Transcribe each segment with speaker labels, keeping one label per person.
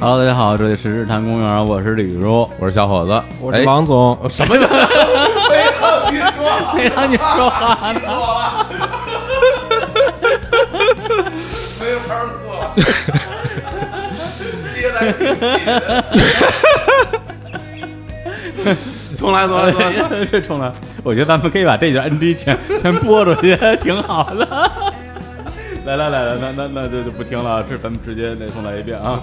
Speaker 1: Hello，大家好，这里是日坛公园，我是李叔，
Speaker 2: 我是小伙子，
Speaker 3: 我是王总，
Speaker 2: 哎什么呀？
Speaker 4: 没让你说，
Speaker 1: 没让你说话，
Speaker 4: 气死我了，没法录了，接来不及，重来重来重来，
Speaker 1: 这重来。我觉得咱们可以把这段 NG 全全播出去，挺好的。 来来来来，那那那就就不听了，这咱们直接再重来一遍啊。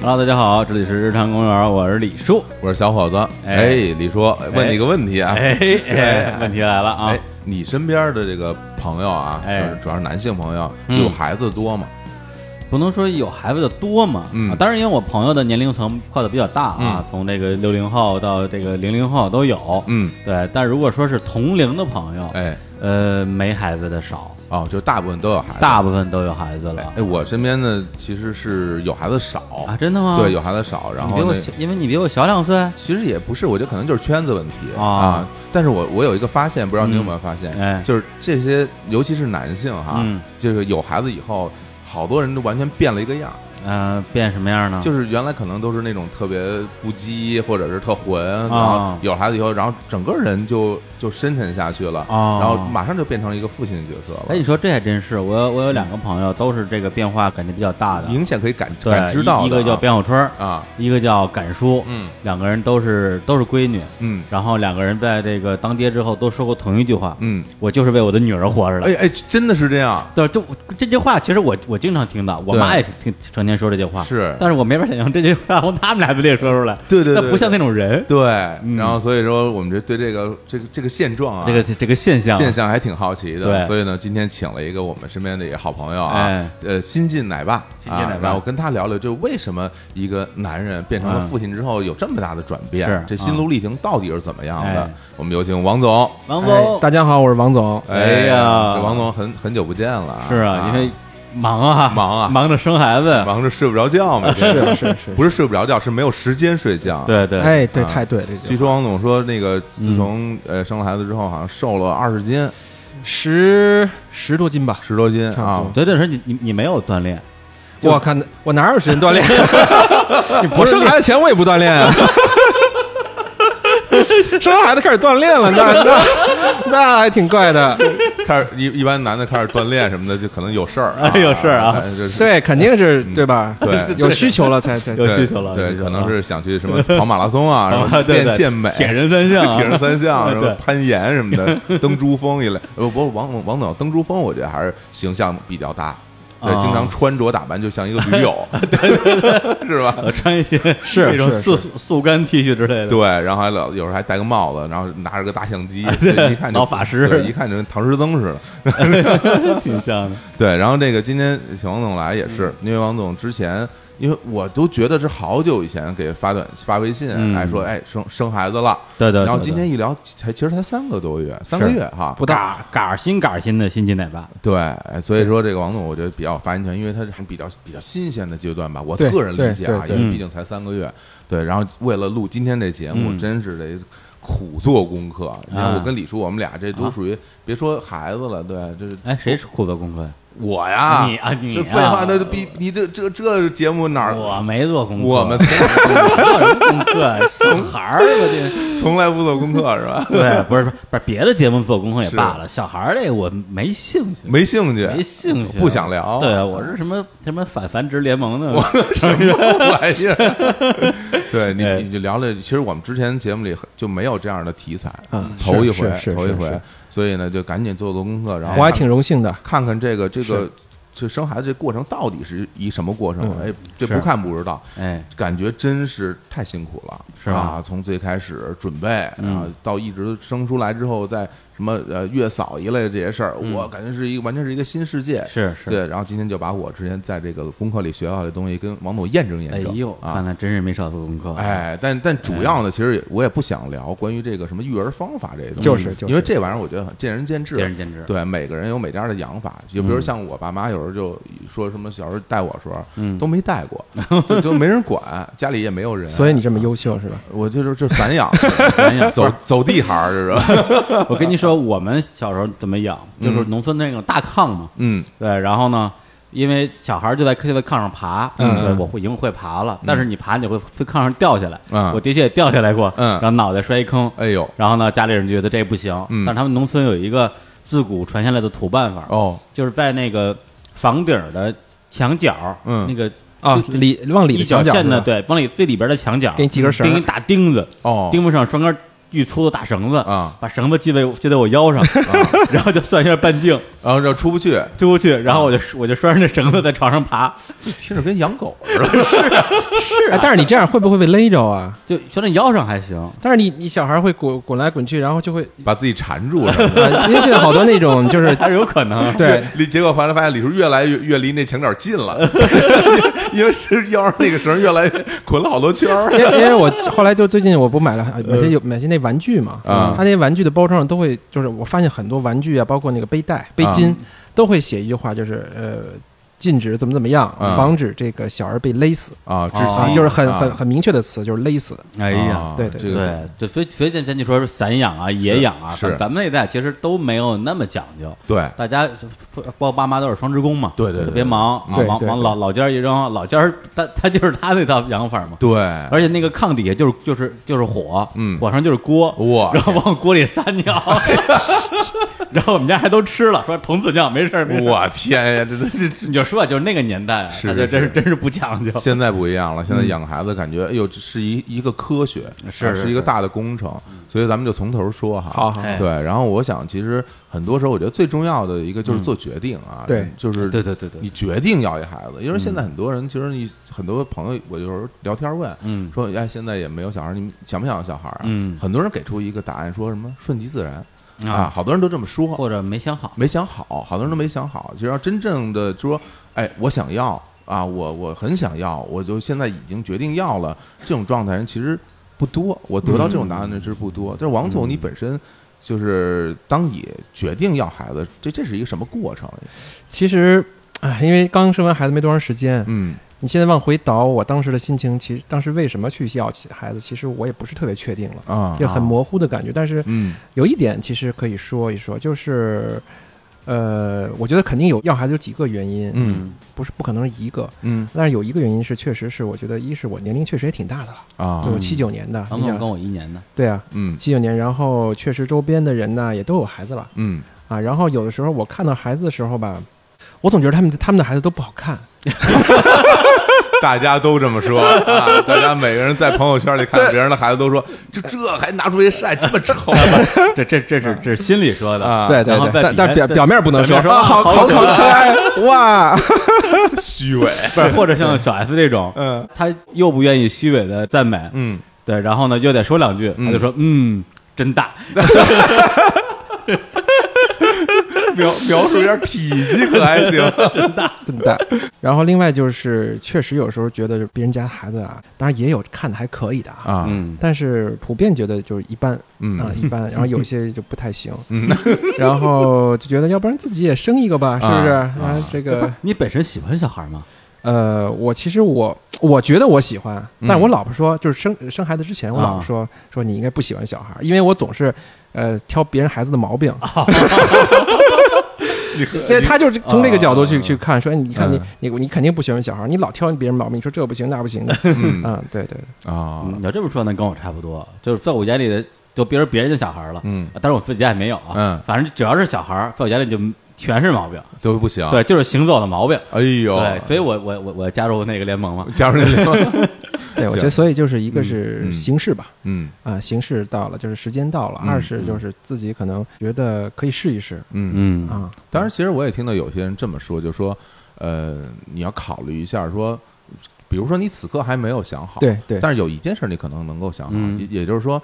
Speaker 1: Hello，大家好，这里是日坛公园，我是李叔。
Speaker 2: 我是小伙子。
Speaker 1: 哎
Speaker 2: 哎，李叔，问你个问题啊。
Speaker 1: 哎哎，问题来了啊
Speaker 2: 哎，，你身边的这个朋友啊，
Speaker 1: 哎
Speaker 2: 就是主要是男性朋友，
Speaker 1: 嗯
Speaker 2: 有孩子多吗？
Speaker 1: 不能说有孩子的多嘛，
Speaker 2: 嗯
Speaker 1: 啊当然因为我朋友的年龄层跨的比较大啊，
Speaker 2: 嗯
Speaker 1: 从这个六零后到这个零零后都有，
Speaker 2: 嗯，
Speaker 1: 对。但如果说是同龄的朋友，
Speaker 2: 哎，
Speaker 1: 呃，没孩子的少，
Speaker 2: 哦，就大部分都有孩子。
Speaker 1: 大部分都有孩子了
Speaker 2: 哎，我身边呢其实是有孩子少，
Speaker 1: 啊，真的吗？
Speaker 2: 对，有孩子少，然
Speaker 1: 你比
Speaker 2: 后
Speaker 1: 我
Speaker 2: 那
Speaker 1: 小，因为你比我小两岁，
Speaker 2: 其实也不是，我觉得可能就是圈子问题
Speaker 1: 啊
Speaker 2: 啊。但是我我有一个发现，不知道你有没有发现，
Speaker 1: 嗯哎
Speaker 2: 就是这些，尤其是男性哈，
Speaker 1: 嗯
Speaker 2: 就是有孩子以后，好多人都完全变了一个样儿。
Speaker 1: 嗯、变什么样呢？
Speaker 2: 就是原来可能都是那种特别不羁，或者是特混，然
Speaker 1: 啊
Speaker 2: 后有孩子以后，然后整个人就就深沉下去了，
Speaker 1: 啊
Speaker 2: 然后马上就变成了一个父亲角色
Speaker 1: 哎，
Speaker 2: 了
Speaker 1: 你，说这还真是，我有我有两个朋友都是这个变化感觉比较大的，
Speaker 2: 嗯明显可以感
Speaker 1: 对，
Speaker 2: 感知到的
Speaker 1: 一一个叫边小春儿，
Speaker 2: 啊，
Speaker 1: 一个叫敢叔，
Speaker 2: 嗯
Speaker 1: 两个人都是都是闺女，
Speaker 2: 嗯
Speaker 1: 然后两个人在这个当爹之后都说过同一句话，
Speaker 2: 嗯，
Speaker 1: 我就是为我的女儿活着的。
Speaker 2: 哎哎，真的是这样，
Speaker 1: 对，就我这句话，其实我我经常听到，我妈也
Speaker 2: 对
Speaker 1: 听听成天说这句话，
Speaker 2: 是
Speaker 1: 但是我没法想象这句话从他们俩嘴里说出来，
Speaker 2: 对对对
Speaker 1: 那不像那种人，
Speaker 2: 对，
Speaker 1: 嗯
Speaker 2: 然后所以说我们这对这个这个这个现状啊，
Speaker 1: 这个这个现象，
Speaker 2: 现象还挺好奇的，
Speaker 1: 对
Speaker 2: 所以呢，今天请了一个我们身边的一个好朋友啊，
Speaker 1: 哎
Speaker 2: 呃，新晋奶爸，
Speaker 1: 新晋奶
Speaker 2: 啊
Speaker 1: 爸，
Speaker 2: 然后跟他聊聊，就为什么一个男人变成了
Speaker 1: 嗯
Speaker 2: 父亲之后有这么大的转变，
Speaker 1: 是
Speaker 2: 这心路历程到底是怎么样的？
Speaker 1: 哎
Speaker 2: 我们有请王总，
Speaker 1: 王
Speaker 3: 哎
Speaker 1: 总，
Speaker 3: 大家好，我是王总。
Speaker 1: 哎呀
Speaker 2: 这王总很很久不见了啊，
Speaker 1: 是啊，因为忙啊，
Speaker 2: 忙啊
Speaker 1: 忙着生孩子，
Speaker 2: 忙着睡不着 觉嘛，
Speaker 3: 是
Speaker 2: 这
Speaker 3: 是是，
Speaker 2: 不是睡不着觉，是没有时间睡觉，。
Speaker 1: 对嗯对，
Speaker 3: 哎，对，
Speaker 2: 啊
Speaker 3: 太对了，这
Speaker 2: 据
Speaker 3: 就
Speaker 2: 说王总说，那个自从呃生了孩子之后，好像瘦了二十斤，
Speaker 3: 十十多斤吧。
Speaker 2: 十多斤
Speaker 3: 差不
Speaker 2: 啊
Speaker 1: 对，
Speaker 3: 多。
Speaker 1: 这时候你你你没有锻炼，就
Speaker 3: 我看我哪有时间锻炼？我
Speaker 1: 是，
Speaker 3: 生孩子前我也不锻炼啊。生完孩子开始锻炼了，那那那还挺怪的。
Speaker 2: 开始一一般男的开始锻炼什么的，就可能有事儿、啊
Speaker 1: 有事儿啊
Speaker 2: 哎，就是
Speaker 3: 对，肯定是对吧？
Speaker 2: 对
Speaker 3: 有需求了才才
Speaker 1: 有
Speaker 2: 对
Speaker 1: 需求了有
Speaker 2: 对，
Speaker 1: 需求
Speaker 2: 可
Speaker 1: 了
Speaker 2: 能是想去什么跑马拉松啊，然后
Speaker 1: 啊对
Speaker 2: 练
Speaker 1: 对
Speaker 2: 健美、
Speaker 1: 铁人三项啊，
Speaker 2: 铁人三项，
Speaker 1: 对
Speaker 2: 什么攀岩什么的，登珠峰一类。呃，不，王王王总登珠峰，我觉得还是形象比较搭，对
Speaker 1: 啊，
Speaker 2: 经常穿着打扮就像一个驴 友， 是吧？
Speaker 1: 呃穿一些
Speaker 3: 是
Speaker 1: 那种
Speaker 3: 是
Speaker 1: 速速干 T 恤之类的，
Speaker 2: 对，然后还老有时候还戴个帽子，然后拿着个大相机，所以一看
Speaker 1: 啊
Speaker 2: 就
Speaker 1: 老法师
Speaker 2: 对一看就跟唐诗增似的。
Speaker 1: 挺像 的，
Speaker 2: 对，然后这个今天请王总来也是，
Speaker 1: 嗯
Speaker 2: 因为王总之前，因为我都觉得是好久以前给发短发微信
Speaker 1: 嗯
Speaker 2: 来说，哎，生生孩子了，
Speaker 1: 对对。
Speaker 2: 然后
Speaker 1: 对
Speaker 2: 今
Speaker 1: 对
Speaker 2: 天一聊，才其实才三个多月，三个月哈，
Speaker 3: 不大。
Speaker 1: 嘎嘎新嘎新的新晋奶爸，
Speaker 2: 对，哎所以说这个王总，我觉得比较有发言权，因为他是比较比较新鲜的阶段吧，我
Speaker 3: 对
Speaker 2: 个人理解啊，
Speaker 3: 对
Speaker 2: 因
Speaker 3: 对
Speaker 2: 为毕竟才三个月，对，然后为了录今天这节目，
Speaker 1: 嗯
Speaker 2: 真是得。苦做功课，你看
Speaker 1: 啊
Speaker 2: 我跟李叔，我们俩这都属于别说孩子了，对，这是
Speaker 1: 哎，谁是苦做功课呀？
Speaker 2: 我呀，
Speaker 1: 你啊你
Speaker 2: 这
Speaker 1: 啊
Speaker 2: 废话，那比你这这这节目哪儿？
Speaker 1: 我没做功课，
Speaker 2: 我们
Speaker 1: 做什么功 课？小孩儿吧， 这
Speaker 2: 从来不做功课是吧？
Speaker 1: 对，不是不是别的节目做功课也罢了，小孩儿这个我没兴趣，
Speaker 2: 没兴趣，
Speaker 1: 没兴趣，啊
Speaker 2: 不想聊。啊
Speaker 1: 对，我是什么什么反繁殖联盟的
Speaker 2: 我什 么玩意儿？ 对
Speaker 1: 哎
Speaker 2: 你，你就聊聊。其实我们之前节目里很就没有这样的题材，
Speaker 3: 嗯
Speaker 2: 头一回
Speaker 3: 是是，是
Speaker 2: 头一
Speaker 3: 是
Speaker 2: 回
Speaker 3: 是。
Speaker 2: 所以呢，就赶紧做做功课，然
Speaker 1: 哎
Speaker 2: 后
Speaker 3: 我还挺荣幸的。
Speaker 2: 看看这个这个
Speaker 3: 是
Speaker 2: 就生孩子这过程到底是一什么过程？
Speaker 3: 嗯
Speaker 2: 哎，这
Speaker 1: 是
Speaker 2: 不看不知道。
Speaker 1: 哎，
Speaker 2: 感觉真是太辛苦了，
Speaker 1: 是吧
Speaker 2: 啊，从最开始准备，
Speaker 1: 嗯
Speaker 2: 然后到一直生出来之后，在什么呃月嫂一类的这些事儿，我感觉是一个完全是一个新世界。
Speaker 1: 嗯是是
Speaker 2: 对。然后今天就把我之前在这个功课里学到的东西跟王总验证验
Speaker 1: 哎
Speaker 2: 证。
Speaker 1: 呦，
Speaker 2: 啊
Speaker 1: 看来真是没少做功课。，
Speaker 2: 哎，但但主要呢，其实也我也不想聊关于这个什么育儿方法这些东西，
Speaker 3: 就是就是
Speaker 2: 因为这玩意儿我觉得很见仁见智，
Speaker 1: 见仁见智
Speaker 2: 对，每个人有每家的养法，就比如
Speaker 1: 嗯
Speaker 2: 像我爸妈有时候就说什么小时候带我的时候，
Speaker 1: 嗯
Speaker 2: 都没带过，就都没人管，家里也没有人，啊
Speaker 3: 所以你这么优秀是吧？
Speaker 2: 我就是就散养，
Speaker 1: 散养
Speaker 2: 走走地行儿，这是，
Speaker 1: 我跟你说，我们小时候怎么养，就是农村那种大炕嘛，
Speaker 2: 嗯
Speaker 1: 对，然后呢，因为小孩儿就在就在炕上爬，
Speaker 3: 嗯
Speaker 1: 对，我会已经会爬了，但是你爬你会从炕上掉下来，
Speaker 2: 嗯
Speaker 1: 我的确也掉下来过，
Speaker 2: 嗯
Speaker 1: 然后脑袋摔一坑，
Speaker 2: 哎呦
Speaker 1: 然后呢，家里人觉得这不行，
Speaker 2: 嗯
Speaker 1: 但是他们农村有一个自古传下来的土办法，
Speaker 2: 哦，
Speaker 1: 就是在那个房顶儿的墙角，
Speaker 2: 嗯
Speaker 1: 那个
Speaker 3: 啊，
Speaker 1: 就
Speaker 3: 里往里
Speaker 1: 一
Speaker 3: 的
Speaker 1: 角
Speaker 3: 墙角
Speaker 1: 线的，
Speaker 3: 是吧，
Speaker 1: 对，往里最里边的墙角，
Speaker 3: 给你几根绳儿
Speaker 1: 钉一大钉子，
Speaker 2: 哦
Speaker 1: 钉不上双根巨粗的大绳子
Speaker 2: 啊
Speaker 1: 把绳子系在系在我 腰上，啊然后就算一下半径
Speaker 2: 然后就出不去，
Speaker 1: 推过去，然后我就我就拴着那绳子在床上爬，
Speaker 2: 听着跟养狗似的，
Speaker 3: 哎，但是你这样会不会被勒着啊？
Speaker 1: 就拴在腰上还行，
Speaker 3: 但是你你小孩会滚滚来滚去，然后就会，
Speaker 2: 把自己缠住什么的。
Speaker 3: 啊因为现在好多那种就是
Speaker 1: 还是有可能。
Speaker 2: 哦
Speaker 3: 对，
Speaker 2: 离结果后来发现李叔越来越越离那墙角近 了，因为是腰上那个绳越来越捆了好多圈儿
Speaker 3: 因。为因为我后来就最近我不买了买些有买些那玩具嘛，
Speaker 2: 呃啊
Speaker 3: 他那些玩具的包装上都会，就是我发现很多玩具啊，包括那个背带、背巾，都会写一句话，就是呃，禁止怎么怎么样，
Speaker 2: 啊
Speaker 3: 防止这个小儿被勒死
Speaker 2: 啊，窒
Speaker 1: 哦
Speaker 3: 啊，
Speaker 2: 息
Speaker 3: 就是很
Speaker 2: 啊
Speaker 3: 很很明确的词，就是勒死。
Speaker 1: 哎呀
Speaker 2: 啊，
Speaker 3: 对对
Speaker 2: 这个
Speaker 1: 对对，所以所以咱咱就说是散养啊、野养啊，
Speaker 2: 是
Speaker 1: 咱们那一代其实都没有那么讲究。
Speaker 2: 对
Speaker 1: 大家包括爸妈都是双职工嘛，
Speaker 2: 对对对
Speaker 1: 特别忙，
Speaker 2: 嗯
Speaker 1: 往
Speaker 3: 对对
Speaker 1: 往往
Speaker 3: 对
Speaker 1: 老老家一扔，老家儿他他就是他那套养法嘛，
Speaker 2: 对，
Speaker 1: 而且那个炕底下就是就是就是火，
Speaker 2: 嗯
Speaker 1: 火上就是锅，
Speaker 2: 哇
Speaker 1: 然后往锅里撒 尿， 然后我们家还都吃了，说童子尿没事儿，没事儿
Speaker 2: 我天呀，这这这。
Speaker 1: 你就说啊就是那个年代啊，
Speaker 2: 是
Speaker 1: 大家真
Speaker 2: 是
Speaker 1: 是真是不讲究，
Speaker 2: 现在不一样了，现在养个孩子感觉，哎呦，这是一一个科学，
Speaker 1: 嗯是
Speaker 2: 啊
Speaker 1: 是
Speaker 2: 是一个
Speaker 1: 是嗯
Speaker 2: 大的工程，所以咱们就从头说哈。
Speaker 3: 好好
Speaker 1: 哎
Speaker 2: 对。然后我想，其实很多时候，我觉得最重要的一个就是做决定啊，
Speaker 3: 对
Speaker 2: 就是
Speaker 1: 嗯对对对对
Speaker 2: 你决定要一孩子，因为现在很多人，其实你很多朋友，我有时候聊天问，
Speaker 1: 嗯
Speaker 2: 说哎，现在也没有小孩，你们想不想要小孩啊？
Speaker 1: 嗯
Speaker 2: 很多人给出一个答案，说什么顺其自然
Speaker 1: 啊
Speaker 2: 啊，好多人都这么说，
Speaker 1: 或者没想好，
Speaker 2: 没想好，好多人都没想好。就要真正的说，哎，我想要啊，我我很想要，我就现在已经决定要了，这种状态人其实不多。我得到这种答案的是不多。但是王总，你本身就是当你决定要孩子，这这是一个什么过程？
Speaker 3: 其实，哎，因为刚生完孩子没多长时间，
Speaker 2: 嗯
Speaker 3: 你现在往回倒我当时的心情，其实当时为什么去要孩子，其实我也不是特别确定了，
Speaker 2: 啊
Speaker 3: 就很模糊的感觉。但是
Speaker 2: 嗯
Speaker 3: 有一点其实可以说一说，就是。呃，我觉得肯定有要孩子有几个原因，
Speaker 2: 嗯
Speaker 3: 不是不可能是一个，
Speaker 2: 嗯
Speaker 3: 但是有一个原因是，确实是我觉得一是我年龄确实也挺大的了，
Speaker 2: 啊
Speaker 3: 对我
Speaker 1: 嗯
Speaker 3: 七九年的，
Speaker 1: 王
Speaker 3: 你
Speaker 1: 总
Speaker 3: 想
Speaker 1: 跟我一年呢，
Speaker 3: 对啊，
Speaker 2: 嗯
Speaker 3: 七九年，然后确实周边的人呢也都有孩子了
Speaker 2: 嗯
Speaker 3: 啊，然后有的时候我看到孩子的时候吧，我总觉得他们他们的孩子都不好看，
Speaker 2: 大家都这么说啊！ 大家每个人在朋友圈里看别人的孩子，都说这这还拿出去晒，这么丑
Speaker 1: 这这这是这是心里说的
Speaker 2: 啊！
Speaker 3: 对对
Speaker 1: 然后
Speaker 3: 对，
Speaker 1: 在
Speaker 3: 但
Speaker 1: 底下
Speaker 3: 但表
Speaker 1: 对
Speaker 3: 表面不能
Speaker 1: 表面
Speaker 3: 说，
Speaker 1: 说
Speaker 3: 啊
Speaker 1: 啊
Speaker 3: 好
Speaker 1: 好
Speaker 3: 好
Speaker 1: 可
Speaker 3: 可爱哇，
Speaker 2: 虚伪，
Speaker 1: 不是，或者像小 S 这种，
Speaker 2: 嗯
Speaker 1: 他又不愿意虚伪的赞美，
Speaker 2: 嗯。
Speaker 1: 对，然后呢又得说两句，他就说嗯，真大，
Speaker 2: 描描述一下体积可还行？
Speaker 3: 笨蛋。 然后另外就是，确实有时候觉得就是别人家孩子啊，当然也有看的还可以的啊，
Speaker 2: 啊
Speaker 1: 嗯
Speaker 3: 但是普遍觉得就是一般，
Speaker 2: 嗯
Speaker 3: 啊一般，然后有些就不太行， 嗯，然后就觉得要不然自己也生一个吧，是不是？
Speaker 2: 啊啊
Speaker 3: 这个
Speaker 1: 你本身喜欢小孩吗？
Speaker 3: 呃，我其实我我觉得我喜欢，
Speaker 2: 嗯
Speaker 3: 但是我老婆说，就是生生孩子之前，我老
Speaker 1: 啊
Speaker 3: 婆说说你应该不喜欢小孩，因为我总是呃挑别人孩子的毛 病，
Speaker 2: 你
Speaker 3: 因为他就是从这个角度去
Speaker 1: 啊
Speaker 3: 去看，说哎你看你
Speaker 2: 嗯
Speaker 3: 你你肯定不喜欢小孩，你老挑别人毛病，你说这不行那不行 的，
Speaker 2: 嗯
Speaker 3: 嗯，对对，
Speaker 2: 啊
Speaker 1: 嗯你要这么说，那跟我差不多，就是在我眼里的，就别人别人的小孩了，
Speaker 2: 嗯
Speaker 1: 但是我自己家也没有啊，
Speaker 2: 嗯
Speaker 1: 反正只要是小孩儿，在我眼里就全是毛病，
Speaker 2: 都不行。
Speaker 1: 对，，就是行走的毛病，
Speaker 2: 哎呦，
Speaker 1: 对，所以我我我我加入那个联盟嘛，
Speaker 2: 加入那 个，
Speaker 3: 对我觉得所以就是一个是
Speaker 2: 嗯
Speaker 3: 形式吧。
Speaker 2: 嗯
Speaker 3: 啊，形式到了，就是时间到了。
Speaker 2: 嗯
Speaker 3: 二是就是自己可能觉得可以试一试
Speaker 1: 嗯
Speaker 2: 嗯。
Speaker 3: 啊。
Speaker 2: 当然，其实我也听到有些人这么说，就说，呃，你要考虑一下，说，比如说你此刻还没有想好，
Speaker 3: 对对
Speaker 2: 但是有一件事你可能能够想好，
Speaker 1: 嗯
Speaker 2: 也也就是说，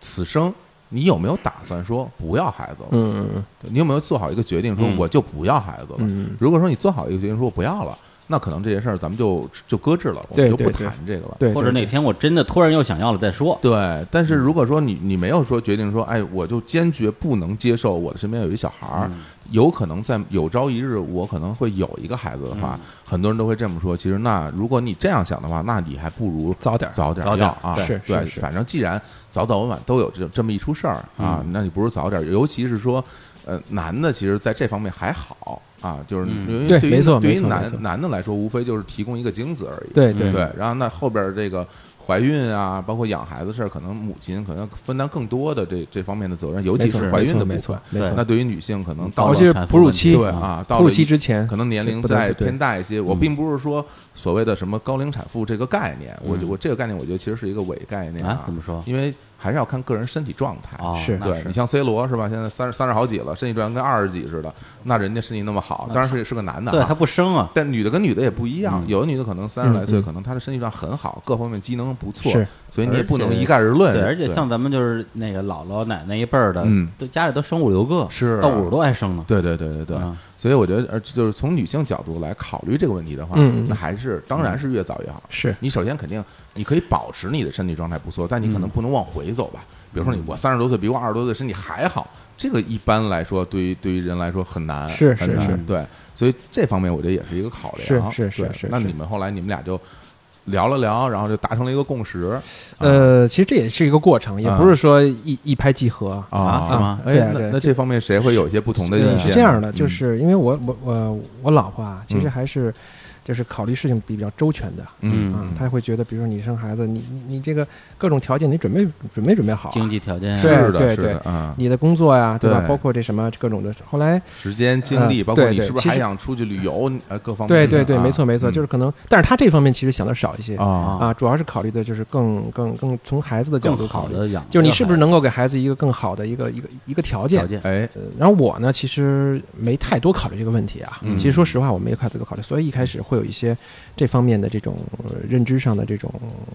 Speaker 2: 此生你有没有打算说不要孩子了？
Speaker 3: 嗯
Speaker 2: 你有没有做好一个决定，说
Speaker 5: 嗯
Speaker 2: 我就不要孩子了？
Speaker 3: 嗯，
Speaker 2: 如果说你做好一个决定，说我不要了，那可能这件事儿咱们就就搁置了，我们
Speaker 3: 对
Speaker 2: 就不
Speaker 3: 对对
Speaker 2: 谈这个了。
Speaker 3: 对，嗯
Speaker 5: 或者
Speaker 3: 对
Speaker 5: 哪天我真的突然又想要了再说。
Speaker 2: 对，但是如果说你你没有说决定说，哎，我就坚决不能接受我的身边有一小孩
Speaker 3: 嗯
Speaker 2: 儿，有可能在有朝一日我可能会有一个孩子的
Speaker 3: 嗯
Speaker 2: 话，很多人都会这么说。其实那如果你这样想的话，那你还不如
Speaker 3: 早点儿
Speaker 2: 早点
Speaker 5: 早
Speaker 2: 儿
Speaker 5: 点
Speaker 2: 要
Speaker 5: 儿
Speaker 2: 啊，
Speaker 3: 对是
Speaker 2: 对，
Speaker 3: 是是
Speaker 2: 反正既然早早晚晚都有这这么一出事儿
Speaker 5: 嗯
Speaker 2: 啊，那你不如早点儿，尤其是说。呃，男的其实在这方面还好啊，就是
Speaker 5: 嗯
Speaker 2: 因为
Speaker 3: 对
Speaker 2: 对于
Speaker 3: 没错
Speaker 2: 对于
Speaker 3: 没错
Speaker 2: 男
Speaker 3: 没错
Speaker 2: 男的来说，无非就是提供一个精子而已。
Speaker 3: 对
Speaker 5: 嗯
Speaker 3: 对
Speaker 2: 对，然后那后边儿这个怀孕啊，包括养孩子事儿，可能母亲可能分担更多的这这方面的责任，尤
Speaker 3: 没
Speaker 2: 其
Speaker 3: 错
Speaker 2: 是怀孕的部
Speaker 3: 没
Speaker 2: 分
Speaker 3: 错。没错，嗯
Speaker 2: 那对于女性，可能到
Speaker 3: 尤
Speaker 2: 了
Speaker 3: 其是
Speaker 5: 产妇
Speaker 3: 哺乳
Speaker 5: 问题
Speaker 3: 期，
Speaker 2: 对啊，到
Speaker 3: 哺乳
Speaker 2: 了
Speaker 3: 期
Speaker 2: 一
Speaker 3: 之前
Speaker 2: 可能年龄
Speaker 3: 不得
Speaker 2: 再
Speaker 3: 不对
Speaker 2: 偏大一些。我
Speaker 5: 嗯
Speaker 2: 并不是说所谓的什么高龄产妇这个概念，我就我这个概念，我觉得其实是一个伪概
Speaker 5: 嗯
Speaker 2: 念
Speaker 5: 啊怎么说
Speaker 2: 因为还是要看个人身体状态。
Speaker 5: 哦，
Speaker 3: 是
Speaker 5: 那
Speaker 2: 对你像 C 罗是吧？现在三十三十好几了，身体状态跟二十几似的，那人家身体那么好，当然是是个男的啊，
Speaker 5: 对他不生啊，
Speaker 2: 但女的跟女的也不一样，
Speaker 5: 嗯
Speaker 2: 有的女的可能三十来岁，
Speaker 3: 嗯嗯
Speaker 2: 可能她的身体上很好，各方面机能不错
Speaker 3: 是，
Speaker 2: 所以你也不能
Speaker 5: 而且
Speaker 2: 一概而论。
Speaker 5: 对，而且像咱们就是那个姥姥奶奶一辈儿的，
Speaker 2: 嗯
Speaker 5: 都家里都生五六个，
Speaker 2: 是啊
Speaker 5: 到五十多还生呢。
Speaker 2: 对对对对对
Speaker 5: 嗯，
Speaker 2: 所以我觉得，而就是从女性角度来考虑这个问题的话
Speaker 3: 嗯嗯，
Speaker 2: 那还是当然是越早越好。
Speaker 3: 是
Speaker 2: 你首先肯定你可以保持你的身体状态不错，但你
Speaker 3: 嗯
Speaker 2: 可能不能往回走吧。比如说你我三十多岁比我二十多岁身体还好，这个一般来说对于对于人来说很难，
Speaker 3: 是
Speaker 2: 很
Speaker 3: 是
Speaker 2: 难
Speaker 5: 是
Speaker 2: 对，所以这方面我觉得也是一个考量。啊
Speaker 3: 是是
Speaker 2: 对
Speaker 3: 是是
Speaker 2: 那
Speaker 3: 是
Speaker 2: 你们后来你们俩就聊了聊，然后就达成了一个共识。
Speaker 3: 呃，其实这也是一个过程，也
Speaker 2: 啊
Speaker 3: 不是说一一拍即合
Speaker 2: 啊
Speaker 5: 啊是吗
Speaker 2: 哎
Speaker 3: 对啊
Speaker 2: 那
Speaker 3: 对啊
Speaker 2: 那这方面谁会有一些不同的意见？
Speaker 3: 是这样的，
Speaker 2: 嗯
Speaker 3: 就是因为我我我我老婆啊，其实
Speaker 2: 嗯
Speaker 3: 还是就是考虑事情比较周全的
Speaker 2: 嗯
Speaker 3: 啊
Speaker 2: 嗯，
Speaker 3: 她会觉得，比如说你生孩子，你你你这个各种条件，你准备准备准备好啊，
Speaker 5: 经济条件啊
Speaker 3: 对
Speaker 2: 是的，是
Speaker 3: 对
Speaker 2: 的啊，
Speaker 3: 你的工作呀，对吧？
Speaker 2: 对
Speaker 3: 包括这什么各种的，后来
Speaker 2: 时间、精力，
Speaker 3: 呃
Speaker 2: 包括
Speaker 3: 对
Speaker 2: 你
Speaker 3: 对
Speaker 2: 是不是
Speaker 3: 其实
Speaker 2: 还想出去旅游？呃，各方面
Speaker 3: 对
Speaker 2: 的。
Speaker 3: 对对，
Speaker 2: 啊
Speaker 3: 没错没错，
Speaker 2: 嗯
Speaker 3: 就是可能，但是她这方面其实想的少一些
Speaker 2: 啊
Speaker 3: 啊，主要是考虑的就是更更更从孩子的角
Speaker 5: 更
Speaker 3: 度考
Speaker 5: 好
Speaker 3: 虑，
Speaker 5: 的养，
Speaker 3: 就是你是不是能够给孩子一个更好的一个一个一个条件
Speaker 5: 条。件？
Speaker 2: 哎，
Speaker 3: 呃然后我呢，其实没太多考虑这个问题啊。
Speaker 2: 嗯
Speaker 3: 其实说实话，我没有太多考虑，所以一开始会有一些这方面的这种呃认知上的这种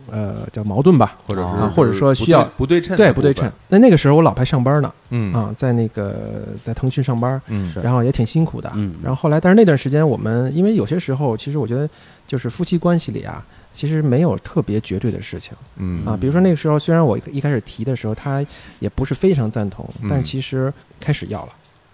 Speaker 3: 呃叫矛盾吧，
Speaker 2: 或者是
Speaker 5: 啊
Speaker 3: 或者说
Speaker 2: 不对
Speaker 3: 需要
Speaker 2: 不对称，
Speaker 3: 对不对称？？那那个时候我老婆还上班呢，
Speaker 2: 嗯
Speaker 3: 啊，在那个在腾讯上班，
Speaker 2: 嗯
Speaker 5: 是
Speaker 3: 然后也挺辛苦的。
Speaker 5: 嗯
Speaker 3: 然后后来，但是那段时间我们因为有些时候，其实我觉得就是夫妻关系里啊，其实没有特别绝对的事情。
Speaker 2: 嗯
Speaker 3: 啊，比如说那个时候，虽然我一开始提的时候，他也不是非常赞同，
Speaker 2: 嗯
Speaker 3: 但是其实开始要了，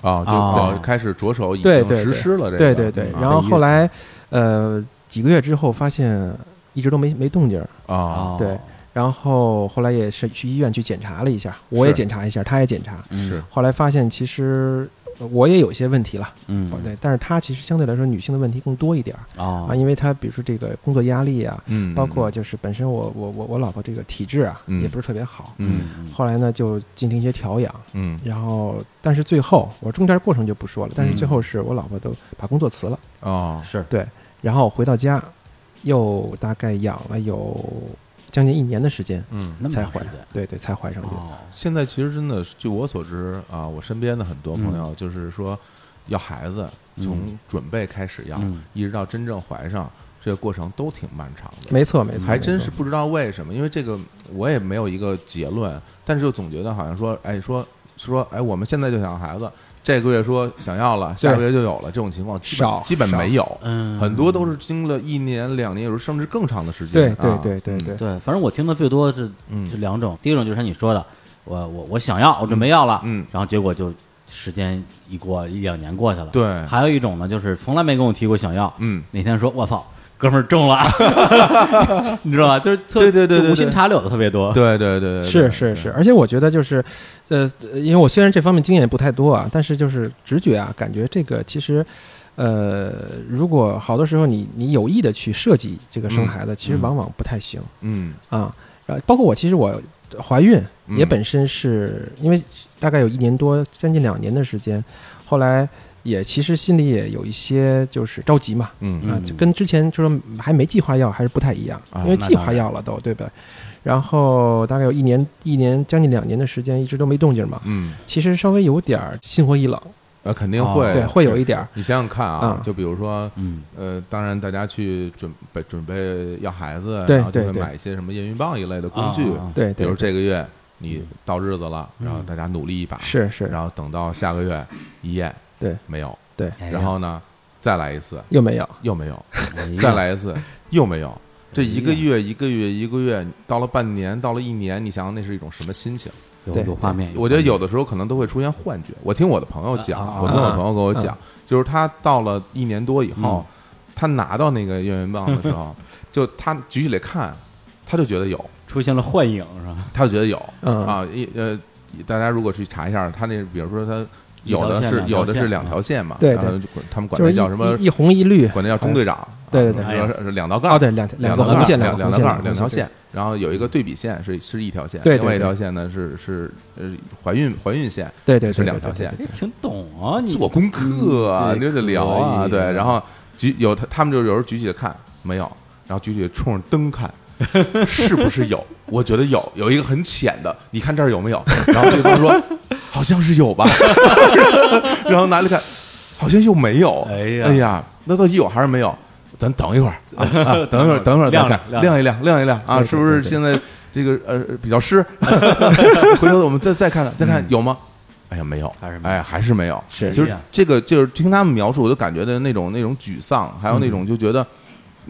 Speaker 2: 啊，就
Speaker 5: 啊
Speaker 2: 哦开始着手已
Speaker 3: 对
Speaker 2: 经
Speaker 3: 对
Speaker 2: 实
Speaker 3: 对
Speaker 2: 施了这个，
Speaker 3: 对对对
Speaker 2: 嗯。
Speaker 3: 然后后来，呃，几个月之后发现一直都没没动静儿，
Speaker 2: 啊，
Speaker 5: 哦
Speaker 3: 对，然后后来也是去医院去检查了一下，我也
Speaker 2: 是
Speaker 3: 检查一下，他也检查，
Speaker 5: 嗯
Speaker 2: 是
Speaker 3: 后来发现其实呃我也有一些问题了，
Speaker 5: 嗯
Speaker 3: 对，但是他其实相对来说女性的问题更多一点儿
Speaker 5: 哦
Speaker 3: 啊，因为他比如说这个工作压力啊，
Speaker 2: 嗯，
Speaker 3: 包括就是本身我我我我老婆这个体质啊也不是特别好，
Speaker 2: 嗯
Speaker 5: 嗯
Speaker 3: 后来呢就进行一些调养。
Speaker 2: 嗯
Speaker 3: 然后，但是最后我中间过程就不说了，但是最
Speaker 2: 嗯
Speaker 3: 后是我老婆都把工作辞了，
Speaker 2: 哦
Speaker 5: 是
Speaker 3: 然后我回到家，又大概养了有将近一年的时间
Speaker 2: 嗯。
Speaker 5: 那么
Speaker 3: 才
Speaker 5: 长
Speaker 3: 怀
Speaker 5: 时间，
Speaker 3: 对对，才怀上孕。
Speaker 5: 哦，
Speaker 2: 现在其实真的是，据我所知啊，我身边的很多
Speaker 3: 嗯
Speaker 2: 朋友就是说，要孩子
Speaker 5: 嗯
Speaker 2: 从准备开始要，
Speaker 5: 嗯
Speaker 2: 一直到真正怀上，这个过程都挺漫长的。
Speaker 3: 没错，
Speaker 5: 嗯
Speaker 3: 没错，
Speaker 2: 嗯还
Speaker 3: 没
Speaker 2: 真
Speaker 3: 错
Speaker 2: 是不知道为什么，因为这个我也没有一个结论，但是就总觉得好像说，哎，说说，哎，我们现在就想要孩子，这个月说想要了，下个月就有了，这种情况基本
Speaker 3: 少
Speaker 2: 基本没有，
Speaker 5: 嗯，
Speaker 2: 很多都是经了一年、两年，有时候甚至更长的时
Speaker 3: 对
Speaker 2: 间。
Speaker 3: 对
Speaker 2: 啊
Speaker 3: 对对，对，
Speaker 5: 对，反正我听的最多是
Speaker 2: 嗯
Speaker 5: 是两种，第一种就是像你说的，我我我想要，我准备要了，
Speaker 2: 嗯嗯
Speaker 5: 然后结果就时间一过一两年过去了，
Speaker 2: 对
Speaker 5: 还有一种呢，就是从来没跟我提过想要，
Speaker 2: 嗯，
Speaker 5: 哪天说我操，哥们儿中 了，你知道吧？就是特
Speaker 2: 对对对对
Speaker 5: 就
Speaker 2: 对
Speaker 5: 无心插柳的特别多，
Speaker 2: 对对对对，
Speaker 3: 是
Speaker 2: 对
Speaker 3: 是是，，而且我觉得就是，呃，因为我虽然这方面经验不太多啊，但是就是直觉啊，感觉这个其实，呃，如果好多时候你你有意的去设计这个生
Speaker 2: 嗯
Speaker 3: 孩子，其实
Speaker 5: 嗯
Speaker 3: 往往不太行。
Speaker 2: 嗯
Speaker 3: 啊，然后包括我，其实我怀孕也
Speaker 2: 嗯
Speaker 3: 本身是、因为大概有一年多，将近两年的时间，后来也其实心里也有一些就是着急嘛，
Speaker 2: 嗯
Speaker 3: 啊
Speaker 5: 嗯，
Speaker 3: 就跟之前就说还没计划要还是不太一样，
Speaker 2: 啊
Speaker 3: 因为
Speaker 5: 那
Speaker 3: 计
Speaker 5: 当
Speaker 3: 划要了都对吧？然后大概有一年一年将近两年的时间一直都没动静嘛，
Speaker 2: 嗯，
Speaker 3: 其实稍微有点儿心灰意冷，
Speaker 2: 呃，肯定
Speaker 5: 哦
Speaker 2: 会
Speaker 3: 对，会有一点儿，
Speaker 2: 你想想看啊
Speaker 3: 嗯，
Speaker 2: 就比如说，
Speaker 5: 嗯，
Speaker 2: 呃，当然大家去准备准备要孩子，啊
Speaker 3: 对
Speaker 2: 然后就
Speaker 3: 对
Speaker 2: 会
Speaker 3: 对
Speaker 2: 买一些什么验孕棒一类的工具，
Speaker 5: 啊啊啊
Speaker 3: 对
Speaker 2: 比
Speaker 3: 对
Speaker 2: 如这个月你到日子了，然后大家努力一把，
Speaker 3: 是是，
Speaker 2: 然后等到下个月一验，
Speaker 3: 对
Speaker 2: 没有，
Speaker 3: 对，
Speaker 1: 哎呀
Speaker 2: 然后呢再来一次，
Speaker 3: 又没有，
Speaker 2: 又没有，
Speaker 1: 哎呀
Speaker 2: 再来一次，又没有。这一个
Speaker 1: 哎呀
Speaker 2: 月一个月一个月，到了半年，到了一年，你想想那是一种什么心情？
Speaker 1: 有
Speaker 3: 对
Speaker 1: 有画面，
Speaker 2: 我觉得有的时候可能都会出现幻觉。我听我的朋友讲，
Speaker 1: 啊啊
Speaker 2: 我听我
Speaker 3: 啊
Speaker 2: 的朋友跟我
Speaker 3: 啊
Speaker 2: 讲，就是他到了一年多以后，他拿到那个验孕棒的时 候，就他举起来看，他就觉得有，
Speaker 5: 出现了幻影是 吧？
Speaker 2: 他就觉得有、
Speaker 3: 嗯
Speaker 2: 啊，一呃，大家如果去查一下，他那比如说他
Speaker 5: 一
Speaker 2: 有
Speaker 5: 条
Speaker 2: 的
Speaker 5: 线
Speaker 2: 是
Speaker 5: 两条
Speaker 2: 有的是
Speaker 5: 线
Speaker 2: 两条线嘛，
Speaker 3: 对
Speaker 2: 然后
Speaker 3: 对
Speaker 2: 就管他们管
Speaker 3: 就
Speaker 2: 那
Speaker 3: 是一
Speaker 2: 叫什么
Speaker 3: 一？一红一绿，
Speaker 2: 管那叫中队长，
Speaker 3: 对对
Speaker 2: 啊
Speaker 3: 对
Speaker 2: 比如说是两道杠
Speaker 3: 哦，，对，两
Speaker 2: 两
Speaker 3: 个
Speaker 2: 道
Speaker 3: 红
Speaker 2: 杠
Speaker 3: 线，
Speaker 2: 两
Speaker 3: 个红
Speaker 2: 道
Speaker 3: 线，
Speaker 2: 杠，两条
Speaker 3: 红线，
Speaker 2: 线，然后有一个对比线是是一条线，
Speaker 3: 对对
Speaker 2: 另外一
Speaker 3: 对
Speaker 2: 条线呢是是呃怀孕怀孕线，
Speaker 3: 对对对，
Speaker 2: 是
Speaker 3: 对
Speaker 2: 两条线，
Speaker 5: 哎，挺懂啊，你
Speaker 2: 做功课啊，
Speaker 5: 嗯
Speaker 2: 你
Speaker 5: 对
Speaker 2: 就得聊啊，
Speaker 5: 可以
Speaker 2: 对，然后举有他他们就有时候举起来看没有，然后举起来冲着灯看。是不是有？我觉得有，有一个很浅的，你看这儿有没有？然后对方说好像是有吧， 然后拿来看，好像又没有。
Speaker 5: 哎呀
Speaker 2: 那到底有还是没有？咱等一会儿啊，啊 等一会儿，等一会儿再
Speaker 5: 亮
Speaker 2: 看，
Speaker 5: 亮
Speaker 2: 亮一亮，亮一亮啊！是不是现在这个呃比较湿？ 回头我们再再看看，再看有吗？哎呀，没有，
Speaker 5: 嗯还是没有
Speaker 2: 哎，还是没有。
Speaker 3: 是
Speaker 2: 就是
Speaker 5: 哎呀
Speaker 2: 这个，就是听他们描述，我就感觉的那种那种沮丧，还有那种
Speaker 3: 嗯
Speaker 2: 就觉得。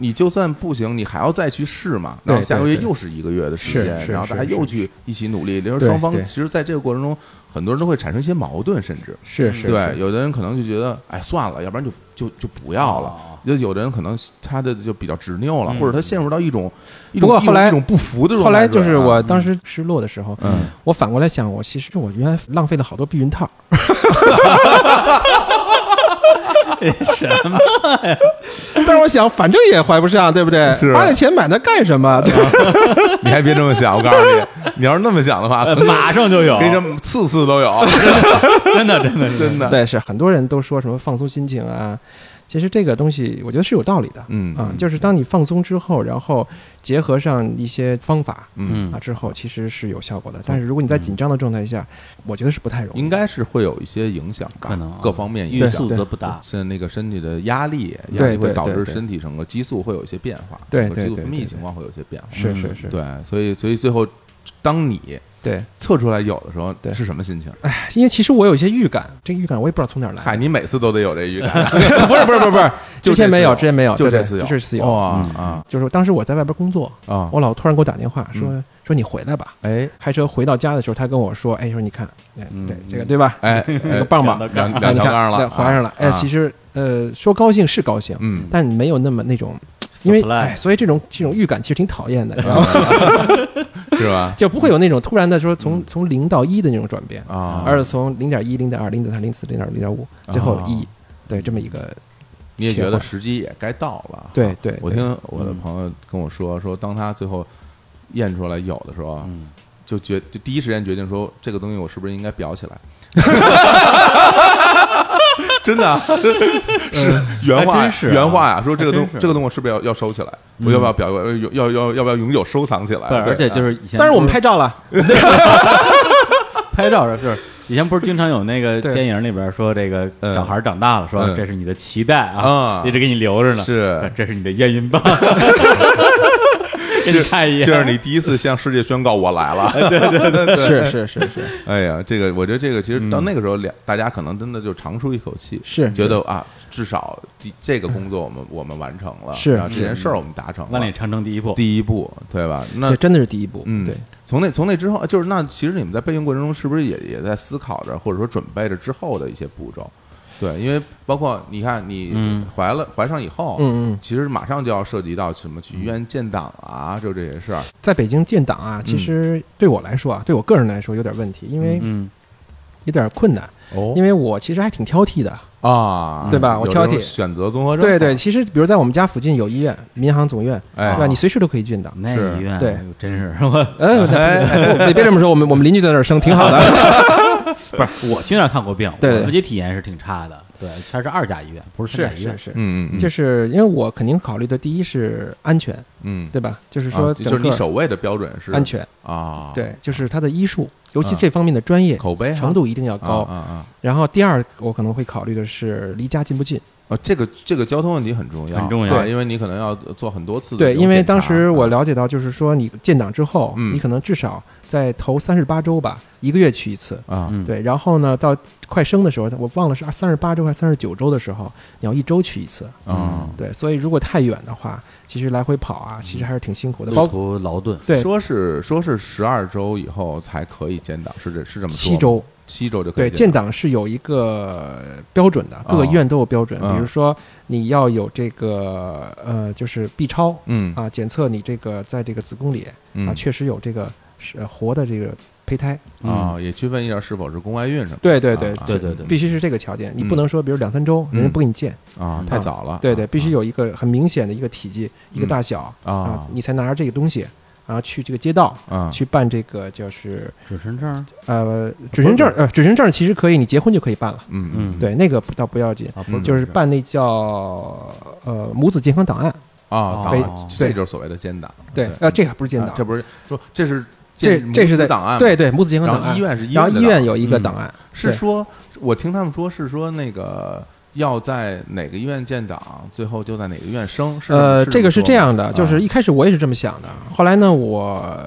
Speaker 2: 你就算不行，你还要再去试嘛。
Speaker 3: 对
Speaker 2: 然后下个月
Speaker 3: 对对
Speaker 2: 又是一个月的时
Speaker 3: 是
Speaker 2: 间，
Speaker 3: 是
Speaker 2: 然后大家
Speaker 3: 是是
Speaker 2: 又去一起努力。就是
Speaker 3: 对
Speaker 2: 双方
Speaker 3: 对
Speaker 2: 其实在这个过程中，很多人都会产生一些矛盾，甚至
Speaker 3: 是是，
Speaker 2: 对有的人可能就觉得，哎，算了，要不然就就就不要了。
Speaker 5: 哦
Speaker 2: 就有的人可能他的就比较执拗了，
Speaker 5: 嗯
Speaker 2: 或者他陷入到一种一
Speaker 3: 不
Speaker 2: 种
Speaker 3: 过
Speaker 2: 一
Speaker 3: 后
Speaker 2: 种
Speaker 3: 来
Speaker 2: 一种啊不服的状态。
Speaker 3: 后来就是我当
Speaker 2: 时
Speaker 3: 时失落的时候，
Speaker 2: 嗯，
Speaker 3: 我反过来想，我其实我原来浪费了好多避孕套，
Speaker 5: 什么？
Speaker 3: 但是我想反正也怀不上，对不对
Speaker 2: 是？啊
Speaker 3: 花那钱买它干什么？对吧
Speaker 2: 你还别这么想，我告诉你，你要是那么想的
Speaker 3: 呃
Speaker 2: 话，
Speaker 5: 马上就有，
Speaker 2: 跟你说次次都有，
Speaker 5: 真的真的
Speaker 2: 真的。
Speaker 3: 对，是很多人都说什么放松心情啊，其实这个东西我觉得是有道理的。
Speaker 2: 嗯
Speaker 3: 啊，就是当你放松之后，然后结合上一些方法
Speaker 2: 嗯，
Speaker 3: 啊之后，其实是有效果的。但是如果你在紧张的状态下，我觉得是不太容易。
Speaker 2: 应该是会有一些影响吧，
Speaker 1: 可能啊
Speaker 2: 各方面
Speaker 5: 欲
Speaker 2: 影响
Speaker 5: 速。则不达，
Speaker 2: 是那个身体的压力，压
Speaker 3: 对
Speaker 2: 力会
Speaker 3: 对
Speaker 2: 导
Speaker 3: 对
Speaker 2: 致
Speaker 3: 对
Speaker 2: 身体整个激素会有一些变化，
Speaker 3: 对
Speaker 2: 整个
Speaker 3: 对
Speaker 2: 激素
Speaker 3: 对
Speaker 2: 分
Speaker 3: 对
Speaker 2: 泌
Speaker 3: 对
Speaker 2: 情况会有一些变化。
Speaker 3: 是是是，
Speaker 2: 嗯对，所以所以最后，当你
Speaker 3: 对，
Speaker 2: 测出来有的时候，
Speaker 3: 对
Speaker 2: 是什么心情？
Speaker 3: 哎，因为其实我有一些预感，这个预感我也不知道从哪儿来
Speaker 2: 嗨，
Speaker 3: 的。
Speaker 2: 你每次都得有这预感，
Speaker 3: 不是不是不是不是，
Speaker 2: 就
Speaker 3: 之前
Speaker 2: 这次
Speaker 3: 没有，
Speaker 2: 有
Speaker 3: 之前没有，
Speaker 2: 就
Speaker 3: 对
Speaker 2: 这
Speaker 3: 对
Speaker 2: 次有，
Speaker 3: 就这次有。嗯哦
Speaker 2: 哇啊
Speaker 3: 就是当时我在外边工作，
Speaker 2: 啊！
Speaker 3: 我老突然给我打电话
Speaker 2: 嗯
Speaker 3: 说说你回来吧。
Speaker 2: 哎
Speaker 3: 开车回到家的时候，他跟我说：“哎，说你看，哎，对这个对吧？
Speaker 2: 哎，
Speaker 3: 这
Speaker 2: 哎
Speaker 3: 个棒棒，
Speaker 5: 两
Speaker 2: 两
Speaker 3: 啊
Speaker 2: 两
Speaker 3: 你
Speaker 2: 条
Speaker 3: 看
Speaker 2: 杠
Speaker 3: 对
Speaker 2: 了，
Speaker 3: 划上了。”哎，其
Speaker 2: 实
Speaker 3: 实呃，说高兴是高兴，
Speaker 2: 嗯，
Speaker 3: 但没有那么那种，因为哎，所以这种这种预感其实挺讨厌的， 然后
Speaker 2: 是吧？
Speaker 3: 就不会有那种突然的说从从零到一的那种转变，
Speaker 2: 嗯啊，
Speaker 3: 而是从零点一、零点二、零点三、零四、零点零点五，最后一，对这么一个，
Speaker 2: 你也觉
Speaker 3: 切
Speaker 2: 得
Speaker 3: 换
Speaker 2: 时机也该到了。
Speaker 3: 对对
Speaker 2: 我
Speaker 3: 对
Speaker 2: 听我
Speaker 5: 嗯
Speaker 2: 的朋友跟我说，说当他最后验出来有的时候，
Speaker 1: 嗯，
Speaker 2: 就决就第一时间决定说这个东西我是不是应该裱 起来。真的啊、是原
Speaker 5: 嗯
Speaker 2: 话
Speaker 5: 还
Speaker 2: 呀
Speaker 5: 真是啊
Speaker 2: 原话呀，说这个
Speaker 5: 还真是
Speaker 2: 东
Speaker 5: 嗯
Speaker 2: 这个东西我是不是要要收起来？我要不要裱？要要要要不要永久收藏起来？
Speaker 5: 不是，
Speaker 2: 哎对
Speaker 5: 而且就是以前，
Speaker 3: 但是我们拍照了，
Speaker 5: 拍照的是，以前不是经常有那个
Speaker 3: 对
Speaker 5: 电影里边说这个
Speaker 2: 嗯
Speaker 5: 小孩长大了，说
Speaker 2: 嗯
Speaker 5: 这是你的脐带啊
Speaker 2: 啊，
Speaker 5: 一直给你留着呢，
Speaker 2: 是
Speaker 5: 这是你的验孕棒，给你
Speaker 2: 这
Speaker 5: 看一眼，
Speaker 2: 这是你第一次向世界宣告我 来了。对 对对对，
Speaker 3: 是是是是
Speaker 2: 哎呀，这个我觉得这个其实到那个时候，两、大家可能真的就长舒一口气，
Speaker 3: 是
Speaker 2: 觉得啊，至少第这个工作我们、我们完成了，
Speaker 3: 是
Speaker 2: 然后这件事儿我们达成了，
Speaker 5: 万里长城第一步，
Speaker 2: 第一步，对吧？那
Speaker 3: 这真的是第一步，
Speaker 2: 嗯，
Speaker 3: 对，
Speaker 2: 从那从那之后，就是那其实你们在备孕过程中是不是也也在思考着，或者说准备着之后的一些步骤？对，因为包括你看，你
Speaker 5: 嗯
Speaker 2: 怀了、怀上以后，
Speaker 3: 嗯嗯，
Speaker 2: 其实马上就要涉及到什么去医院建档啊，就这些事儿。
Speaker 3: 在北京建档啊，其
Speaker 2: 嗯
Speaker 3: 实对我来说啊，对我个人来说有点问题，因为
Speaker 5: 嗯，
Speaker 3: 有点困难，
Speaker 2: 哦
Speaker 3: 因为我其实还挺挑剔的，
Speaker 2: 啊，
Speaker 3: 对吧我
Speaker 2: 有这种
Speaker 3: 挑剔
Speaker 2: 选择综合症，
Speaker 3: 对对，，其实比如在我们家附近有医院，民航总院，
Speaker 2: 哎
Speaker 3: 对吧？你随时都可以进档。
Speaker 1: 那
Speaker 2: 是
Speaker 1: 医院
Speaker 3: 对
Speaker 1: 哎呦真是
Speaker 3: 嗯，
Speaker 2: 哎
Speaker 3: 那不别这么说，我们我们邻居在那儿生，挺 好的。
Speaker 5: 不是我去那儿看过病，
Speaker 3: 对对
Speaker 5: 我自己体验是挺差的，对，它是二甲医院，不是三甲医院，
Speaker 3: 是，
Speaker 2: 哎嗯嗯，嗯
Speaker 3: 就是因为我肯定考虑的第一是安全，
Speaker 2: 嗯，
Speaker 3: 对吧？就是
Speaker 2: 是
Speaker 3: 说
Speaker 2: 就
Speaker 3: 整
Speaker 2: 是你
Speaker 3: 个
Speaker 2: 守卫的标准是
Speaker 3: 安全，
Speaker 2: 啊，
Speaker 3: 对，就是他的医术，尤其
Speaker 2: 啊
Speaker 3: 这方面的专业
Speaker 2: 口碑哈
Speaker 3: 程度一定要
Speaker 2: 啊
Speaker 3: 高
Speaker 2: 啊。啊
Speaker 3: 然后第二，我可能会考虑的是离家近不近。
Speaker 2: 啊，这个这个交通问题很重要，啊
Speaker 5: 很重要
Speaker 2: 对因为你可能要做很多次的
Speaker 3: 对，
Speaker 2: 这种
Speaker 3: 因为
Speaker 2: 检查
Speaker 3: 当时我
Speaker 2: 啊
Speaker 3: 了解到，就是说你建档之后，
Speaker 2: 嗯
Speaker 3: 你可能至少在头三十八周吧，一个月去一次。
Speaker 2: 啊，
Speaker 5: 嗯，
Speaker 3: 对，然后呢，到快生的时候，我忘了是三十八周还是三十九周的时候，你要一周去一次。
Speaker 5: 嗯
Speaker 2: 啊，
Speaker 3: 对，所以如果太远的话，其实来回跑啊，其实还是挺辛苦的。包
Speaker 1: 路途劳顿，
Speaker 2: 嗯
Speaker 3: 对
Speaker 2: 说是说是十二周以后才可以建档，是这是这么说吗
Speaker 3: 七周，
Speaker 2: 七周就可以
Speaker 3: 对建
Speaker 2: 档
Speaker 3: 档是有一个标准的，各个
Speaker 2: 哦
Speaker 3: 医院都有标准。
Speaker 2: 嗯
Speaker 3: 比如说你要有这个呃，就是 B 超
Speaker 2: 嗯
Speaker 3: 啊，检测你这个在这个子宫里啊，
Speaker 2: 嗯
Speaker 3: 确实有这个是呃活的这个胚胎。
Speaker 2: 啊，也区分一下是否是宫外孕什么的，
Speaker 3: 嗯对对对
Speaker 2: 啊
Speaker 1: 对对对
Speaker 3: 必须是这个条件，你
Speaker 2: 嗯
Speaker 3: 不能说，比如两三周，人家不给你见，
Speaker 2: 啊，太早了，
Speaker 3: 嗯对对，必须
Speaker 2: 有
Speaker 3: 有一个很明显的一个体积、一个大小
Speaker 2: 嗯啊
Speaker 3: 你才拿着这个东西，然后去这个街道
Speaker 2: 啊
Speaker 3: 去办这个就是
Speaker 1: 准神证
Speaker 3: 呃准生证，呃准生证其实可以，你结婚就可以办了，
Speaker 2: 嗯
Speaker 1: 嗯
Speaker 3: 对，那个不倒不要紧，
Speaker 1: 啊，不是
Speaker 3: 就是
Speaker 1: 准
Speaker 3: 办那叫呃母子健康档案，
Speaker 5: 哦
Speaker 2: 啊，档
Speaker 1: 对
Speaker 2: 案这
Speaker 3: 对
Speaker 2: 就是所谓的建档，
Speaker 3: 对，呃这个不是建
Speaker 2: 啊
Speaker 3: 档，
Speaker 2: 这不是说这是
Speaker 3: 这
Speaker 2: 建
Speaker 3: 这是
Speaker 2: 母子
Speaker 3: 在
Speaker 2: 档案吗
Speaker 3: 对对母子健康
Speaker 2: 然
Speaker 3: 档
Speaker 2: 后
Speaker 3: 案，
Speaker 2: 医院是医院
Speaker 3: 啊然后
Speaker 2: 的
Speaker 3: 医
Speaker 2: 档
Speaker 3: 院
Speaker 2: 案
Speaker 3: 有一个
Speaker 2: 嗯
Speaker 3: 档案，
Speaker 2: 是
Speaker 3: 对
Speaker 2: 说，我听他们说是说那个要在哪个医院建档，最后就在哪个医院生。是
Speaker 3: 呃，这个是
Speaker 2: 是
Speaker 3: 这样的，就是
Speaker 2: 一
Speaker 3: 一开始我也是这么想的，后来呢，我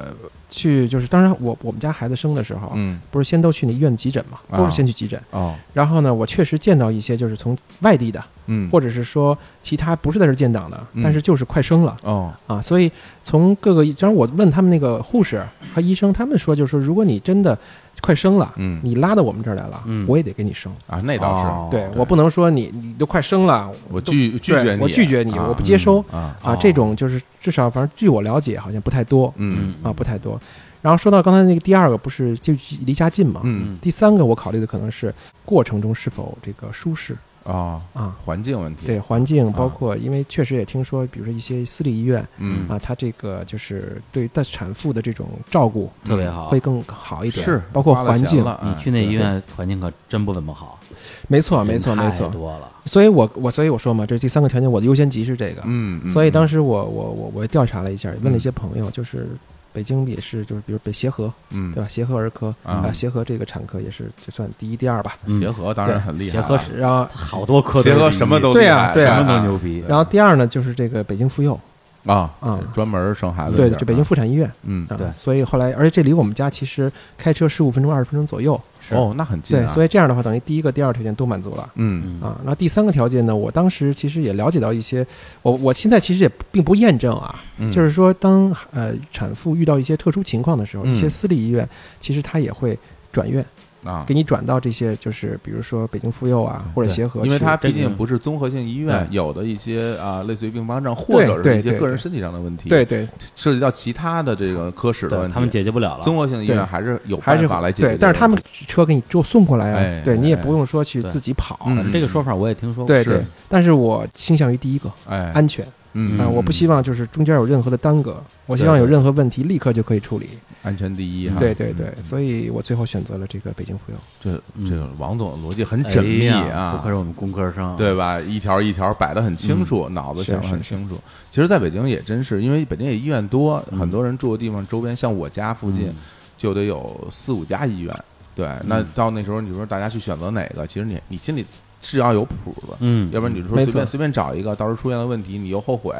Speaker 3: 去就是当然我我们家孩子生的时候，
Speaker 2: 嗯
Speaker 3: 不是先都去那医院急诊嘛，
Speaker 2: 啊
Speaker 3: 都是先去急诊。
Speaker 2: 哦
Speaker 3: 然后呢，我确实见到一些就是从外地的，
Speaker 2: 嗯
Speaker 3: 或者是说其他不是在这儿建档的，
Speaker 2: 嗯
Speaker 3: 但是就是快生了。
Speaker 2: 哦
Speaker 3: 啊，所以从各个，当然我问他们那个护士和医生，他们说就是说，如果你真的快生了，
Speaker 2: 嗯
Speaker 3: 你拉到我们这儿来了，
Speaker 1: 嗯
Speaker 3: 我也得给你生。
Speaker 2: 啊，那倒
Speaker 1: 哦
Speaker 3: 对
Speaker 2: 对
Speaker 3: 我不能说你你都快生了，
Speaker 2: 是，我
Speaker 3: 都
Speaker 2: 拒拒
Speaker 3: 对
Speaker 2: 绝你，
Speaker 3: 我拒绝你，
Speaker 2: 啊
Speaker 3: 我不接收。
Speaker 2: 啊
Speaker 3: 啊
Speaker 1: 哦，
Speaker 3: 这种就是至少反正据我了解，好像不太多
Speaker 2: 嗯
Speaker 3: 啊，不太多。然后说到刚才那个第二个，不是就离家近嘛？
Speaker 2: 嗯
Speaker 3: 第三个我考虑的可能是过程中是否这个舒适
Speaker 1: 嗯
Speaker 2: 哦，
Speaker 3: 啊，
Speaker 2: 环境问题
Speaker 3: 对环境，
Speaker 2: 啊
Speaker 3: 包括因为确实也听说，比如说一些私立医院
Speaker 2: 嗯
Speaker 3: 啊，它这个就是对待产妇的这种照顾
Speaker 1: 特别好
Speaker 3: 会。更好一点，
Speaker 2: 啊是
Speaker 3: 包括
Speaker 2: 花了
Speaker 3: 环
Speaker 2: 钱
Speaker 3: 境，嗯
Speaker 2: 了
Speaker 5: 嗯
Speaker 1: 你
Speaker 2: 哎
Speaker 1: 去那医院环境可真不怎么好，
Speaker 3: 没错，啊没错，
Speaker 1: 人
Speaker 3: 没
Speaker 1: 太
Speaker 3: 错。
Speaker 1: 多了，
Speaker 3: 所以我我所以我说嘛，这第三个条件我的优先级是这个，
Speaker 2: 嗯，
Speaker 3: 所以当
Speaker 2: 时
Speaker 3: 时我我我我调查了一下，问了一些朋友，就是北京也是，就是比如北协和，
Speaker 2: 嗯
Speaker 3: 对吧？协和儿科
Speaker 2: 啊
Speaker 3: 啊，协和这个产科也是就算第一、第二吧。
Speaker 1: 嗯
Speaker 2: 协和当然很厉害
Speaker 1: 协
Speaker 2: 了，
Speaker 1: 和是
Speaker 3: 然后，
Speaker 1: 好多科都
Speaker 2: 协
Speaker 1: 是
Speaker 2: 和
Speaker 1: 第一
Speaker 2: 什么都
Speaker 3: 对
Speaker 2: 厉
Speaker 3: 啊
Speaker 2: 害
Speaker 3: 对
Speaker 1: 什
Speaker 3: 啊
Speaker 2: 什
Speaker 1: 么
Speaker 2: 么
Speaker 1: 都
Speaker 2: 都
Speaker 1: 牛
Speaker 2: 牛
Speaker 1: 逼，
Speaker 3: 然后第二呢，就是这个北京妇幼，
Speaker 2: 逼啊
Speaker 3: 啊
Speaker 2: 专门生孩子的
Speaker 3: 对，
Speaker 2: 地儿
Speaker 3: 就北京妇产医院
Speaker 2: 嗯
Speaker 3: 啊。
Speaker 1: 对
Speaker 3: 所以后来，而且这离我们家其实开车十五分钟、二十分钟左右。
Speaker 1: 是
Speaker 2: 哦，那很近
Speaker 3: 对，
Speaker 2: 啊，
Speaker 3: 所
Speaker 2: 以
Speaker 3: 以这样的话，等于第一个、第二条件都满足了。
Speaker 2: 嗯
Speaker 1: 嗯
Speaker 3: 啊，那第三个条件呢？我当时其实也了解到一些，我我现在其实也并不验证啊，
Speaker 2: 嗯
Speaker 3: 就是说当呃产妇遇到一些特殊情况的时候，
Speaker 2: 嗯
Speaker 3: 一些私立医院其实它也会转院，
Speaker 2: 啊
Speaker 3: 给你转到这些就是比如说北京妇幼啊或者
Speaker 1: 对
Speaker 3: 协和去，
Speaker 2: 因为它
Speaker 1: 这
Speaker 2: 毕
Speaker 1: 个
Speaker 2: 竟不是综合性医院，有的一些啊，类似于并发症或
Speaker 3: 对
Speaker 2: 者是
Speaker 3: 对
Speaker 2: 一些
Speaker 3: 对
Speaker 2: 个人
Speaker 3: 对
Speaker 2: 身体上的问题，
Speaker 3: 对，对
Speaker 2: 涉及到其他的这个科室的问
Speaker 1: 对
Speaker 2: 题，
Speaker 1: 他们解决不了了，
Speaker 2: 综合性医
Speaker 3: 对
Speaker 2: 院还是有
Speaker 3: 还
Speaker 2: 办
Speaker 3: 是
Speaker 2: 法来解决这个
Speaker 3: 对，
Speaker 2: 问题。
Speaker 3: 但是他们车给你就送过来
Speaker 2: 哎
Speaker 3: 啊，对你也不用说去
Speaker 1: 对
Speaker 3: 自己跑，
Speaker 2: 嗯
Speaker 1: 这个说法我也听说过，
Speaker 3: 对
Speaker 2: 是
Speaker 3: 对。但是我倾向于第一个
Speaker 2: 哎，
Speaker 3: 安全
Speaker 2: 嗯
Speaker 3: 啊，
Speaker 2: 嗯
Speaker 3: 我不希
Speaker 2: 嗯
Speaker 3: 望就是中间有任何的耽搁，我希望有任何问题立刻就可以处理。
Speaker 2: 安全第一哈。
Speaker 3: 对对对
Speaker 2: 嗯，
Speaker 3: 所以我最后选择了这个北京妇幼。
Speaker 2: 这
Speaker 1: 嗯
Speaker 2: 这个王总的逻辑很
Speaker 1: 哎
Speaker 2: 缜密
Speaker 1: 呀
Speaker 2: 啊，
Speaker 1: 不愧是我们工科生，
Speaker 2: 对吧？一条一条摆得很清楚，脑子
Speaker 3: 嗯是
Speaker 2: 想得
Speaker 3: 是
Speaker 2: 很
Speaker 3: 是
Speaker 2: 清楚。其实，在北京也真是，因为北京也医院多，
Speaker 1: 嗯
Speaker 2: 很多人住的地方周边，像我家附近
Speaker 1: 嗯
Speaker 2: 就得有四五家医院。对，那到那时候你说大家去选择哪个，其实你你心里是要有谱的。
Speaker 1: 嗯，
Speaker 2: 要不然你说
Speaker 3: 没
Speaker 2: 随便
Speaker 3: 错
Speaker 2: 随便找一个，到时候出现了问题，你又后悔，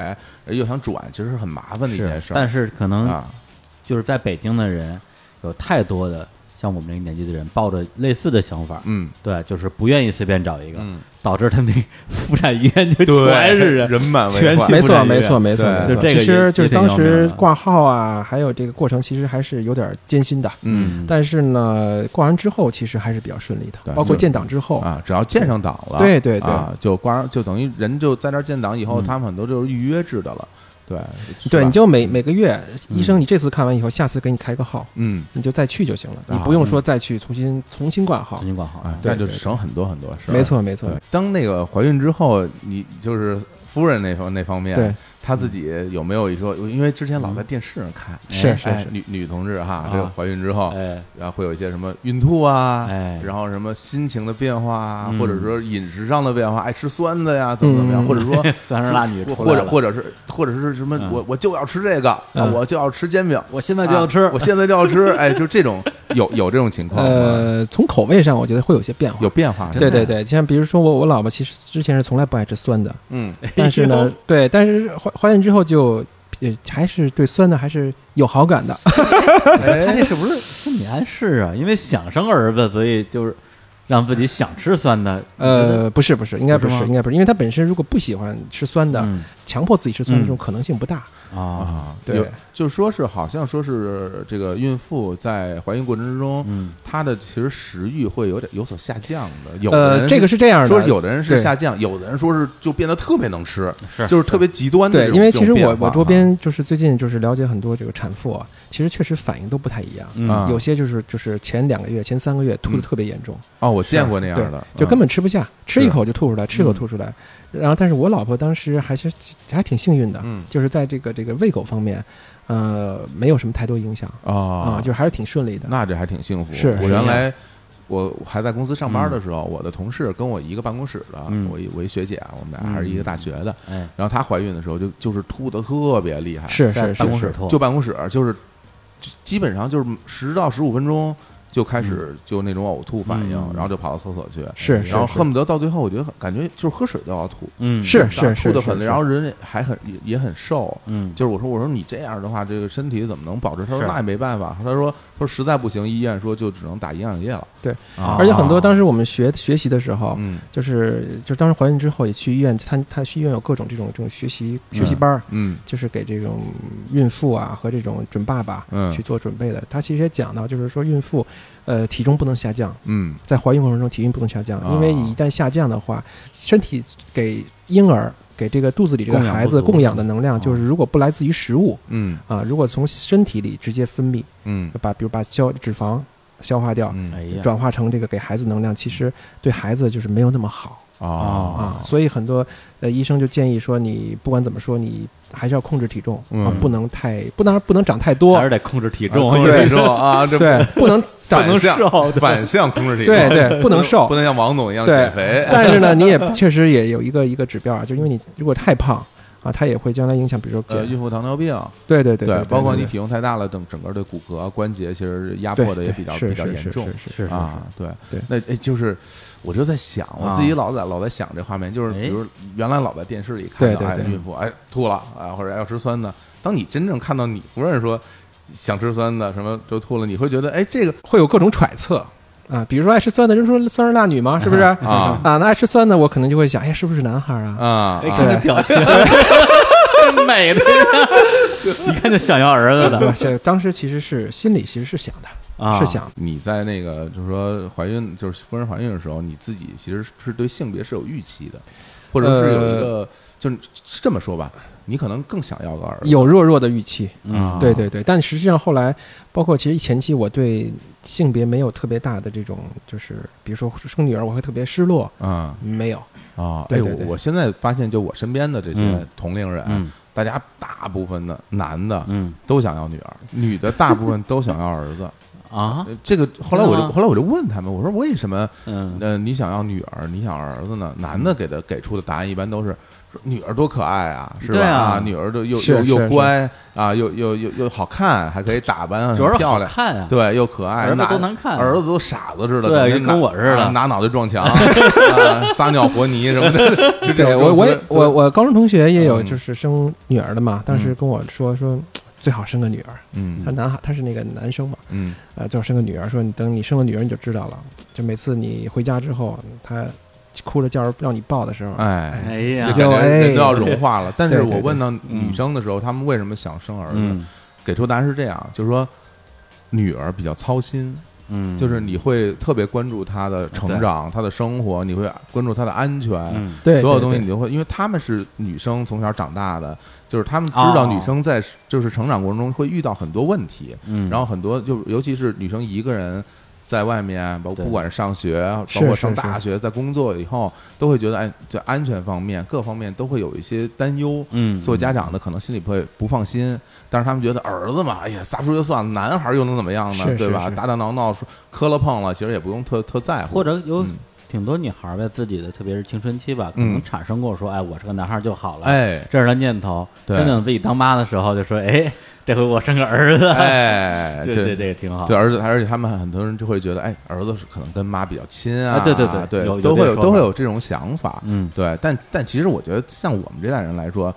Speaker 2: 又想转，其实是很麻烦的一件
Speaker 1: 是
Speaker 2: 事，儿。
Speaker 1: 但是可能
Speaker 2: 啊，
Speaker 1: 就是在北京的人有太多的像我们这个年纪的人抱着类似的想法，
Speaker 2: 嗯
Speaker 1: 对，就是不愿意随便找一个，
Speaker 2: 嗯，
Speaker 1: 导致他们那妇产医院就
Speaker 2: 对
Speaker 1: 全是人，
Speaker 2: 人满为
Speaker 1: 全
Speaker 2: 患
Speaker 1: 去
Speaker 3: 没
Speaker 1: 不
Speaker 3: 错，
Speaker 1: 了医
Speaker 3: 没
Speaker 1: 院
Speaker 3: 错，没错，
Speaker 2: 对
Speaker 3: 没
Speaker 2: 就
Speaker 3: 错。
Speaker 1: 这个
Speaker 3: 其
Speaker 1: 也
Speaker 3: 实就
Speaker 1: 也挺
Speaker 3: 是当
Speaker 1: 要命
Speaker 3: 时
Speaker 1: 的
Speaker 3: 挂号啊，还有这个过程，其实还是有点艰辛的。
Speaker 2: 嗯
Speaker 3: 但是呢，挂完之后其实还是比较顺利
Speaker 2: 对
Speaker 3: 的，包括建档之后，
Speaker 2: 啊，只要建上档了，
Speaker 3: 对对对
Speaker 2: 啊，就挂就等于人就在那儿建档以后，
Speaker 1: 嗯
Speaker 2: 他们很多就是预约制的了，对
Speaker 3: 对，
Speaker 2: 是吧
Speaker 3: 你就每每个月，
Speaker 1: 嗯
Speaker 3: 医生你这次看完以后，下次给你开个号，
Speaker 2: 嗯
Speaker 3: 你就再去就行了，
Speaker 2: 啊
Speaker 3: 你不用说再去重新重新挂号
Speaker 1: 神。经管好
Speaker 2: 啊，，
Speaker 3: 对
Speaker 2: 那就
Speaker 3: 对
Speaker 2: 省很多很多事儿。
Speaker 3: 没错，没错
Speaker 2: 对，，当那个怀孕之后，你就是夫人那方那方面，
Speaker 3: 对，
Speaker 2: 她自己有没有一说？因为之前老在电视上看，
Speaker 1: 是
Speaker 2: 哎
Speaker 1: 是
Speaker 2: 哎
Speaker 1: 嗯是
Speaker 2: 女女同志哈，这个
Speaker 1: 啊
Speaker 2: 怀孕之后，
Speaker 1: 哎，
Speaker 2: 然后会有一些什么孕吐啊，
Speaker 1: 哎
Speaker 2: 然后什么心情的变化啊
Speaker 1: 嗯，
Speaker 2: 或者说饮食上的变化，哎爱吃酸的呀，怎么怎么样，
Speaker 3: 嗯
Speaker 2: 或者 说
Speaker 1: 酸儿辣女出
Speaker 2: 或
Speaker 1: 来
Speaker 2: 者
Speaker 1: 了
Speaker 2: 或者是或者是什么，
Speaker 1: 嗯
Speaker 2: 我我就要吃这个，啊
Speaker 3: 嗯
Speaker 2: 我就要吃煎饼，
Speaker 1: 我现在就要吃
Speaker 2: 啊我现在就要吃， 哎，就这种有有这种情况吗，
Speaker 3: 呃，从口味上我觉得会有些变化
Speaker 2: 有。变化，
Speaker 3: 对对，对，像比如说我我老婆其实之前是从来不爱吃酸的，
Speaker 2: 嗯，
Speaker 3: 但是呢，对，但是怀怀孕之后就也还是对酸的还是有好感的。
Speaker 1: 他这是不是心理暗示啊？因为想生儿子，所以就是让自己想吃酸的。
Speaker 3: 呃，不是不是，应该
Speaker 1: 不
Speaker 3: 不
Speaker 1: 是
Speaker 3: 是
Speaker 1: 吗，
Speaker 3: 应该不是，因为她本身如果不喜欢吃酸的，
Speaker 1: 嗯
Speaker 3: 强迫自己吃酸
Speaker 1: 嗯
Speaker 3: 的这种可能性不大。
Speaker 1: 啊，
Speaker 2: 啊，
Speaker 3: 对
Speaker 2: 有，就说是好像说是这个孕妇在怀孕过程之中，
Speaker 1: 嗯
Speaker 2: 她的其实食欲会有点有所下降的，有的
Speaker 3: 呃，
Speaker 2: 人
Speaker 3: 这个是这样的，
Speaker 2: 说有的人是
Speaker 3: 对哎
Speaker 2: 下降，有的人说是就变得特别能吃，
Speaker 1: 是
Speaker 2: 就是特别极端的
Speaker 3: 对
Speaker 2: 这，种。啊
Speaker 3: 因为其实我我周
Speaker 2: 周
Speaker 3: 边就是最近就是了解很多这个产妇啊，其实确实反应都不太一样。
Speaker 1: 嗯
Speaker 2: 啊
Speaker 3: 有些就是就是前两个月、前三个月吐
Speaker 2: 嗯
Speaker 3: 的特别严重，
Speaker 2: 哦，我见过那样
Speaker 3: 对
Speaker 2: 的，，
Speaker 3: 就根
Speaker 2: 嗯
Speaker 3: 本吃不下，吃一口就吐出来，吃一口吐出来。然后，但是我老婆当时还是还挺幸运的
Speaker 2: 嗯，
Speaker 3: 就是在这个这个胃口方面，呃，没有什么太多影响
Speaker 2: 哦
Speaker 3: 啊，就是还是挺顺利的。
Speaker 2: 那这还挺幸福。
Speaker 3: 是
Speaker 2: 我
Speaker 3: 是
Speaker 2: 原
Speaker 3: 这样嗯
Speaker 2: 来我还在公司上班的时候，我的同事跟我一个办公室的，
Speaker 1: 嗯
Speaker 2: 我一我一学姐，啊我们俩还是
Speaker 3: 嗯
Speaker 2: 一个大学的。
Speaker 1: 哎，
Speaker 2: 然后她怀孕的时候就就是吐的特别厉害，
Speaker 3: 是
Speaker 1: 在
Speaker 3: 是
Speaker 1: 办
Speaker 3: 是
Speaker 1: 公室吐，
Speaker 2: 就办公室就是就基本上就是十到十五分钟就开始就那种呕吐反应，
Speaker 1: 嗯
Speaker 2: 然后就跑到厕所去，
Speaker 3: 嗯是是
Speaker 2: 然后恨不得到最后，我觉得很感觉就是喝水都要吐，
Speaker 1: 嗯
Speaker 3: 是
Speaker 2: 吐
Speaker 3: 是是
Speaker 2: 的
Speaker 3: 是
Speaker 2: 很，
Speaker 3: 是
Speaker 2: 然后人也还很也也很瘦，
Speaker 1: 嗯
Speaker 2: 就是我说我说你这样的话，这个身体怎么能保持？他说
Speaker 1: 是
Speaker 2: 那也没办法，他说他说实在不行，医院说就只能打营养液了。
Speaker 3: 对，
Speaker 1: 啊
Speaker 3: 而且很多当时我们学学习的时候，
Speaker 2: 嗯
Speaker 3: 就是就是当时怀孕之后也去医院，他他去医院有各种这种这种学习学习班儿，
Speaker 2: 嗯
Speaker 3: 就是给这种孕妇啊和这种准爸爸
Speaker 2: 嗯
Speaker 3: 去做准备的。他其实也讲到，就是说孕妇，呃，体重不能下降，
Speaker 2: 嗯
Speaker 3: 在怀孕过程中体重不能下降
Speaker 2: 啊，
Speaker 3: 因为你一旦下降的话，身体给婴儿给这个肚子里这个
Speaker 1: 供养不
Speaker 3: 孩子
Speaker 1: 足
Speaker 3: 供养的能量，
Speaker 1: 啊
Speaker 3: 就是如果不来自于食物
Speaker 2: 嗯
Speaker 3: 啊，如果从身体里直接分泌，
Speaker 2: 嗯
Speaker 3: 把比如把消脂肪消化掉，
Speaker 2: 嗯
Speaker 1: 哎呀，
Speaker 3: 转化成这个给孩子能量，其实对孩子就是没有那么好啊。
Speaker 2: 哦
Speaker 3: 所以很多呃医生就建议说，你不管怎么说，你还是要控制体重啊
Speaker 2: 嗯，
Speaker 3: 不能太不能不能长太多
Speaker 1: 还，是得控制体
Speaker 2: 啊
Speaker 1: 重，
Speaker 2: 控制体重啊，这
Speaker 3: 对，不能长
Speaker 2: 反
Speaker 3: 得
Speaker 2: 向
Speaker 1: 瘦
Speaker 2: 反向控制体重，
Speaker 3: 对 对，不能瘦
Speaker 2: 不。能像王总一样
Speaker 3: 对
Speaker 2: 减肥。
Speaker 3: 但是呢，你也确实也有一个一个指标啊，就因为你如果太胖啊，它也会将来影响，比 如说
Speaker 2: 呃，
Speaker 3: 减
Speaker 2: 孕妇糖尿病，
Speaker 3: 对对对对，
Speaker 2: 包括
Speaker 3: 对
Speaker 2: 你体重太大了，等整个对骨骼啊关节其实压
Speaker 3: 对
Speaker 2: 迫的也
Speaker 3: 对
Speaker 2: 比较
Speaker 3: 是
Speaker 2: 比较
Speaker 3: 是
Speaker 2: 严
Speaker 3: 是
Speaker 2: 重
Speaker 3: 是是
Speaker 1: 是是
Speaker 2: 啊，对
Speaker 3: 对
Speaker 2: 那哎就是我就在想，我
Speaker 1: 啊
Speaker 2: 自己老在老在想这画面，就是比如原来老在电视里看
Speaker 3: 对
Speaker 2: 到
Speaker 3: 对
Speaker 2: 哎
Speaker 3: 对
Speaker 2: 孕妇哎吐了啊，或者要吃酸的，当你真正看到你夫人说想吃酸的什么就吐了，你会觉得哎这个
Speaker 3: 会有各种揣测啊，比如说爱吃酸的人说酸儿辣女嘛，是不是 啊？
Speaker 2: 啊
Speaker 3: 那爱吃酸的我可能就会想，哎，是不是男孩啊？
Speaker 2: 啊
Speaker 1: 哎，
Speaker 2: 啊
Speaker 1: 看这表情， 美的，一看就想要儿子
Speaker 3: 对吧
Speaker 1: 的
Speaker 3: 是当时啊其实是心里其实是想的，
Speaker 1: 啊，
Speaker 3: 是想的。
Speaker 2: 你在那个就是说怀孕，就是夫人怀孕的时候，你自己其实是对性别是有预期的，或者是有一
Speaker 3: 呃
Speaker 2: 个，就是是这么说吧，你可能更想要个儿子。
Speaker 3: 有弱弱的预期，
Speaker 2: 啊
Speaker 1: 嗯
Speaker 3: 对对对，但实际上后来，包括其实前期我对性别没有特别大的这种，就是比如说生女儿我会特别失落，
Speaker 2: 啊
Speaker 3: 没有，
Speaker 2: 啊！哎
Speaker 3: 对
Speaker 2: 呦，
Speaker 3: 对对
Speaker 2: 我现在发现，就我身边的这些
Speaker 1: 嗯
Speaker 2: 同龄人，
Speaker 1: 嗯
Speaker 2: 大家大部分的男的
Speaker 1: 嗯
Speaker 2: 都想要女儿，女的大部分都想要儿子。
Speaker 1: 啊
Speaker 2: 呃这个后来我
Speaker 1: 真的
Speaker 2: 就
Speaker 1: 吗
Speaker 2: 后来我就问他们，我说为什么
Speaker 1: 嗯
Speaker 2: 呃，你想要女儿，你想儿子呢？男的给的给出的答案一般都是说女儿多可爱啊，是
Speaker 1: 对
Speaker 2: 吧？
Speaker 1: 啊
Speaker 2: 女儿都又
Speaker 3: 是
Speaker 2: 又又
Speaker 3: 是
Speaker 2: 乖啊，又又又又好看，还可以打扮啊，
Speaker 1: 主要
Speaker 2: 很
Speaker 1: 是
Speaker 2: 漂
Speaker 1: 好
Speaker 2: 亮，
Speaker 1: 看啊，
Speaker 2: 对，又可爱，
Speaker 1: 儿子
Speaker 2: 拿
Speaker 1: 都难看
Speaker 2: 儿子都傻子似的，
Speaker 1: 对
Speaker 2: 整天
Speaker 1: 跟
Speaker 2: 拿
Speaker 1: 我似的
Speaker 2: 啊拿脑袋撞 墙，啊撒尿和泥什么的，就这
Speaker 3: 对
Speaker 2: 种
Speaker 3: 我我也我
Speaker 2: 我
Speaker 3: 我高中同学也有
Speaker 2: 嗯
Speaker 3: 就是生女儿的嘛，当时跟我说说最好生个女儿，
Speaker 2: 嗯
Speaker 3: 他男孩他是那个男生嘛，
Speaker 2: 嗯
Speaker 3: 呃最好生个女儿，说你等你生了女儿你就知道了，就每次你回家之后，他哭着叫着让你抱的时候，
Speaker 2: 哎。
Speaker 1: 哎
Speaker 2: 就
Speaker 1: 呀
Speaker 3: 就，
Speaker 2: 感觉人
Speaker 3: 哎
Speaker 2: 都要融化 了，但是
Speaker 3: 对对
Speaker 2: 我
Speaker 3: 对
Speaker 2: 问到
Speaker 1: 嗯
Speaker 2: 女生的时候，她们为什么想生儿子
Speaker 1: 嗯？
Speaker 2: 给出答案是这样，就是说女儿比较操心，
Speaker 1: 嗯，
Speaker 2: 就是你会特别关注他的成长、他的生活，你会关注他的安全，
Speaker 1: 嗯
Speaker 3: 对
Speaker 2: 所有东西
Speaker 3: 对
Speaker 2: 你
Speaker 3: 对
Speaker 2: 都会，因为他们是女生从小长大的，就是他们知道
Speaker 1: 哦
Speaker 2: 女生在就是成长过程中会遇到很多问题，
Speaker 1: 嗯，
Speaker 2: 然后很多就尤其是女生一个人。在外面，包括
Speaker 1: 对
Speaker 2: 不管是上学，
Speaker 3: 是
Speaker 2: 包括
Speaker 3: 是
Speaker 2: 上
Speaker 3: 是
Speaker 2: 大学，在工作以后，都会觉得哎，就安全方面各方面都会有一些担忧。
Speaker 1: 嗯
Speaker 2: 做家长的可能心里会不放心，但是他们觉得儿子嘛，哎呀，撒出就算了，男孩儿又能怎么样呢？
Speaker 3: 是
Speaker 2: 对
Speaker 3: 是
Speaker 2: 吧？
Speaker 3: 是
Speaker 2: 打打闹闹，说磕了碰了，其实也不用特特在乎。
Speaker 1: 或者有
Speaker 2: 嗯
Speaker 1: 挺多女孩儿在自己的，特别是青春期吧，可
Speaker 2: 嗯
Speaker 1: 能产生过说，哎，我是个男孩儿就好了，，
Speaker 2: 哎
Speaker 1: 这样的念头。
Speaker 2: 对
Speaker 1: 真等自己当妈的时候，就说，哎，这回我生个儿子，
Speaker 2: 哎，
Speaker 1: 这这这个挺好。
Speaker 2: 对，而且而且他们很多人就会觉得，哎，儿子是可能跟妈比较亲啊，
Speaker 1: 啊对对
Speaker 2: 对
Speaker 1: 对有有
Speaker 2: 都
Speaker 1: 这
Speaker 2: 会
Speaker 1: 个
Speaker 2: 有
Speaker 1: 说
Speaker 2: 都
Speaker 1: 法
Speaker 2: 会有这种想法，
Speaker 1: 嗯
Speaker 2: 对，但但其实我觉得，像我们这代人来说，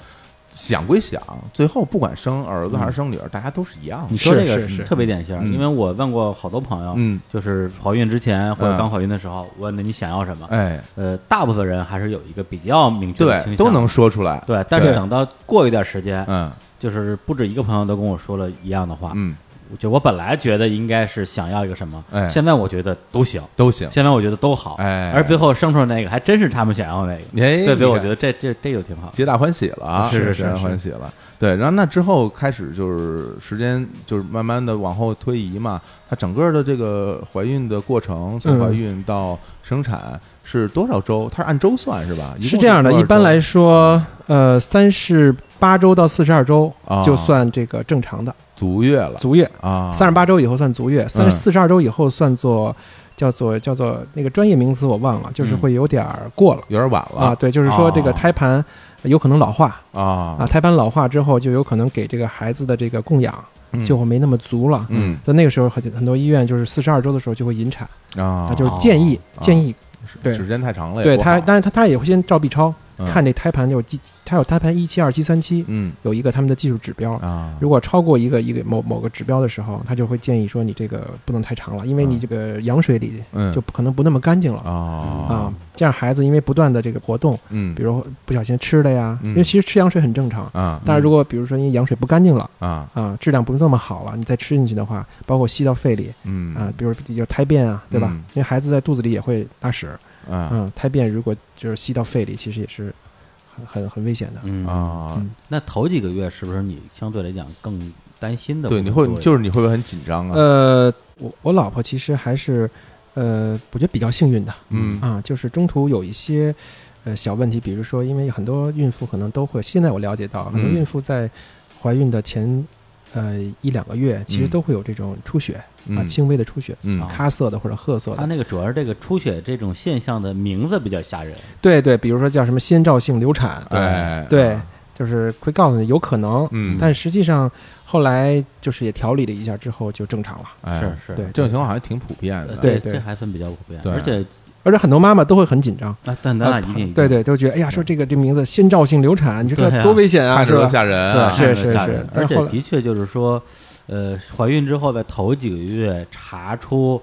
Speaker 2: 想归想，最后不管生儿子还是
Speaker 1: 嗯
Speaker 2: 生女儿，大家都是一样
Speaker 1: 你
Speaker 2: 的，
Speaker 1: 说
Speaker 3: 是
Speaker 1: 这个
Speaker 3: 是是
Speaker 1: 特别典型，
Speaker 2: 嗯
Speaker 1: 因为我问过好多朋友，
Speaker 2: 嗯，
Speaker 1: 就是怀孕之前或者
Speaker 2: 嗯
Speaker 1: 刚怀孕的时候，我问你想要什么，
Speaker 2: 哎，
Speaker 1: 呃，大部分人还是有一个比较明确的倾
Speaker 2: 对，
Speaker 1: 向，
Speaker 2: 都能说出来，
Speaker 1: 对。但是
Speaker 2: 对
Speaker 1: 等到过一段时间，
Speaker 2: 嗯
Speaker 1: 就是不止一个朋友都跟我说了一样的话，
Speaker 2: 嗯，
Speaker 1: 就我本来觉得应该是想要一个什么，
Speaker 2: 哎
Speaker 1: 现在我觉得都行，
Speaker 2: 都行，
Speaker 1: 现在我觉得都好，
Speaker 2: 哎
Speaker 1: 而最后生出来那个还真是他们想要那个，
Speaker 2: 哎，
Speaker 1: 对，所以我
Speaker 2: 你看
Speaker 1: 觉得这这这就挺好，
Speaker 2: 皆大欢喜了啊，
Speaker 1: 是是是
Speaker 2: 皆大欢喜了。对，然后那之后开始就是时间就是慢慢的往后推移嘛，它整个的这个怀孕的过程，从
Speaker 3: 嗯
Speaker 2: 怀孕到生产是多少周？它是按周算是吧？一共
Speaker 3: 是这样的，
Speaker 2: 多少
Speaker 3: 一
Speaker 2: 周啊
Speaker 3: 般来说，呃，三十八周到四十二周
Speaker 2: 啊
Speaker 3: 就算这个正常的
Speaker 2: 足月了
Speaker 3: 足月，
Speaker 2: 啊，
Speaker 3: 三十八周以后算足月，三
Speaker 2: 嗯
Speaker 3: 四十二周以后算作叫做叫做那个专业名词我忘了，
Speaker 2: 嗯
Speaker 3: 就是会有点儿过了
Speaker 2: 有点晚了哦
Speaker 3: 啊。对，就是说这个胎盘有可能老化啊，
Speaker 2: 啊，
Speaker 3: 胎盘老化之后就有可能给这个孩子的这个供氧
Speaker 2: 嗯
Speaker 3: 就会没那么足了。
Speaker 2: 嗯
Speaker 3: 在那个时候，很很多医院就是四十二周的时候就会引产，
Speaker 2: 啊
Speaker 3: 嗯那，就是建议
Speaker 2: 啊
Speaker 3: 建议，对
Speaker 2: 时间太长了也
Speaker 3: 对
Speaker 2: 不
Speaker 3: 他，
Speaker 2: 好，
Speaker 3: 当然他他也会先照 B 超
Speaker 2: 嗯
Speaker 3: 看这胎盘，有几，他有胎盘一期、二期、三期，
Speaker 2: 嗯
Speaker 3: 有一个他们的技术指标。
Speaker 2: 啊，
Speaker 3: 如果超过一个一个某某个指标的时候，他就会建议说你这个不能太长了，因为你
Speaker 2: 嗯
Speaker 3: 这个羊水里
Speaker 2: 嗯
Speaker 3: 就可能不那么干净了
Speaker 2: 啊
Speaker 3: 啊。这样孩子因为不断的这个活动，
Speaker 2: 嗯
Speaker 3: 比如不小心吃了呀，
Speaker 2: 嗯
Speaker 3: 因为其实吃羊水很正常，
Speaker 2: 啊
Speaker 3: 但是如果比如说因为羊水不干净了
Speaker 2: 啊
Speaker 3: 啊，质量不是那么好了，你再吃进去的话，包括吸到肺里
Speaker 2: 嗯
Speaker 3: 啊，比如有胎便啊，对吧
Speaker 2: 嗯？
Speaker 3: 因为孩子在肚子里也会拉屎，
Speaker 2: 啊
Speaker 3: 嗯，胎便如果就是吸到肺里，其实也是很很很危险的。
Speaker 1: 嗯，
Speaker 2: 啊，
Speaker 1: 那头几个月是不是你相对来讲更担心的部
Speaker 2: 对，
Speaker 1: 分
Speaker 2: 你
Speaker 1: 多一
Speaker 2: 会
Speaker 1: 点？
Speaker 2: 就是你会不会很紧张啊？
Speaker 3: 呃，我我老婆其实还是，呃，我觉得比较幸运的
Speaker 2: 嗯
Speaker 3: 啊，就是中途有一些呃小问题，比如说，因为很多孕妇可能都会，现在我了解到，很多
Speaker 2: 嗯
Speaker 3: 孕妇在怀孕的前呃一两个月，其实都会有这种出血啊，
Speaker 2: 嗯啊
Speaker 3: 轻微的出血，
Speaker 2: 嗯
Speaker 1: 啊
Speaker 3: 咖色的或者褐色
Speaker 1: 他
Speaker 3: 的，
Speaker 1: 那个主要是这个出血这种现象的名字比较吓人，
Speaker 3: 对对，比如说叫什么先兆性流产，
Speaker 2: 对
Speaker 3: 对，就是会告诉你有可能，
Speaker 2: 嗯，
Speaker 3: 但实际上后来就是也调理了一下之后就正常了。
Speaker 2: 哎
Speaker 1: 是是，
Speaker 3: 对
Speaker 2: 这种情况好像挺普遍
Speaker 1: 呃
Speaker 2: 的。
Speaker 3: 对对
Speaker 1: 这还算比较普遍，
Speaker 2: 对啊
Speaker 1: 而且
Speaker 3: 而且很多妈妈都会很紧张，
Speaker 1: 那但咱俩一定
Speaker 2: 嗯
Speaker 3: 对，对，都觉得哎呀，说这个这名字先兆性流产，你说
Speaker 1: 对
Speaker 3: 这
Speaker 1: 啊
Speaker 3: 多危险啊，
Speaker 2: 看
Speaker 3: 是
Speaker 2: 着都
Speaker 3: 吧？
Speaker 2: 吓人
Speaker 1: 对
Speaker 2: 啊，
Speaker 3: 是
Speaker 1: 呃看着
Speaker 3: 是
Speaker 1: 吓
Speaker 3: 是
Speaker 1: 人而
Speaker 3: 但是
Speaker 1: 且
Speaker 3: 后来
Speaker 1: 的确就是说，呃，怀孕之后在头几个月查出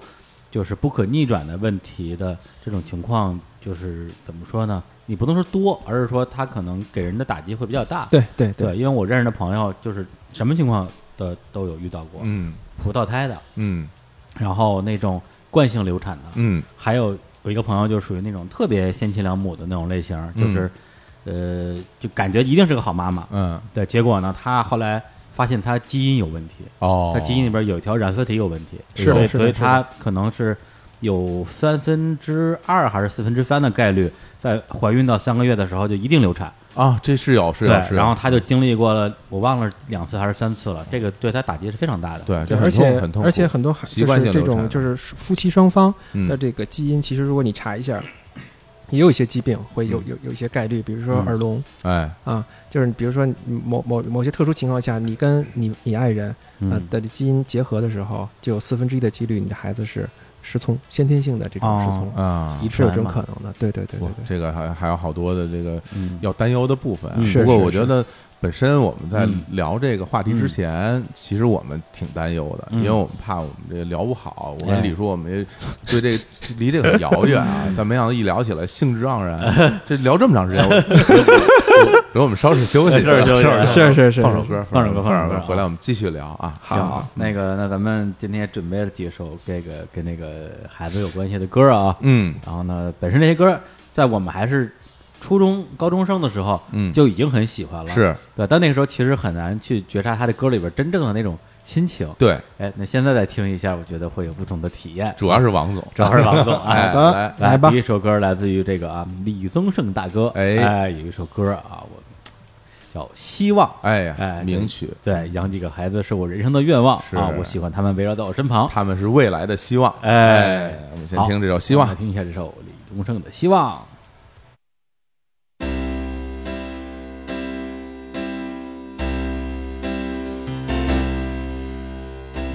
Speaker 1: 就是不可逆转的问题的这种情况，就是怎么说呢？你不能说多，而是说它可能给人的打击会比较大。
Speaker 3: 对对
Speaker 1: 对，，因为我认识的朋友就是什么情况的都有遇到过，
Speaker 2: 嗯
Speaker 1: 葡萄胎的，
Speaker 2: 嗯
Speaker 1: 然后那种惯性流产的，
Speaker 2: 嗯
Speaker 1: 还有有一个朋友就属于那种特别贤妻良母的那种类型，
Speaker 3: 嗯
Speaker 1: 就是、呃，就感觉一定是个好妈妈。
Speaker 2: 嗯，
Speaker 1: 对，结果呢，她后来发现她基因有问题，
Speaker 2: 哦，
Speaker 1: 她基因里边有一条染色体有问题，
Speaker 3: 是的
Speaker 1: 所以
Speaker 3: 是的
Speaker 1: 所以
Speaker 3: 是的
Speaker 1: 她可能是有三分之二还是四分之三的概率，在怀孕到三个月的时候就一定流产。
Speaker 2: 啊，这是有是
Speaker 1: 对
Speaker 2: 有是，有，
Speaker 1: 然后她就经历过了，我忘了两次还是三次了，这个对她打击是非常大的。
Speaker 2: 对，这
Speaker 3: 嗯对
Speaker 2: 很
Speaker 3: 而且
Speaker 2: 痛很痛苦，
Speaker 3: 而且很多孩
Speaker 2: 习
Speaker 3: 就
Speaker 2: 惯
Speaker 3: 是
Speaker 2: 性
Speaker 3: 这
Speaker 2: 流
Speaker 3: 种
Speaker 2: 产
Speaker 3: 就是夫妻双方的
Speaker 2: 嗯
Speaker 3: 这个基因，其实如果你查一下，也有一些疾病会有有有一些概率，比如说
Speaker 2: 嗯
Speaker 3: 耳聋
Speaker 2: 哎
Speaker 3: 啊，就是比如说你某某某些特殊情况下，你跟你你爱人啊
Speaker 1: 嗯，
Speaker 3: 的基因结合的时候，就有四分之一的几率你的孩子是失聪，先天性的这种失
Speaker 1: 哦
Speaker 3: 聪
Speaker 2: 啊
Speaker 1: 遗，
Speaker 3: 是有
Speaker 1: 传
Speaker 3: 这种
Speaker 1: 嘛
Speaker 3: 可能的。对对对对
Speaker 2: 哇
Speaker 3: 对。
Speaker 2: 这个还还有好多的这个
Speaker 1: 嗯，
Speaker 2: 要担忧的部分啊
Speaker 1: 嗯。
Speaker 3: 是
Speaker 2: 不过
Speaker 3: 是
Speaker 2: 我觉
Speaker 3: 是
Speaker 2: 得本身我们在
Speaker 1: 嗯
Speaker 2: 聊这个话题之前，其实我们挺担忧的，
Speaker 1: 嗯
Speaker 2: 因为我们怕我们这个聊不好。
Speaker 1: 哎
Speaker 2: 我
Speaker 1: 嗯
Speaker 2: 跟李叔，我们也对这个 离这个很遥远啊，但没想到一聊起来兴致盎然。 这聊这么长时间，我我给我们稍事休息，
Speaker 1: 稍事休息
Speaker 2: 稍事
Speaker 3: 是是是是
Speaker 2: 放首歌，
Speaker 1: 放首
Speaker 2: 首
Speaker 1: 歌
Speaker 2: 放
Speaker 1: 放首歌
Speaker 2: 回来我们继续聊啊。
Speaker 1: 行，那个那咱们今天准备了几首这个跟那个孩子有关系的歌啊，
Speaker 2: 嗯
Speaker 1: 然后呢，本身这些歌在我们还是初中高中生的时候，
Speaker 2: 嗯
Speaker 1: 就已经很喜欢了，
Speaker 2: 是
Speaker 1: 对，但那个时候其实很难去觉察他的歌里边真正的那种心情。
Speaker 2: 对，
Speaker 1: 哎，那现在再听一下，我觉得会有不同的体验。
Speaker 2: 主要是王总，
Speaker 1: 主要是王总，哎，
Speaker 2: 哎
Speaker 3: 好的
Speaker 2: 来
Speaker 3: 来吧
Speaker 1: 第一首歌来自于这个啊，李宗盛大哥，
Speaker 2: 哎
Speaker 1: 有一首歌啊，我叫《希望》，
Speaker 2: 哎呀，
Speaker 1: 哎，
Speaker 2: 名曲，
Speaker 1: 对，对养几个孩子是我人生的愿望
Speaker 2: 是
Speaker 1: 啊，我喜欢他们围绕在我身旁。
Speaker 2: 他们是未来的希望。
Speaker 1: 哎，
Speaker 2: 我们先
Speaker 1: 好
Speaker 2: 听这首《希
Speaker 1: 我
Speaker 2: 望
Speaker 1: 们》。听一下这首李宗盛的《希望》。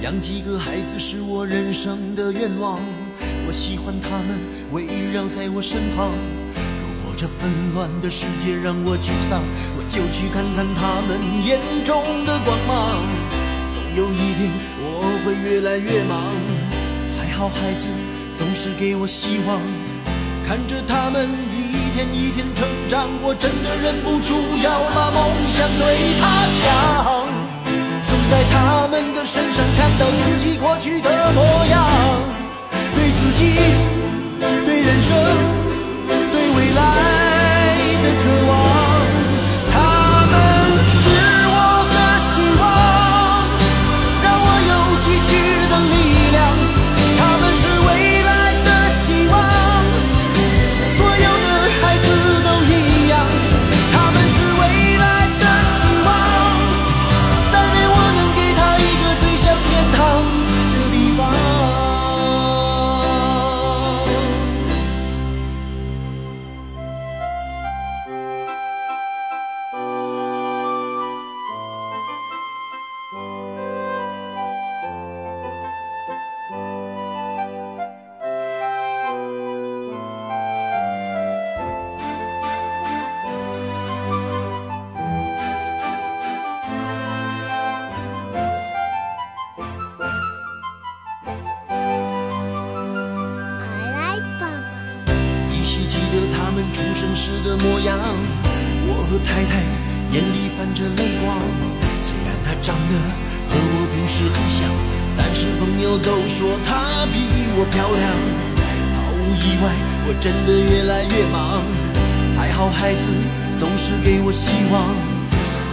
Speaker 6: 养几个孩子是我人生的愿望，我喜欢他们围绕在我身旁。如果这纷乱的世界让我沮丧，我就去看看他们眼中的光芒。总有一天我会越来越忙，还好孩子总是给我希望。看着他们一天一天成长，我真的忍不住要把梦想对他讲。总在他们的身上看到自己过去的模样，对自己、对人生、对未来的渴望，他们是我的希望，让我有继续的力量。他们是未来的希望。所有的孩子都一样，他们是未来的希望。但愿我能给他一个最像天堂的地方。啊
Speaker 7: I like Papa.
Speaker 6: 依稀记得他们出生时的模样。我和太太眼里泛着泪光，虽然他长得和我不是很像，但是朋友都说她比我漂亮。毫无意外，我真的越来越忙，还好孩子总是给我希望。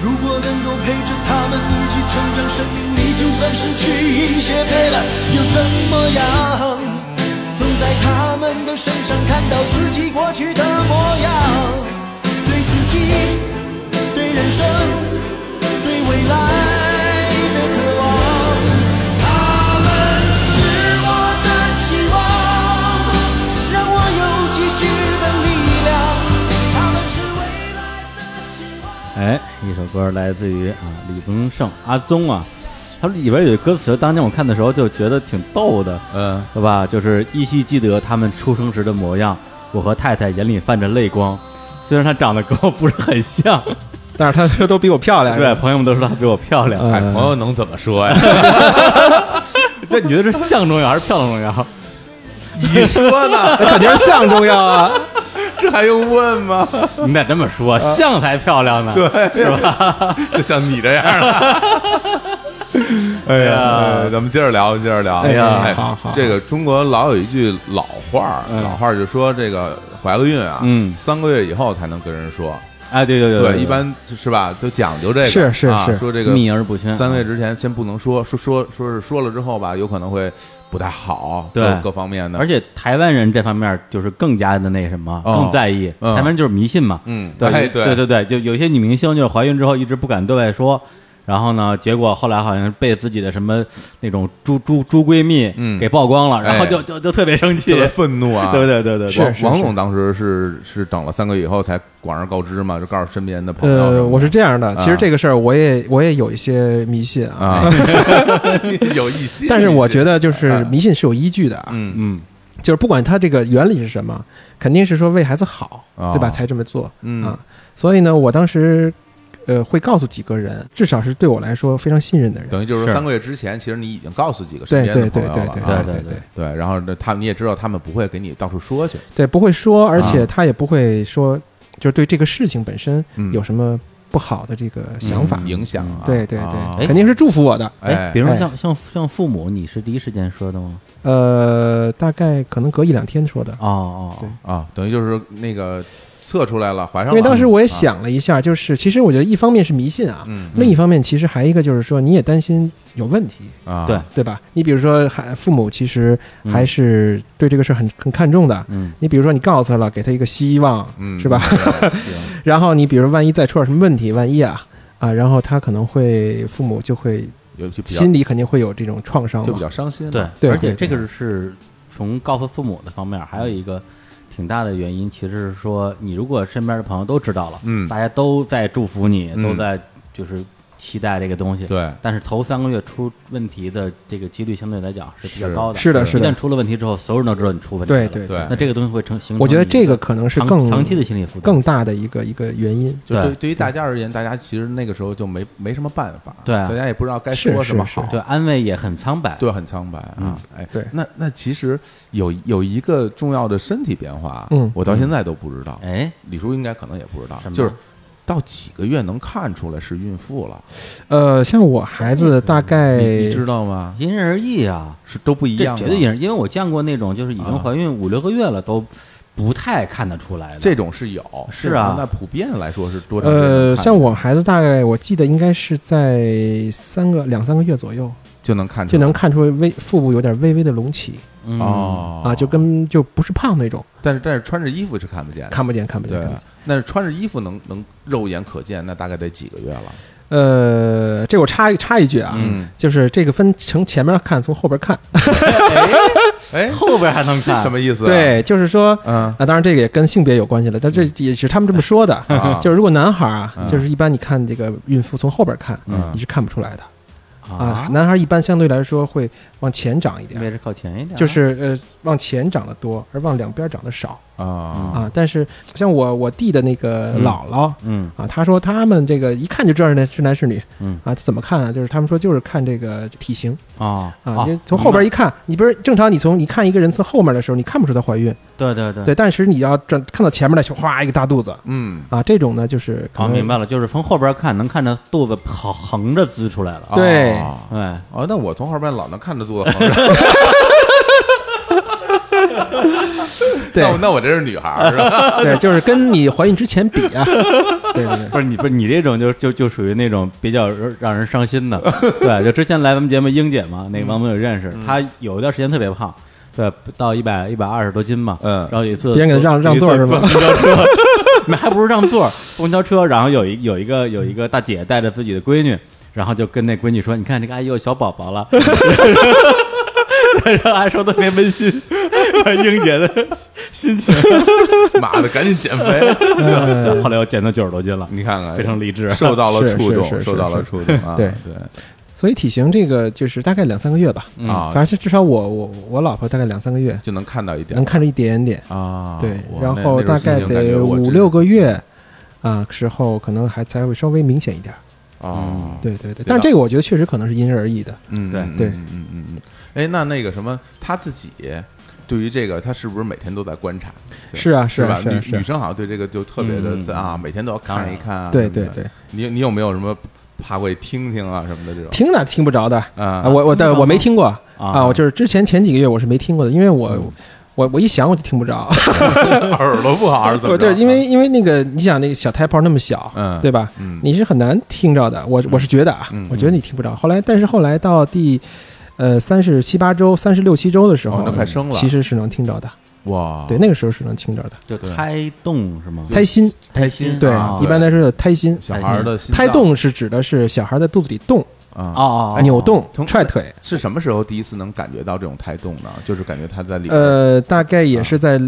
Speaker 6: 如果能够陪着他们一起成长，生命里就算失去一些陪伴又怎么样？总在他们的身上看到自己过去的模样，对自己、对人生、对未来的渴望。他们是我的希望，让我有继续的力量。他们是未来的希望。
Speaker 1: 哎，一首歌来自于啊李宗盛阿宗啊，它里边有一歌词，当年我看的时候就觉得挺逗的，
Speaker 2: 嗯，
Speaker 1: 对吧？就是依稀记得他们出生时的模样，我和太太眼里泛着泪光。虽然她长得跟我不是很像，
Speaker 3: 但是他说都比我漂亮，
Speaker 1: 对，朋友们都说她比我漂亮。
Speaker 2: 哎，
Speaker 3: 嗯
Speaker 2: 朋友能怎么说呀？
Speaker 1: 这你觉得是像重要还是漂亮重要？
Speaker 2: 你 说呢？
Speaker 3: 那肯定是相重要啊。
Speaker 2: 这还用问吗？
Speaker 1: 你得这么说，像才漂亮呢。对，
Speaker 2: 就像你这样的。 哎呀，哎咱们接着聊，咱们接着聊。
Speaker 3: 哎呀
Speaker 2: 哎
Speaker 3: 好好
Speaker 2: 这个中国老有一句老话儿，老话儿就说这个怀了孕啊，
Speaker 1: 嗯
Speaker 2: 三个月以后才能跟人说。
Speaker 1: 哎，对对对
Speaker 2: 对，一般就是吧，都讲究这个，
Speaker 3: 是是
Speaker 2: 啊
Speaker 3: 是
Speaker 2: 说这个
Speaker 1: 秘而不宣
Speaker 2: 三个月之前先不能说，说说说是说了之后吧，有可能会不太好，
Speaker 1: 对
Speaker 2: 各各方面的，
Speaker 1: 而且台湾人这方面就是更加的那什么，
Speaker 2: 哦
Speaker 1: 更在意。
Speaker 2: 嗯
Speaker 1: 台湾人就是迷信嘛，
Speaker 2: 嗯
Speaker 1: 对、
Speaker 2: 哎对
Speaker 1: 对对就有些女明星就是怀孕之后一直不敢对外说，然后呢，结果后来好像被自己的什么那种猪猪猪闺蜜
Speaker 2: 嗯
Speaker 1: 给曝光了，然后
Speaker 2: 哎
Speaker 1: 就就就特别生气，
Speaker 2: 特别愤怒啊，
Speaker 1: 对对对对，
Speaker 2: 王
Speaker 3: 是是
Speaker 2: 王总当时是是等了三个月以后才广而告之嘛，就告诉身边的朋友什么的。
Speaker 3: 呃，我是这样的，其
Speaker 2: 啊
Speaker 3: 实这个事儿我也我也有一些迷信啊，
Speaker 2: 啊， 有一 些，
Speaker 3: 但是我觉得就是
Speaker 2: 啊
Speaker 3: 迷信是有依据的啊，
Speaker 2: 嗯
Speaker 1: 嗯，
Speaker 3: 就是不管它这个原理是什么，肯定是说为孩子好，
Speaker 2: 哦
Speaker 3: 对吧？才这么做
Speaker 2: 嗯
Speaker 3: 啊。所以呢，我当时呃会告诉几个人，至少是对我来说非常信任的人。
Speaker 2: 等于就是说
Speaker 1: 是
Speaker 2: 三个月之前，其实你已经告诉几个身
Speaker 3: 对
Speaker 2: 边的
Speaker 3: 对
Speaker 2: 朋
Speaker 3: 对
Speaker 2: 友
Speaker 3: 对
Speaker 2: 了
Speaker 3: 对
Speaker 2: 啊，
Speaker 1: 对
Speaker 3: 对
Speaker 1: 对
Speaker 2: 对然后他们你也知道，他们不会给你到处说去，
Speaker 3: 对，不会说，而且
Speaker 2: 啊
Speaker 3: 他也不会说，就是对这个事情本身
Speaker 2: 嗯
Speaker 3: 有什么不好的这个想法
Speaker 2: 嗯。影响啊，
Speaker 3: 对对
Speaker 2: 啊
Speaker 3: 对，肯定是祝福我的。
Speaker 1: 哎，
Speaker 2: 哎，
Speaker 1: 比如说
Speaker 3: 哎
Speaker 1: 像、像像父母，你是第一时间说的吗？
Speaker 3: 呃，大概可能隔一两天说的。
Speaker 1: 哦哦，
Speaker 3: 对
Speaker 2: 啊啊，等于就是那个测出来了，怀上了。
Speaker 3: 因为当时我也
Speaker 2: 啊，
Speaker 3: 想了一下，就是其实我觉得一方面是迷信啊，
Speaker 2: 嗯
Speaker 3: 另一方面其实还一个就是说你也担心有问题，
Speaker 2: 啊，
Speaker 1: 对
Speaker 3: 对吧？你比如说还父母其实
Speaker 1: 嗯
Speaker 3: 还是对这个事儿很很看重的。
Speaker 1: 嗯，
Speaker 3: 你比如说你告诉他了，给他一个希望，
Speaker 2: 嗯
Speaker 3: 是吧？
Speaker 1: 行，
Speaker 3: 然后你比如万一再出点什么问题，万一啊啊，然后他可能会父母就会
Speaker 2: 有就比较
Speaker 3: 心里肯定会有这种创伤
Speaker 2: 就
Speaker 3: 嘛
Speaker 2: 比。较伤心了。
Speaker 1: 对，
Speaker 3: 对
Speaker 1: 而且
Speaker 3: 对
Speaker 1: 这个是从告诉父母的方面，还有一个挺大的原因，其实是说你如果身边的朋友都知道了，
Speaker 2: 嗯
Speaker 1: 大家都在祝福你，
Speaker 2: 嗯
Speaker 1: 都在就是期待这个东西，
Speaker 2: 对
Speaker 1: 但是头三个月出问题的这个几率相对来讲是比较
Speaker 2: 是
Speaker 1: 高的，
Speaker 3: 是的是的
Speaker 1: 一旦出了问题之后，所有人都知道你出问题
Speaker 3: 对
Speaker 1: 了，
Speaker 3: 对
Speaker 2: 对
Speaker 1: 那这个东西会成形成，
Speaker 3: 我觉得这个可能是更
Speaker 1: 长期的心理负担，
Speaker 3: 更大的一个一个原因。
Speaker 2: 就对
Speaker 1: 对
Speaker 2: 对于大家而言，大家其实那个时候就没没什么办法，
Speaker 1: 对啊
Speaker 2: 大家也不知道该
Speaker 3: 是
Speaker 2: 说什么
Speaker 3: 是是
Speaker 2: 好，
Speaker 1: 对安慰也很苍白，
Speaker 2: 对，很苍白啊
Speaker 1: 嗯。
Speaker 2: 哎，
Speaker 3: 对
Speaker 2: 那那其实有有一个重要的身体变化，
Speaker 3: 嗯
Speaker 2: 我到现在都不知道，
Speaker 1: 哎，
Speaker 2: 李叔应该可能也不知道
Speaker 1: 什，么
Speaker 2: 就是到几个月能看出来是孕妇了，
Speaker 3: 呃，像我孩子大概
Speaker 2: 你你知道吗？
Speaker 1: 因人而异啊，
Speaker 2: 是都不一
Speaker 1: 这
Speaker 2: 样，
Speaker 1: 绝对也是，因为我见过那种就是已
Speaker 3: 啊
Speaker 1: 经怀孕五六个月了都不太看得出来的。
Speaker 2: 这种是有，
Speaker 1: 是啊
Speaker 2: 那普遍来说是多长时间能
Speaker 3: 呃，
Speaker 2: 看
Speaker 3: 像
Speaker 2: 出
Speaker 3: 我孩子大概我记得应该是在三个两三个月左右
Speaker 2: 就能看出
Speaker 3: 就
Speaker 2: 来
Speaker 3: 能看出微腹部有点微微的隆起
Speaker 1: 嗯，
Speaker 2: 哦
Speaker 3: 啊，就跟就不是胖那种，
Speaker 2: 但是但是穿着衣服是看不见的，
Speaker 3: 看不见看不见
Speaker 2: 哎对
Speaker 3: 看不见。，
Speaker 2: 但是穿着衣服能能肉眼可见，那大概得几个月了？
Speaker 3: 呃，这我插一插一句啊，
Speaker 2: 嗯
Speaker 3: 就是这个分从前面看，从后边看，
Speaker 2: 哎，
Speaker 1: 后边还能
Speaker 2: 这
Speaker 1: 看
Speaker 2: 什？么意思、啊？，
Speaker 3: 对，就是说。
Speaker 2: 嗯，
Speaker 3: 啊，当然这个也跟性别有关系了，但这也是他们这么说的。
Speaker 2: 啊
Speaker 3: 就是如果男孩啊，
Speaker 2: 嗯
Speaker 3: 就是一般你看这个孕妇从后边看，
Speaker 2: 嗯
Speaker 3: 你是看不出来的啊。，男孩一般相对来说会往前长一点，
Speaker 1: 位置靠前一点，
Speaker 3: 就是呃往前长得多，而往两边长得少
Speaker 2: 啊，
Speaker 3: 啊。但是像我我弟的那个姥姥。
Speaker 1: 嗯
Speaker 3: 啊，他说他们这个一看就知道是男是男是女
Speaker 1: 嗯
Speaker 3: 啊，怎么看啊？就是他们说就是看这个体型
Speaker 1: 哦
Speaker 3: 啊，因为从后边一看，你不是正常，你从你看一个人从后面的时候，你看不出她怀孕，
Speaker 1: 对对对
Speaker 3: 对，，但是你要转看到前面来，哗一个大肚子
Speaker 2: 嗯，
Speaker 3: 啊，这种呢就是可
Speaker 1: 哦
Speaker 3: 能
Speaker 1: 明白了，就是从后边看能看着肚子横横着滋出来了，
Speaker 3: 对
Speaker 2: 哦
Speaker 1: 哎，
Speaker 2: 哦，那我从后边老能看着肚子横着，
Speaker 3: 对
Speaker 1: 哦
Speaker 2: 那我那我这是女孩儿是吧？
Speaker 3: 对，就是跟你怀孕之前比 啊，对对对，
Speaker 1: 不是你不是你这种就就就属于那种比较让人伤心的，对，就之前来咱们节目英姐嘛，那个王总也认识，她有一段时间特别胖，对，到一百一百二十多斤嘛，
Speaker 2: 嗯
Speaker 1: 然后有一次
Speaker 3: 别人给她让让座儿是吗
Speaker 1: 有一次坐公交车， 那还不如让座儿，公交车，然后有一有一个有一个大姐带着自己的闺女，然后就跟那闺女说，你看这个阿姨有小宝宝了， 然后还说得特别温馨，英姐的心情，
Speaker 2: 妈的，赶紧减肥！
Speaker 3: 哎
Speaker 1: 对，后来我减到九十多斤了，
Speaker 2: 你看看，
Speaker 1: 非常励志，
Speaker 2: 受到了
Speaker 3: 是
Speaker 2: 触
Speaker 3: 是是
Speaker 2: 动，受到了
Speaker 3: 是
Speaker 2: 触动啊！
Speaker 3: 对
Speaker 2: 对
Speaker 3: 所以体型这个就是大概两三个月吧，
Speaker 1: 嗯
Speaker 2: 啊，
Speaker 3: 反正至少我我我老婆大概两三个月
Speaker 2: 就能看到一点
Speaker 3: 能看着一点点，
Speaker 2: 啊。
Speaker 3: 对
Speaker 2: 我，
Speaker 3: 然
Speaker 2: 那
Speaker 3: 后
Speaker 2: 那时候
Speaker 3: 大
Speaker 2: 心
Speaker 3: 概
Speaker 2: 情感觉
Speaker 3: 得
Speaker 2: 我
Speaker 3: 五
Speaker 2: 真
Speaker 3: 六个月啊时候，可能还才会稍微明显一点儿。
Speaker 2: 哦，
Speaker 3: 嗯对对对，
Speaker 2: 吧
Speaker 3: 但是这个我觉得确实可能是因人而异的。
Speaker 2: 嗯，
Speaker 1: 对
Speaker 2: 嗯
Speaker 3: 对
Speaker 2: 嗯嗯嗯嗯。哎，那那个什么，他自己对于这个，他是不是每天都在观察？就是
Speaker 3: 啊是啊
Speaker 2: 吧？
Speaker 3: 是啊
Speaker 2: 女
Speaker 3: 是啊
Speaker 2: 女生好像对这个就特别的
Speaker 1: 嗯
Speaker 2: 在啊，每天都要看一看啊。
Speaker 3: 对
Speaker 2: 什么的
Speaker 3: 对对，
Speaker 2: 你你有没有什么怕过去听听啊什么的这种？
Speaker 3: 听哪听不着的
Speaker 2: 啊
Speaker 3: 我我但
Speaker 1: 听不着吗
Speaker 3: 我没听过啊，我就是之前前几个月我是没听过的，因为我
Speaker 2: 嗯
Speaker 3: 我我一想我就听不着，
Speaker 2: 耳朵不好还是怎么
Speaker 3: 我
Speaker 2: 着？啊
Speaker 3: 对，因为因为那个你想那个小胎泡那么小，
Speaker 2: 嗯
Speaker 3: 对吧？
Speaker 2: 嗯
Speaker 3: 你是很难听着的，我我是觉得啊
Speaker 2: 嗯，
Speaker 3: 我觉得你听不着。后来，但是后来到第呃三十七八周、三十六七周的时
Speaker 2: 哦
Speaker 3: 候，
Speaker 2: 那快生了哦
Speaker 3: 其实是能听着的，
Speaker 2: 哇，
Speaker 3: 对，那个时候是能听着的。
Speaker 1: 就胎动是吗？
Speaker 3: 胎心，
Speaker 1: 胎心
Speaker 3: 对
Speaker 1: 啊，
Speaker 3: 一般来说叫胎心。
Speaker 2: 哦小孩儿的心
Speaker 3: 胎
Speaker 2: 脏
Speaker 3: 动是指的是小孩在肚子里动、
Speaker 2: 啊。
Speaker 1: 哦，
Speaker 3: 扭动
Speaker 2: 从、
Speaker 3: 踹腿。
Speaker 2: 是什么时候第一次能感觉到这种胎动呢？就是感觉他在里边嗯
Speaker 3: 呃，大概也是在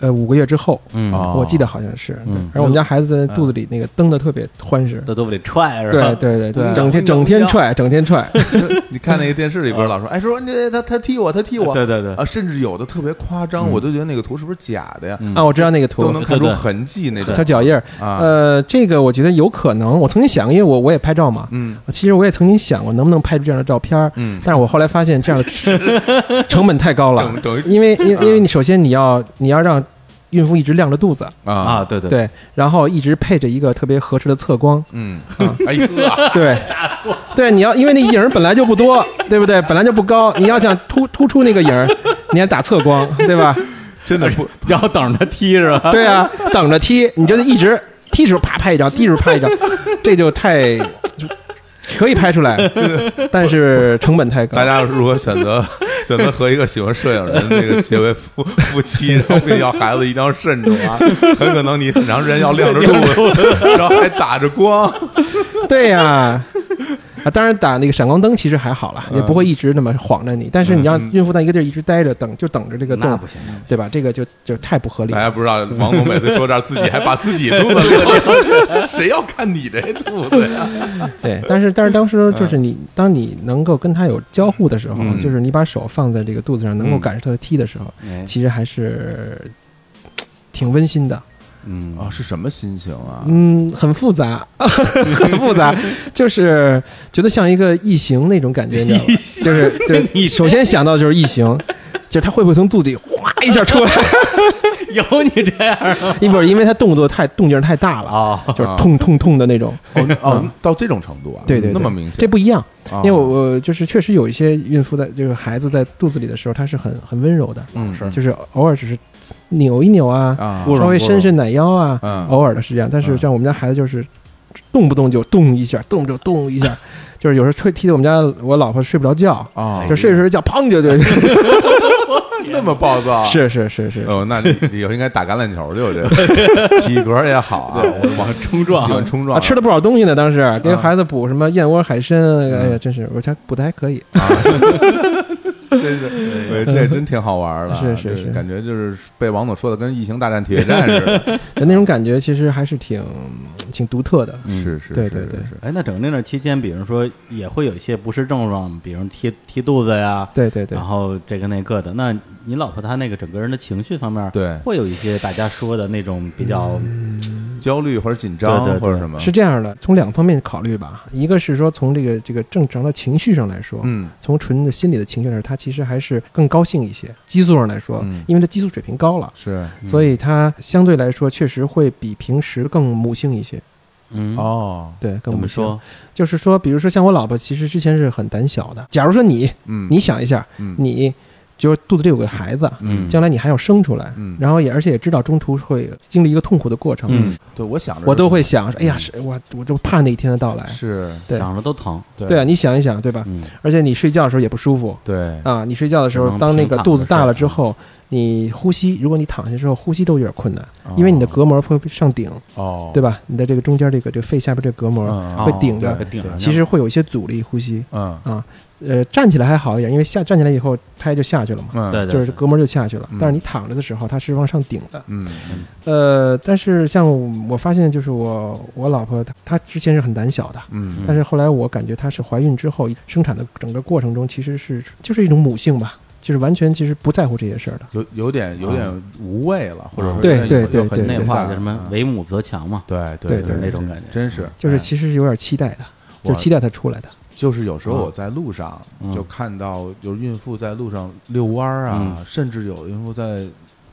Speaker 3: 呃五个月之后，
Speaker 1: 嗯，
Speaker 2: 哦
Speaker 3: 我记得好像是。对
Speaker 1: 嗯
Speaker 3: 而我们家孩子在肚子里那个蹬的特别欢实。
Speaker 1: 在肚子里踹是吧？
Speaker 3: 对
Speaker 2: 对
Speaker 3: 对对，整天整天踹，整天踹，
Speaker 2: 你看那个电视里边老说，哎，说这他他踢我，他踢我，
Speaker 1: 对对对
Speaker 2: 啊，甚至有的特别夸张，我都觉得那个图是不是假的呀？
Speaker 1: 嗯
Speaker 3: 啊，我知道那个
Speaker 2: 都
Speaker 3: 图
Speaker 2: 能，看出
Speaker 1: 对对
Speaker 2: 痕迹那种
Speaker 3: 小脚印儿。
Speaker 2: 啊
Speaker 3: 呃，这个我觉得有可能，我曾经想过，因为我我也拍照嘛，
Speaker 2: 嗯
Speaker 3: 其实我也曾经想过能不能拍出这样的照片儿，
Speaker 2: 嗯
Speaker 3: 但是我后来发现这样 成本 太高了
Speaker 2: 等等于，
Speaker 3: 因为
Speaker 2: 啊
Speaker 3: 因为因为你首先你要你要让孕妇一直亮着肚子，
Speaker 2: 啊
Speaker 1: 啊，，对对，
Speaker 3: 对，然后一直配着一个特别合适的侧光，
Speaker 2: 嗯，哎呀，
Speaker 3: 对，对，你要因为那影儿本来就不多，对不对？本来就不高，你要想突突出那个影儿，你还打侧光，对吧？
Speaker 2: 真的不，
Speaker 5: 然后等着踢是吧？
Speaker 3: 对啊，等着踢，你就一直踢的时候啪拍一张，踢的时候拍一张， 这就太就可以拍出来， 但是成本太高
Speaker 2: 大。家如果选 择选择和一个喜欢摄影人那个结为 夫夫妻，然后并要孩子，一定要慎重啊！很可能你很长时间要亮着肚子，然后还打着光。
Speaker 3: 对呀、啊。当然打那个闪光灯其实还好啦，
Speaker 2: 嗯
Speaker 3: 也不会一直那么晃着你。但是你让孕妇在一个地儿一直待着，等就等着这个
Speaker 1: 那
Speaker 3: 动
Speaker 1: 不，行，
Speaker 3: 对吧？这个就就太不合理
Speaker 2: 大
Speaker 3: 了。
Speaker 2: 家不知道，王总每次说这儿，自己还把自己肚子亮，谁要看你这肚子呀？呃
Speaker 3: 对，但是但是当时就是你，当你能够跟他有交互的时候，
Speaker 2: 嗯
Speaker 3: 就是你把手放在这个肚子上，能够
Speaker 2: 嗯
Speaker 3: 感受他的踢的时候，
Speaker 1: 哎
Speaker 3: 其实还是嘖挺温馨的。
Speaker 1: 嗯
Speaker 2: 啊，是什么心情啊？
Speaker 3: 嗯，很复杂， 很复杂，就是觉得像一个异形那种感觉，你知道吗？就是就是你首先想到的就是异形，就是他会不会从肚子里哗一下出来？
Speaker 5: 有你这样啊
Speaker 3: 因为因为他动作太动静太大了，啊
Speaker 5: 哦
Speaker 3: 就是痛痛痛的那种。
Speaker 2: 哦哦，到这种程度啊？
Speaker 3: 对对，对
Speaker 2: 那么明显，
Speaker 3: 这不一样。
Speaker 2: 啊
Speaker 3: 因为我我就是确实有一些孕妇在这个孩子在肚子里的时候，她是很很温柔的，
Speaker 2: 嗯是
Speaker 3: 就是偶尔只是扭一扭啊，
Speaker 2: 啊，
Speaker 3: 稍微伸伸奶腰啊，
Speaker 2: 嗯
Speaker 3: 偶尔的是这样。但是
Speaker 2: 嗯
Speaker 3: 像我们家孩子就是动不动就动一下，动就动一下， 就是有时候推踢得我们家我老婆睡不着觉，
Speaker 2: 啊，
Speaker 3: 就睡着睡着觉，砰就就
Speaker 2: 哎那么暴躁，啊
Speaker 3: 是是是是，
Speaker 2: 哦，那你你以后应该打橄榄球去，我觉 得体格也好啊，我往
Speaker 5: 冲撞
Speaker 2: 喜欢冲撞
Speaker 3: 啊，
Speaker 2: 啊，
Speaker 3: 吃了不少东西呢，当时给孩子补什么燕窝、海参，
Speaker 2: 嗯
Speaker 3: 哎呀，真是我才补的还可以。
Speaker 2: 真 是，对，这真挺好玩儿的，
Speaker 3: 是是
Speaker 2: 这
Speaker 3: 是
Speaker 2: 感觉就是被王总说的跟《异形大战铁血战士》 似的，
Speaker 3: 那种感觉其实还是挺挺独特的。
Speaker 2: 是是，
Speaker 3: 嗯对
Speaker 2: 是
Speaker 3: 对对
Speaker 2: 是
Speaker 1: 哎，那整个那段期间，比如说也会有一些不适症状，比如踢踢肚子呀，
Speaker 3: 对对对
Speaker 1: 然，后这个那个的。那你老婆她那个整个人的情绪方面，
Speaker 2: 对
Speaker 1: 会有一些大家说的那种比较，
Speaker 2: 焦虑或者紧张
Speaker 1: 对对对
Speaker 2: 或者什么，
Speaker 3: 是这样的，从两方面考虑吧，一个是说从这个这个正常的情绪上来说，
Speaker 2: 嗯
Speaker 3: 从纯的心理的情绪上来说，他其实还是更高兴一些。激素上来说，
Speaker 2: 嗯
Speaker 3: 因为他激素水平高了，
Speaker 2: 是
Speaker 3: 所以他相对来说确实会比平时更母性一些。
Speaker 1: 嗯，
Speaker 2: 哦，
Speaker 3: 对，
Speaker 1: 怎
Speaker 3: 更母
Speaker 1: 么
Speaker 3: 性
Speaker 1: 说？
Speaker 3: 就是说，比如说像我老婆，其实之前是很胆小的。假如说你，
Speaker 2: 嗯，
Speaker 3: 你想一下，
Speaker 2: 嗯
Speaker 3: 你就是肚子里有个孩子，
Speaker 1: 嗯，
Speaker 3: 将来你还要生出来，
Speaker 2: 嗯
Speaker 3: 然后也而且也知道中途会经历一个痛苦的过程，
Speaker 1: 嗯，
Speaker 2: 对我想着
Speaker 3: 我都会想说，哎呀，是我我就怕那一天的到来。
Speaker 2: 是
Speaker 3: 对
Speaker 1: 想着都疼，
Speaker 3: 对啊，你想一想，对吧？
Speaker 1: 嗯，
Speaker 3: 而且你睡觉的时候也不舒服
Speaker 2: 对
Speaker 3: 啊，你睡觉的时
Speaker 1: 只
Speaker 3: 候，
Speaker 1: 能
Speaker 3: 当那
Speaker 1: 平
Speaker 3: 个
Speaker 1: 躺
Speaker 3: 肚
Speaker 1: 着
Speaker 3: 子
Speaker 1: 睡
Speaker 3: 大了之后，你呼吸，如果你躺下之后，呼吸都有点困难，
Speaker 2: 哦
Speaker 3: 因为你的隔膜会上顶，
Speaker 2: 哦，
Speaker 3: 对吧？你的这个中间这个这个肺下边这个隔膜
Speaker 2: 嗯
Speaker 3: 会顶
Speaker 1: 哦
Speaker 3: 着
Speaker 1: 对，顶着呢，
Speaker 3: 其实会有一些阻力呼吸
Speaker 2: 嗯
Speaker 3: 啊。呃，站起来还好一点，因为下站起来以后拍就下去了嘛。
Speaker 2: 嗯
Speaker 1: 对对
Speaker 3: 就是隔膜就下去了
Speaker 2: 嗯，
Speaker 3: 但是你躺着的时候，它是往上顶的。
Speaker 2: 嗯
Speaker 3: 呃，但是像我发现，就是我我老婆她她之前是很胆小的，
Speaker 2: 嗯
Speaker 3: 但是后来我感觉她是怀孕之后生产的整个过程中，其实是就是一种母性吧，就是完全其实不在乎这些事儿的。
Speaker 2: 有有点有点无畏了，或者说
Speaker 1: 对
Speaker 2: 有点
Speaker 3: 嗯啊对
Speaker 2: 有
Speaker 3: 对
Speaker 2: 有很
Speaker 3: 对
Speaker 1: 那
Speaker 3: 对
Speaker 1: 话
Speaker 2: 大
Speaker 1: 叫什么“
Speaker 2: 嗯
Speaker 1: 为母则强”嘛，
Speaker 2: 对
Speaker 3: 对
Speaker 2: 对
Speaker 3: 对
Speaker 1: 那种感觉
Speaker 2: 真是
Speaker 3: 就是
Speaker 2: 哎
Speaker 3: 其实是有点期待的，
Speaker 2: 我
Speaker 3: 就是期待她出来的。
Speaker 2: 就是有时候
Speaker 1: 啊
Speaker 2: 我在路上
Speaker 1: 嗯
Speaker 2: 就看到，就是孕妇在路上遛弯儿啊，
Speaker 1: 嗯
Speaker 2: 甚至有孕妇在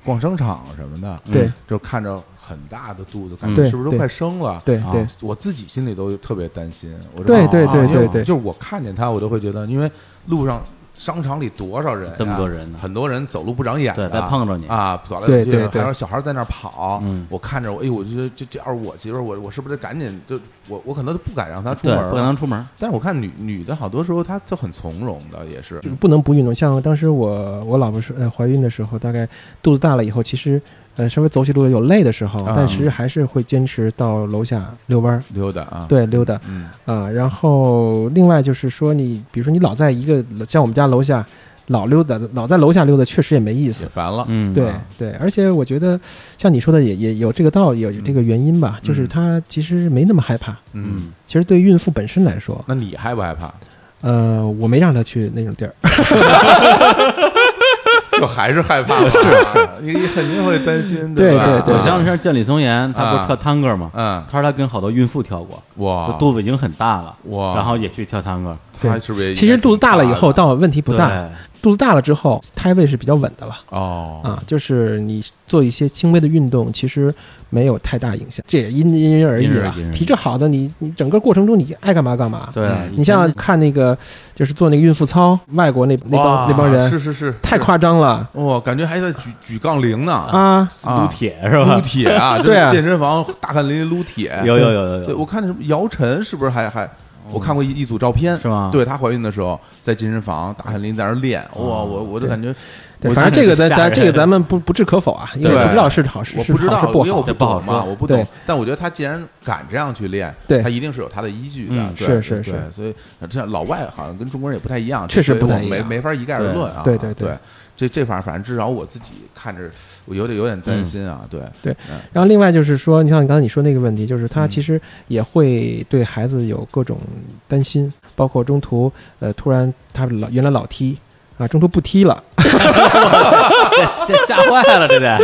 Speaker 2: 逛商场什么的，
Speaker 3: 对
Speaker 2: 就看着很大的肚子，感
Speaker 1: 嗯
Speaker 2: 觉
Speaker 3: 对
Speaker 2: 是不是都快生了？
Speaker 3: 对
Speaker 1: 啊
Speaker 3: 对
Speaker 2: 我自己心里都特别担心。我说
Speaker 3: 对对
Speaker 2: 啊
Speaker 3: 对
Speaker 2: 因为
Speaker 3: 对
Speaker 2: 我
Speaker 3: 对
Speaker 2: 就是我看见她，我都会觉得，因为路上商场里多少人呀，啊
Speaker 1: 这么多人呢
Speaker 2: 很多人走路不长眼的，
Speaker 1: 对再碰着你
Speaker 2: 啊，走来走
Speaker 3: 对
Speaker 2: 去，
Speaker 3: 对对
Speaker 2: 还有小孩在那儿跑
Speaker 1: 嗯，
Speaker 2: 我看着我，哎呦，我就觉得这这要是我媳妇儿，我我是不是得赶紧就我我可能都不敢让她出
Speaker 1: 对
Speaker 2: 门，儿啊
Speaker 1: 不可能出门，
Speaker 2: 但是我看女女的好多时候她就很从容的，也是
Speaker 3: 就是不能不运动。像当时我我老婆是呃怀孕的时候，大概肚子大了以后，其实呃稍微走起路来有累的时候
Speaker 2: 啊，
Speaker 3: 但其实还是会坚持到楼下遛弯儿，
Speaker 2: 溜达啊。，
Speaker 3: 对，溜达。
Speaker 2: 嗯，
Speaker 3: 啊，然后另外就是说你，比如说你老在一个像我们家楼下老溜达，老在楼下溜达，确实也没意
Speaker 2: 也
Speaker 3: 思。
Speaker 2: 烦了。
Speaker 1: 嗯，
Speaker 3: 对
Speaker 2: 啊
Speaker 3: 对，而且我觉得像你说的也也有这个道理，有这个原因吧，就是她其实没那么害怕。
Speaker 2: 嗯，
Speaker 1: 嗯，
Speaker 3: 其实对孕妇本身来说，
Speaker 2: 那你害不害 怕？
Speaker 3: 呃，我没让她去那种地儿，
Speaker 2: 就还 是害怕吧， 是你你肯定会担心，
Speaker 3: 对
Speaker 2: 吧？
Speaker 3: 对
Speaker 1: 我
Speaker 3: 对
Speaker 1: 前两天见李松岩，他不是
Speaker 2: 啊
Speaker 1: 跳探戈嘛，
Speaker 2: 嗯，
Speaker 1: 他说他跟好多孕妇跳过，
Speaker 2: 哇
Speaker 1: 就，肚子已经很大了，
Speaker 2: 哇
Speaker 1: 然后也去跳探戈，
Speaker 2: 他是不 是也
Speaker 3: 其实肚子大了以后，
Speaker 2: 到
Speaker 3: 倒问题不大。肚子大了之后，胎位是比较稳的了。
Speaker 2: 哦
Speaker 3: 啊，就是你做一些轻微的运动，其实没有太大影响，这也因因人而异
Speaker 1: 因人
Speaker 3: 啊
Speaker 1: 而异因人而。异
Speaker 3: 体质好的你，你整个过程中你爱干嘛干嘛。
Speaker 1: 对啊，
Speaker 3: 嗯你像看那个，就是做那个孕妇操，外国那那帮
Speaker 2: 哇
Speaker 3: 那帮
Speaker 2: 是
Speaker 3: 人
Speaker 2: 是是，
Speaker 3: 太
Speaker 2: 是，
Speaker 3: 夸张了
Speaker 2: 我感觉还在举举杠铃呢
Speaker 3: 啊！
Speaker 2: 啊
Speaker 5: 撸铁是吧
Speaker 2: 撸？铁啊，
Speaker 3: 对啊
Speaker 2: 这健身房大汗淋漓撸铁，
Speaker 5: 有有有有
Speaker 2: 对
Speaker 5: 有，
Speaker 2: 我看那什么姚晨是不是还还？
Speaker 3: 哦
Speaker 2: 我看过一一组照片，
Speaker 1: 是吗
Speaker 2: 对她怀孕的时候，在健身房，大汗淋漓在那儿练，哇，我我就感觉，
Speaker 3: 哦对，
Speaker 2: 我
Speaker 3: 反正
Speaker 2: 真
Speaker 3: 这
Speaker 2: 的
Speaker 3: 个咱
Speaker 5: 吓
Speaker 3: 咱
Speaker 5: 人
Speaker 3: 这个咱们不不置可否啊，因为
Speaker 2: 对
Speaker 3: 不知道是好是
Speaker 2: 我
Speaker 3: 是
Speaker 2: 不知
Speaker 3: 好
Speaker 2: 道
Speaker 3: 是，不
Speaker 2: 因为我
Speaker 3: 好。
Speaker 1: 不好
Speaker 2: 懂嘛，
Speaker 1: 说
Speaker 2: 我不懂
Speaker 3: 对。
Speaker 2: 但我觉得她既然敢这样去练，
Speaker 3: 对
Speaker 2: 她一定是有她的依据的
Speaker 5: 嗯，
Speaker 2: 对
Speaker 3: 是
Speaker 2: 对
Speaker 3: 是
Speaker 2: 对
Speaker 3: 是
Speaker 2: 所以呃这样老外好像跟中国人也不太一样，
Speaker 3: 确实
Speaker 2: 这个
Speaker 3: 不太
Speaker 2: 我
Speaker 3: 一
Speaker 2: 没
Speaker 3: 样
Speaker 2: 没法一概而论啊。
Speaker 3: 对
Speaker 2: 对
Speaker 3: 对对
Speaker 2: 这这反正反正至少我自己看着，我有点有点担心啊。对
Speaker 3: 对然后另外就是说，你像你刚才你说那个问题，就是
Speaker 2: 嗯
Speaker 3: 他其实也会对孩子有各种担心，包括中途呃突然他老原来老踢啊，中途不踢了，
Speaker 5: 这这吓坏了，这得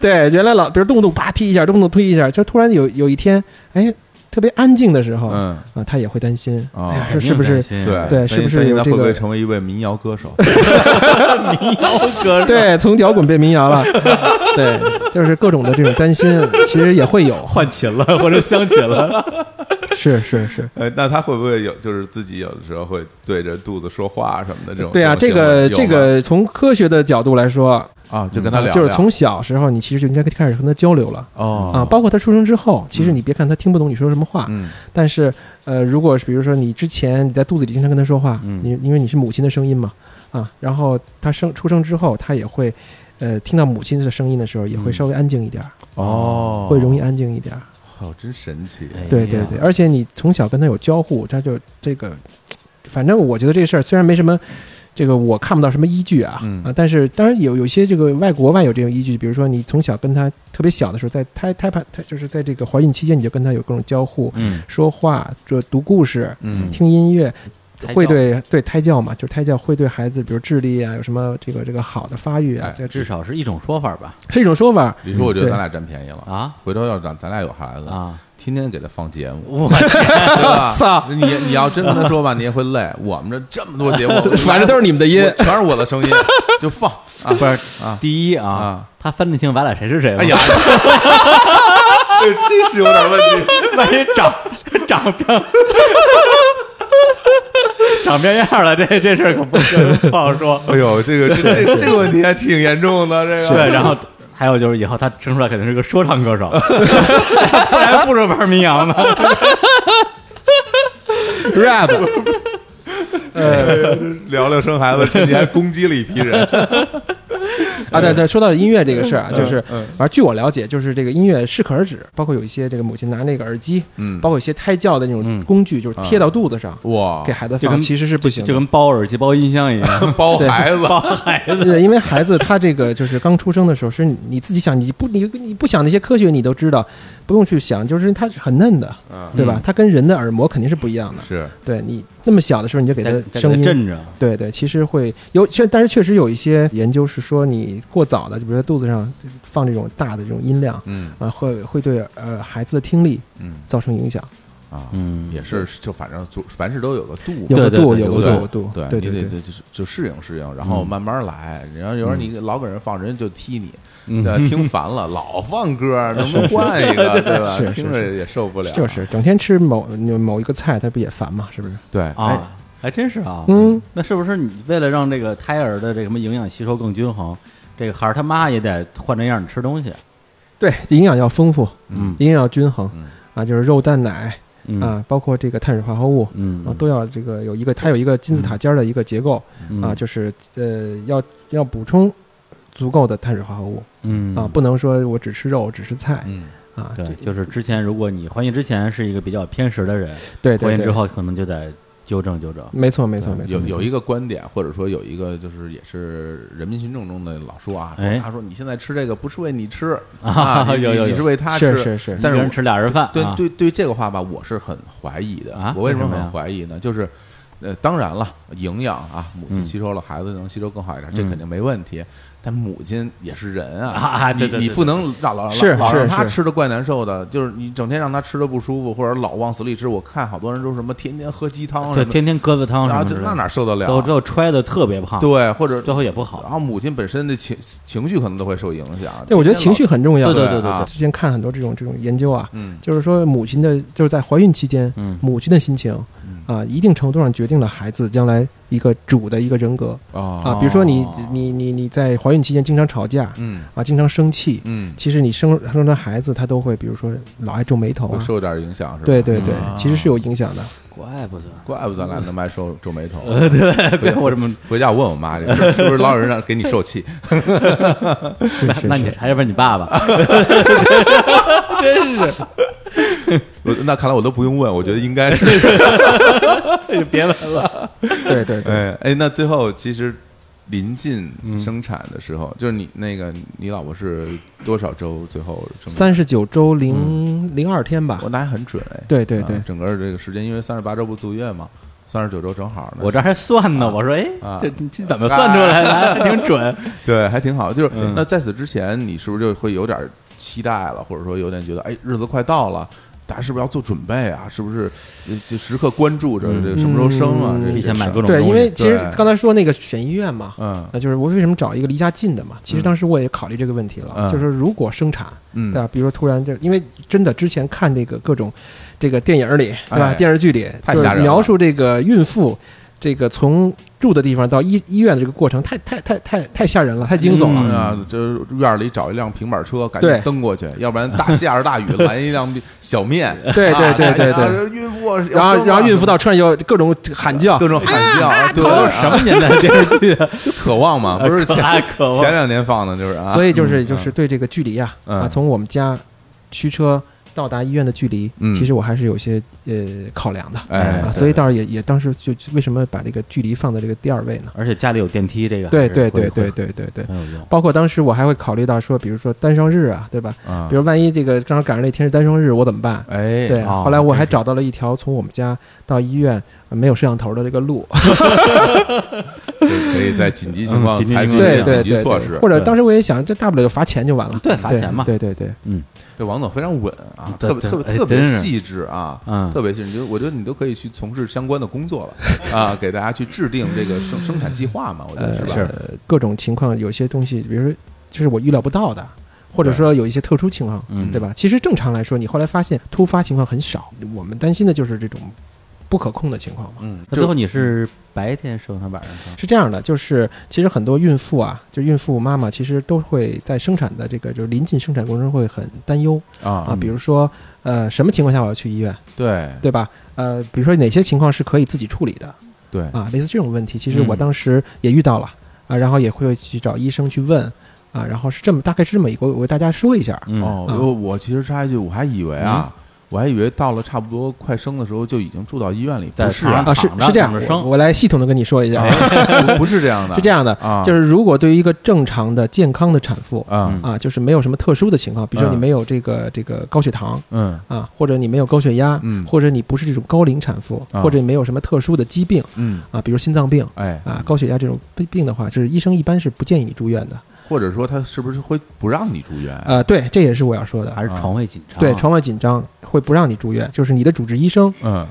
Speaker 3: 对，原来老比如动不动啪踢一下，动不动推一下，就突然有有一天，哎，特别安静的时候啊、
Speaker 2: 嗯，
Speaker 3: 他也会担心，
Speaker 2: 哦
Speaker 3: 哎呀，是是不是？
Speaker 2: 对
Speaker 3: 对是不是
Speaker 2: 担心
Speaker 3: 有
Speaker 2: 她
Speaker 3: 这
Speaker 2: 会不会
Speaker 3: 个
Speaker 2: 成为一位民谣歌手？
Speaker 5: 民谣歌手
Speaker 3: 对，从摇滚变民谣了， 对，就是各种的这种担心，其实也会有，
Speaker 5: 换琴了或者相亲了，
Speaker 3: 是是是，
Speaker 2: 呃，那他会不会有就是自己有的时候会对着肚子说话什么的这种？
Speaker 3: 对啊，这
Speaker 2: 种行为
Speaker 3: 个
Speaker 2: 有吗
Speaker 3: 这个从科学的角度来说，嗯
Speaker 2: 啊，就跟他聊，
Speaker 3: 就是从小时候你其实就应该开始跟他交流了。
Speaker 2: 哦
Speaker 3: 啊，哦包括他出生之后，其实你别看他听不懂你说什么话，
Speaker 2: 嗯
Speaker 3: 但是呃，如果是比如说你之前你在肚子里经常跟他说话，
Speaker 1: 嗯
Speaker 3: 你因为你是母亲的声音嘛，啊，然后他生出生之后，他也会呃听到母亲的声音的时候，也会稍微安静一点儿，
Speaker 2: 嗯哦，
Speaker 3: 会容易安静一点儿。
Speaker 2: 哦，真神奇，
Speaker 1: 哎
Speaker 3: 对对
Speaker 1: 呀
Speaker 3: 对，而且你从小跟他有交互，他就这个，反正我觉得这事儿虽然没什么。这个我看不到什么依据啊、
Speaker 2: 嗯
Speaker 3: 啊！但是当然有有些这个外国外有这种依据，比如说你从小跟他特别小的时候，在胎胎盘胎就是在这个怀孕期间，你就跟他有各种交互，
Speaker 1: 嗯
Speaker 3: 说话、这读故事、
Speaker 2: 嗯
Speaker 3: 听音乐，
Speaker 1: 胎
Speaker 3: 会
Speaker 1: 教
Speaker 3: 对对胎教嘛，就是胎教会对孩子，比如智力啊，有什么这个这个好的发育啊，这
Speaker 1: 哎至少是一种说法吧？
Speaker 3: 是一种说法。
Speaker 2: 李叔，我觉得
Speaker 3: 对
Speaker 2: 咱俩占便宜了。
Speaker 1: 啊
Speaker 2: 回头要是咱咱俩有孩子，
Speaker 1: 啊，
Speaker 2: 天天给他放节目，
Speaker 1: 我
Speaker 2: 对 吧？
Speaker 3: 操
Speaker 2: 你你要真跟他说吧，你也会累。我们这这么多 节目，
Speaker 3: 反正都是你们的音
Speaker 2: 我全是我的声音，就放啊，不是啊，
Speaker 1: 第一啊
Speaker 2: 啊，
Speaker 1: 他分得清咱俩谁是谁吗？
Speaker 2: 哎呀，这这是有点问题。
Speaker 5: 万一长长成长变样了，这这事儿可不可不好 说。
Speaker 2: 哎呦，这个这这这个问题还挺严重的，这个
Speaker 5: 对，然后还有就是以后他生出来肯定是个说唱歌手，不然不如玩民谣呢。
Speaker 3: rap
Speaker 2: 聊聊生孩子，这你还攻击了一批 人，
Speaker 3: 啊，对对，说到音乐这个事儿啊，就是反正据我了解，就是这个音乐适可而止，包括有一些这个母亲拿那个耳机，
Speaker 2: 嗯
Speaker 3: 包括有些胎教的那种工具，就是贴到肚子上
Speaker 2: 哇
Speaker 3: 给，孩子
Speaker 5: 嗯啊就
Speaker 3: 放，
Speaker 5: 跟
Speaker 3: 其实是不行的，
Speaker 5: 就跟包耳机、包音箱一 样。
Speaker 2: 包孩子，
Speaker 3: 对，因为孩子他这个就是刚出生的时候，是你你自己想，你不你你不想那些科学，你都知道，不用去想，就是他很嫩的，
Speaker 5: 嗯
Speaker 3: 对吧？他跟人的耳膜肯定是不一样的。
Speaker 2: 是
Speaker 3: 对你那么小的时候你就给
Speaker 1: 再
Speaker 3: 他
Speaker 1: 再给
Speaker 3: 声
Speaker 1: 他
Speaker 3: 音，
Speaker 1: 震着，
Speaker 3: 对对，其实会有确，但是确实有一些研究是说，你过早的，就比如说肚子上放这种大的这种音量
Speaker 2: 嗯
Speaker 3: 啊，会会对呃孩子的听力
Speaker 2: 嗯
Speaker 3: 造成影响，
Speaker 2: 啊，
Speaker 1: 嗯
Speaker 2: 也是，就反正就凡事都有个度嘛，
Speaker 3: 有个
Speaker 1: 对
Speaker 3: 度，
Speaker 1: 对
Speaker 3: 有
Speaker 2: 对
Speaker 3: 个度，有个度，
Speaker 2: 对
Speaker 3: 对
Speaker 2: 你
Speaker 3: 对
Speaker 2: 得。得就是就适应适应，然后
Speaker 1: 嗯
Speaker 2: 慢慢来。然后有时候
Speaker 3: 嗯
Speaker 2: 你老给人放，人家就踢你，
Speaker 1: 嗯
Speaker 2: 对，听烦了，老放歌，能不能换一个，对吧
Speaker 3: 是？是
Speaker 2: 听着也受不了。
Speaker 3: 就是整天吃某某一个菜，他不也烦吗？是不是？
Speaker 2: 对，哎，
Speaker 1: 啊，还真是啊。
Speaker 3: 嗯，
Speaker 1: 那是不是你为了让这个胎儿的这个什么营养吸收更均衡，这个孩儿他妈也得换着样儿吃东西？
Speaker 3: 对，营养要丰富，
Speaker 1: 嗯
Speaker 3: 营养要均衡
Speaker 2: 嗯
Speaker 3: 啊，就是肉、蛋、奶
Speaker 1: 嗯
Speaker 3: 啊，包括这个碳水化合物
Speaker 1: 嗯
Speaker 3: 啊，都要这个有一个，它有一个金字塔尖儿的一个结构
Speaker 5: 嗯
Speaker 1: 嗯
Speaker 3: 啊，就是呃，要要补充足够的碳水化合物
Speaker 1: 嗯
Speaker 3: 啊，不能说我只吃肉，只吃菜
Speaker 2: 嗯，
Speaker 3: 啊，
Speaker 1: 对
Speaker 3: 这，
Speaker 1: 就是之前如果你怀孕之前是一个比较偏食的人，
Speaker 3: 对
Speaker 1: 怀
Speaker 3: 对
Speaker 1: 孕
Speaker 3: 对
Speaker 1: 之，后可能就得纠正纠正。
Speaker 3: 没错没错没错，
Speaker 2: 嗯有
Speaker 3: 没错
Speaker 2: 有一个观点，或者说有一个就是也是人民群众中的老说啊，
Speaker 1: 哎
Speaker 2: 说他说你现在吃这个不是为你 吃啊，你
Speaker 1: 有有
Speaker 2: 你
Speaker 1: 有
Speaker 2: 是为他
Speaker 3: 是
Speaker 2: 吃，
Speaker 3: 是是
Speaker 1: 一
Speaker 2: 但是
Speaker 1: 个
Speaker 2: 我
Speaker 1: 人吃俩人饭，
Speaker 2: 对
Speaker 1: 啊
Speaker 2: 对对，这个话吧，我是很怀疑的。
Speaker 1: 啊
Speaker 2: 我为什么
Speaker 1: 为什么
Speaker 2: 很
Speaker 1: 呀
Speaker 2: 怀疑呢？就是，呃，当然了，营养啊，母亲
Speaker 1: 嗯
Speaker 2: 吸收了，孩子能吸收更好一点，
Speaker 1: 嗯
Speaker 2: 这肯定没问题。但母亲也是人啊，
Speaker 1: 啊对对
Speaker 2: 你
Speaker 1: 对
Speaker 2: 你不能老老老
Speaker 3: 是
Speaker 2: 老让
Speaker 3: 是
Speaker 2: 他
Speaker 3: 是
Speaker 2: 吃的怪难受的，就是你整天让他吃的不舒服，或者老往死里吃。我看好多人都什么天天喝鸡汤什
Speaker 1: 就
Speaker 2: 么的，
Speaker 1: 天天鸽子汤什
Speaker 2: 然后
Speaker 1: 么
Speaker 2: 这
Speaker 1: 之类的
Speaker 2: 啊那哪受得了
Speaker 1: 都
Speaker 2: 啊？
Speaker 1: 都揣的特别胖，
Speaker 2: 对，或者
Speaker 1: 最后也不好
Speaker 2: 然后母亲本身的情情绪可能都会受影响。
Speaker 3: 对，我觉得情绪很重要。
Speaker 1: 对对
Speaker 2: 对对
Speaker 3: 啊
Speaker 2: 对
Speaker 3: 之前看很多这种这种研究啊，
Speaker 2: 嗯
Speaker 3: 就是说母亲的就是在怀孕期间，
Speaker 1: 嗯
Speaker 3: 母亲的心情
Speaker 2: 嗯
Speaker 3: 啊，一定程度上决定了孩子将来一个主的一个人格啊。
Speaker 2: 啊
Speaker 3: 比如说你你你你在怀孕期间经常吵架
Speaker 2: 嗯
Speaker 3: 啊，经常生气，
Speaker 2: 嗯，
Speaker 3: 其实你生生的孩子他都会，比如说老爱皱眉头
Speaker 2: 会
Speaker 3: 啊。
Speaker 2: 受点影响是吧？
Speaker 3: 对对对
Speaker 2: 啊，
Speaker 3: 其实是有 影响的。
Speaker 1: 怪不得。
Speaker 2: 怪不得咱俩能卖皱皱眉头。
Speaker 1: 呃，对，怪我这么，
Speaker 2: 回家我问我妈，这 事儿是不是老有人让给你受气？
Speaker 1: 那那你还是问你爸爸，
Speaker 2: 我那看来我都不用问，我觉得应该是。
Speaker 5: 别问了，
Speaker 3: 对对对，
Speaker 2: 哎哎，那最后其实临近生产的时候，
Speaker 3: 嗯
Speaker 2: 就是你那个你老婆是多少周最后生产？
Speaker 3: 三十九周零零二天吧
Speaker 2: 嗯我。那还很准哎。
Speaker 3: 对对
Speaker 2: 啊
Speaker 3: 对
Speaker 2: 整个这个时间，因为三十八周不足月嘛，三十九周正好呢。
Speaker 1: 我这还算呢。我说，哎
Speaker 2: 啊，
Speaker 1: 这这怎么算出来的？还挺准。
Speaker 2: 对还挺好，就是、
Speaker 1: 嗯
Speaker 2: 那在此之前，你是不是就会有点期待了，或者说有点觉得哎日子快到了？大家是不是要做准备啊？是不是呃就时刻关注着这什么时候生啊？
Speaker 3: 嗯
Speaker 2: 这
Speaker 1: 提前买各种
Speaker 3: 对，
Speaker 1: 东西
Speaker 3: 因为其实
Speaker 2: 对
Speaker 3: 刚才说那个选医院嘛，
Speaker 2: 嗯
Speaker 3: 那就是我为什么找一个离家近的嘛？其实当时我也考虑这个问题了，
Speaker 2: 嗯
Speaker 3: 就是如果生产，
Speaker 2: 嗯
Speaker 3: 对吧？比如说突然就，因为真的之前看这个各种这个电影里，对吧？
Speaker 2: 哎
Speaker 3: 电视剧里
Speaker 2: 太
Speaker 3: 就是
Speaker 2: 吓人了
Speaker 3: 描述这个孕妇这个从住的地方到医医院的这个过程，太太太太太吓人了，太惊悚了。
Speaker 2: 啊，就是院儿里找一辆平板车，赶紧
Speaker 3: 对
Speaker 2: 蹬过去，要不然大下着大雨拦一辆小 面。
Speaker 3: 对
Speaker 2: 啊
Speaker 3: 对对 对
Speaker 2: 赶紧
Speaker 3: 对啊
Speaker 2: 啊孕妇要生了，
Speaker 3: 然后，然后孕妇到车上又各种喊叫，
Speaker 2: 各种喊
Speaker 3: 哎
Speaker 2: 叫，啊对，
Speaker 1: 都是什么年代的电视剧啊？
Speaker 2: 就渴望嘛，不是前
Speaker 1: 可爱渴望
Speaker 2: 前两年放的，就是啊，
Speaker 3: 所以就是就是对这个距离啊，
Speaker 2: 嗯
Speaker 3: 啊，从我们家驱车到达医院的距离，
Speaker 2: 嗯
Speaker 3: 其实我还是有些呃考量的，
Speaker 2: 哎
Speaker 3: 啊，
Speaker 2: 对
Speaker 3: 所以倒是也也当时就为什么把这个距离放在这个第二位呢？
Speaker 1: 而且家里有电梯，
Speaker 2: 哎
Speaker 1: 这个
Speaker 3: 对
Speaker 1: 还是
Speaker 3: 对
Speaker 1: 会
Speaker 3: 对对
Speaker 1: 会
Speaker 3: 对对对，
Speaker 1: 很
Speaker 2: 嗯
Speaker 1: 有用。
Speaker 3: 包括当时我还会考虑到说，比如说单双日啊，对吧？
Speaker 2: 啊
Speaker 3: 比如万一这个正好赶上那天是单双日，我怎么办？
Speaker 2: 哎，
Speaker 3: 对，
Speaker 1: 哦
Speaker 3: 后来我还
Speaker 1: 真是
Speaker 3: 找到了一条从我们家到医院呃没有摄像头的这个路，
Speaker 2: 嗯对可以在紧急情况
Speaker 1: 嗯紧急
Speaker 2: 采取
Speaker 1: 情况
Speaker 3: 对
Speaker 1: 下
Speaker 2: 紧
Speaker 3: 对
Speaker 2: 急
Speaker 3: 对，
Speaker 2: 措
Speaker 3: 对
Speaker 2: 施。
Speaker 3: 或者当时我也想，这大不了就罚钱就完了，
Speaker 1: 对罚钱嘛
Speaker 3: 对对对，
Speaker 2: 这王总非常稳啊，
Speaker 1: 对
Speaker 2: 特别
Speaker 1: 对
Speaker 2: 特别
Speaker 1: 哎
Speaker 2: 特别
Speaker 1: 真是
Speaker 2: 细致啊，
Speaker 1: 嗯
Speaker 2: 特别细致。你就我觉得你都可以去从事相关的工作了啊，给大家去制定这个生生产计划嘛，我觉得是吧？嗯
Speaker 3: 呃，各种情况，有些东西，比如说就是我预料不到的，或者说有一些特殊情况，
Speaker 1: 嗯
Speaker 3: 对吧？其实正常来说，你后来发现突发情况很少，我们担心的就是这种不可控的情况嘛。
Speaker 2: 嗯
Speaker 1: 那最后你是白天生还是晚上生？
Speaker 3: 是这样的，就是其实很多孕妇啊，就孕妇妈妈，其实都会在生产的这个就是临近生产过程中会很担忧啊，
Speaker 2: 啊，
Speaker 3: 比如说呃什么情况下我要去医院，
Speaker 2: 对
Speaker 3: 对吧？呃，比如说哪些情况是可以自己处理的，
Speaker 2: 对
Speaker 3: 啊，类似这种问题，其实我
Speaker 1: 嗯
Speaker 3: 当时也遇到了、啊，然后也会去找医生去问啊，然后是这么大概是这么一个，我给大家说一下，
Speaker 1: 嗯
Speaker 2: 哦，
Speaker 3: 啊
Speaker 2: 我我其实插一句，我还以为啊，我还以为到了差不多快生的时候就已经住到医院里，
Speaker 1: 在
Speaker 2: 不是
Speaker 1: 床上
Speaker 2: 啊，
Speaker 3: 啊，是
Speaker 1: 躺着
Speaker 3: 是这样，
Speaker 1: 躺着
Speaker 3: 我
Speaker 1: 生哎
Speaker 3: 我来系统的跟你说一下，
Speaker 2: 啊不是这样的，
Speaker 3: 是这样的，
Speaker 2: 啊，
Speaker 3: 就是如果对于一个正常的健康的产妇
Speaker 2: 啊，
Speaker 1: 嗯
Speaker 3: 啊，就是没有什么特殊的情况，比如说你
Speaker 2: 嗯
Speaker 3: 没有这个、这个高血糖。
Speaker 2: 嗯
Speaker 3: 啊，或者你没有高血压，
Speaker 2: 嗯
Speaker 3: 或者你不是这种高龄产妇，
Speaker 2: 啊
Speaker 3: 或者你没有什么特殊的疾病
Speaker 2: 嗯，
Speaker 3: 啊，比如心脏病
Speaker 2: 哎，
Speaker 3: 啊、高血压这种病病的话，就是医生一般是不建议你住院的。
Speaker 2: 或者说他是不是会不让你住院？
Speaker 3: 呃，对，这也是我要说的，
Speaker 1: 还是床位
Speaker 2: 啊
Speaker 1: 紧张？
Speaker 3: 对，床位紧张会不让你住院，就是你的主治医生
Speaker 2: 嗯，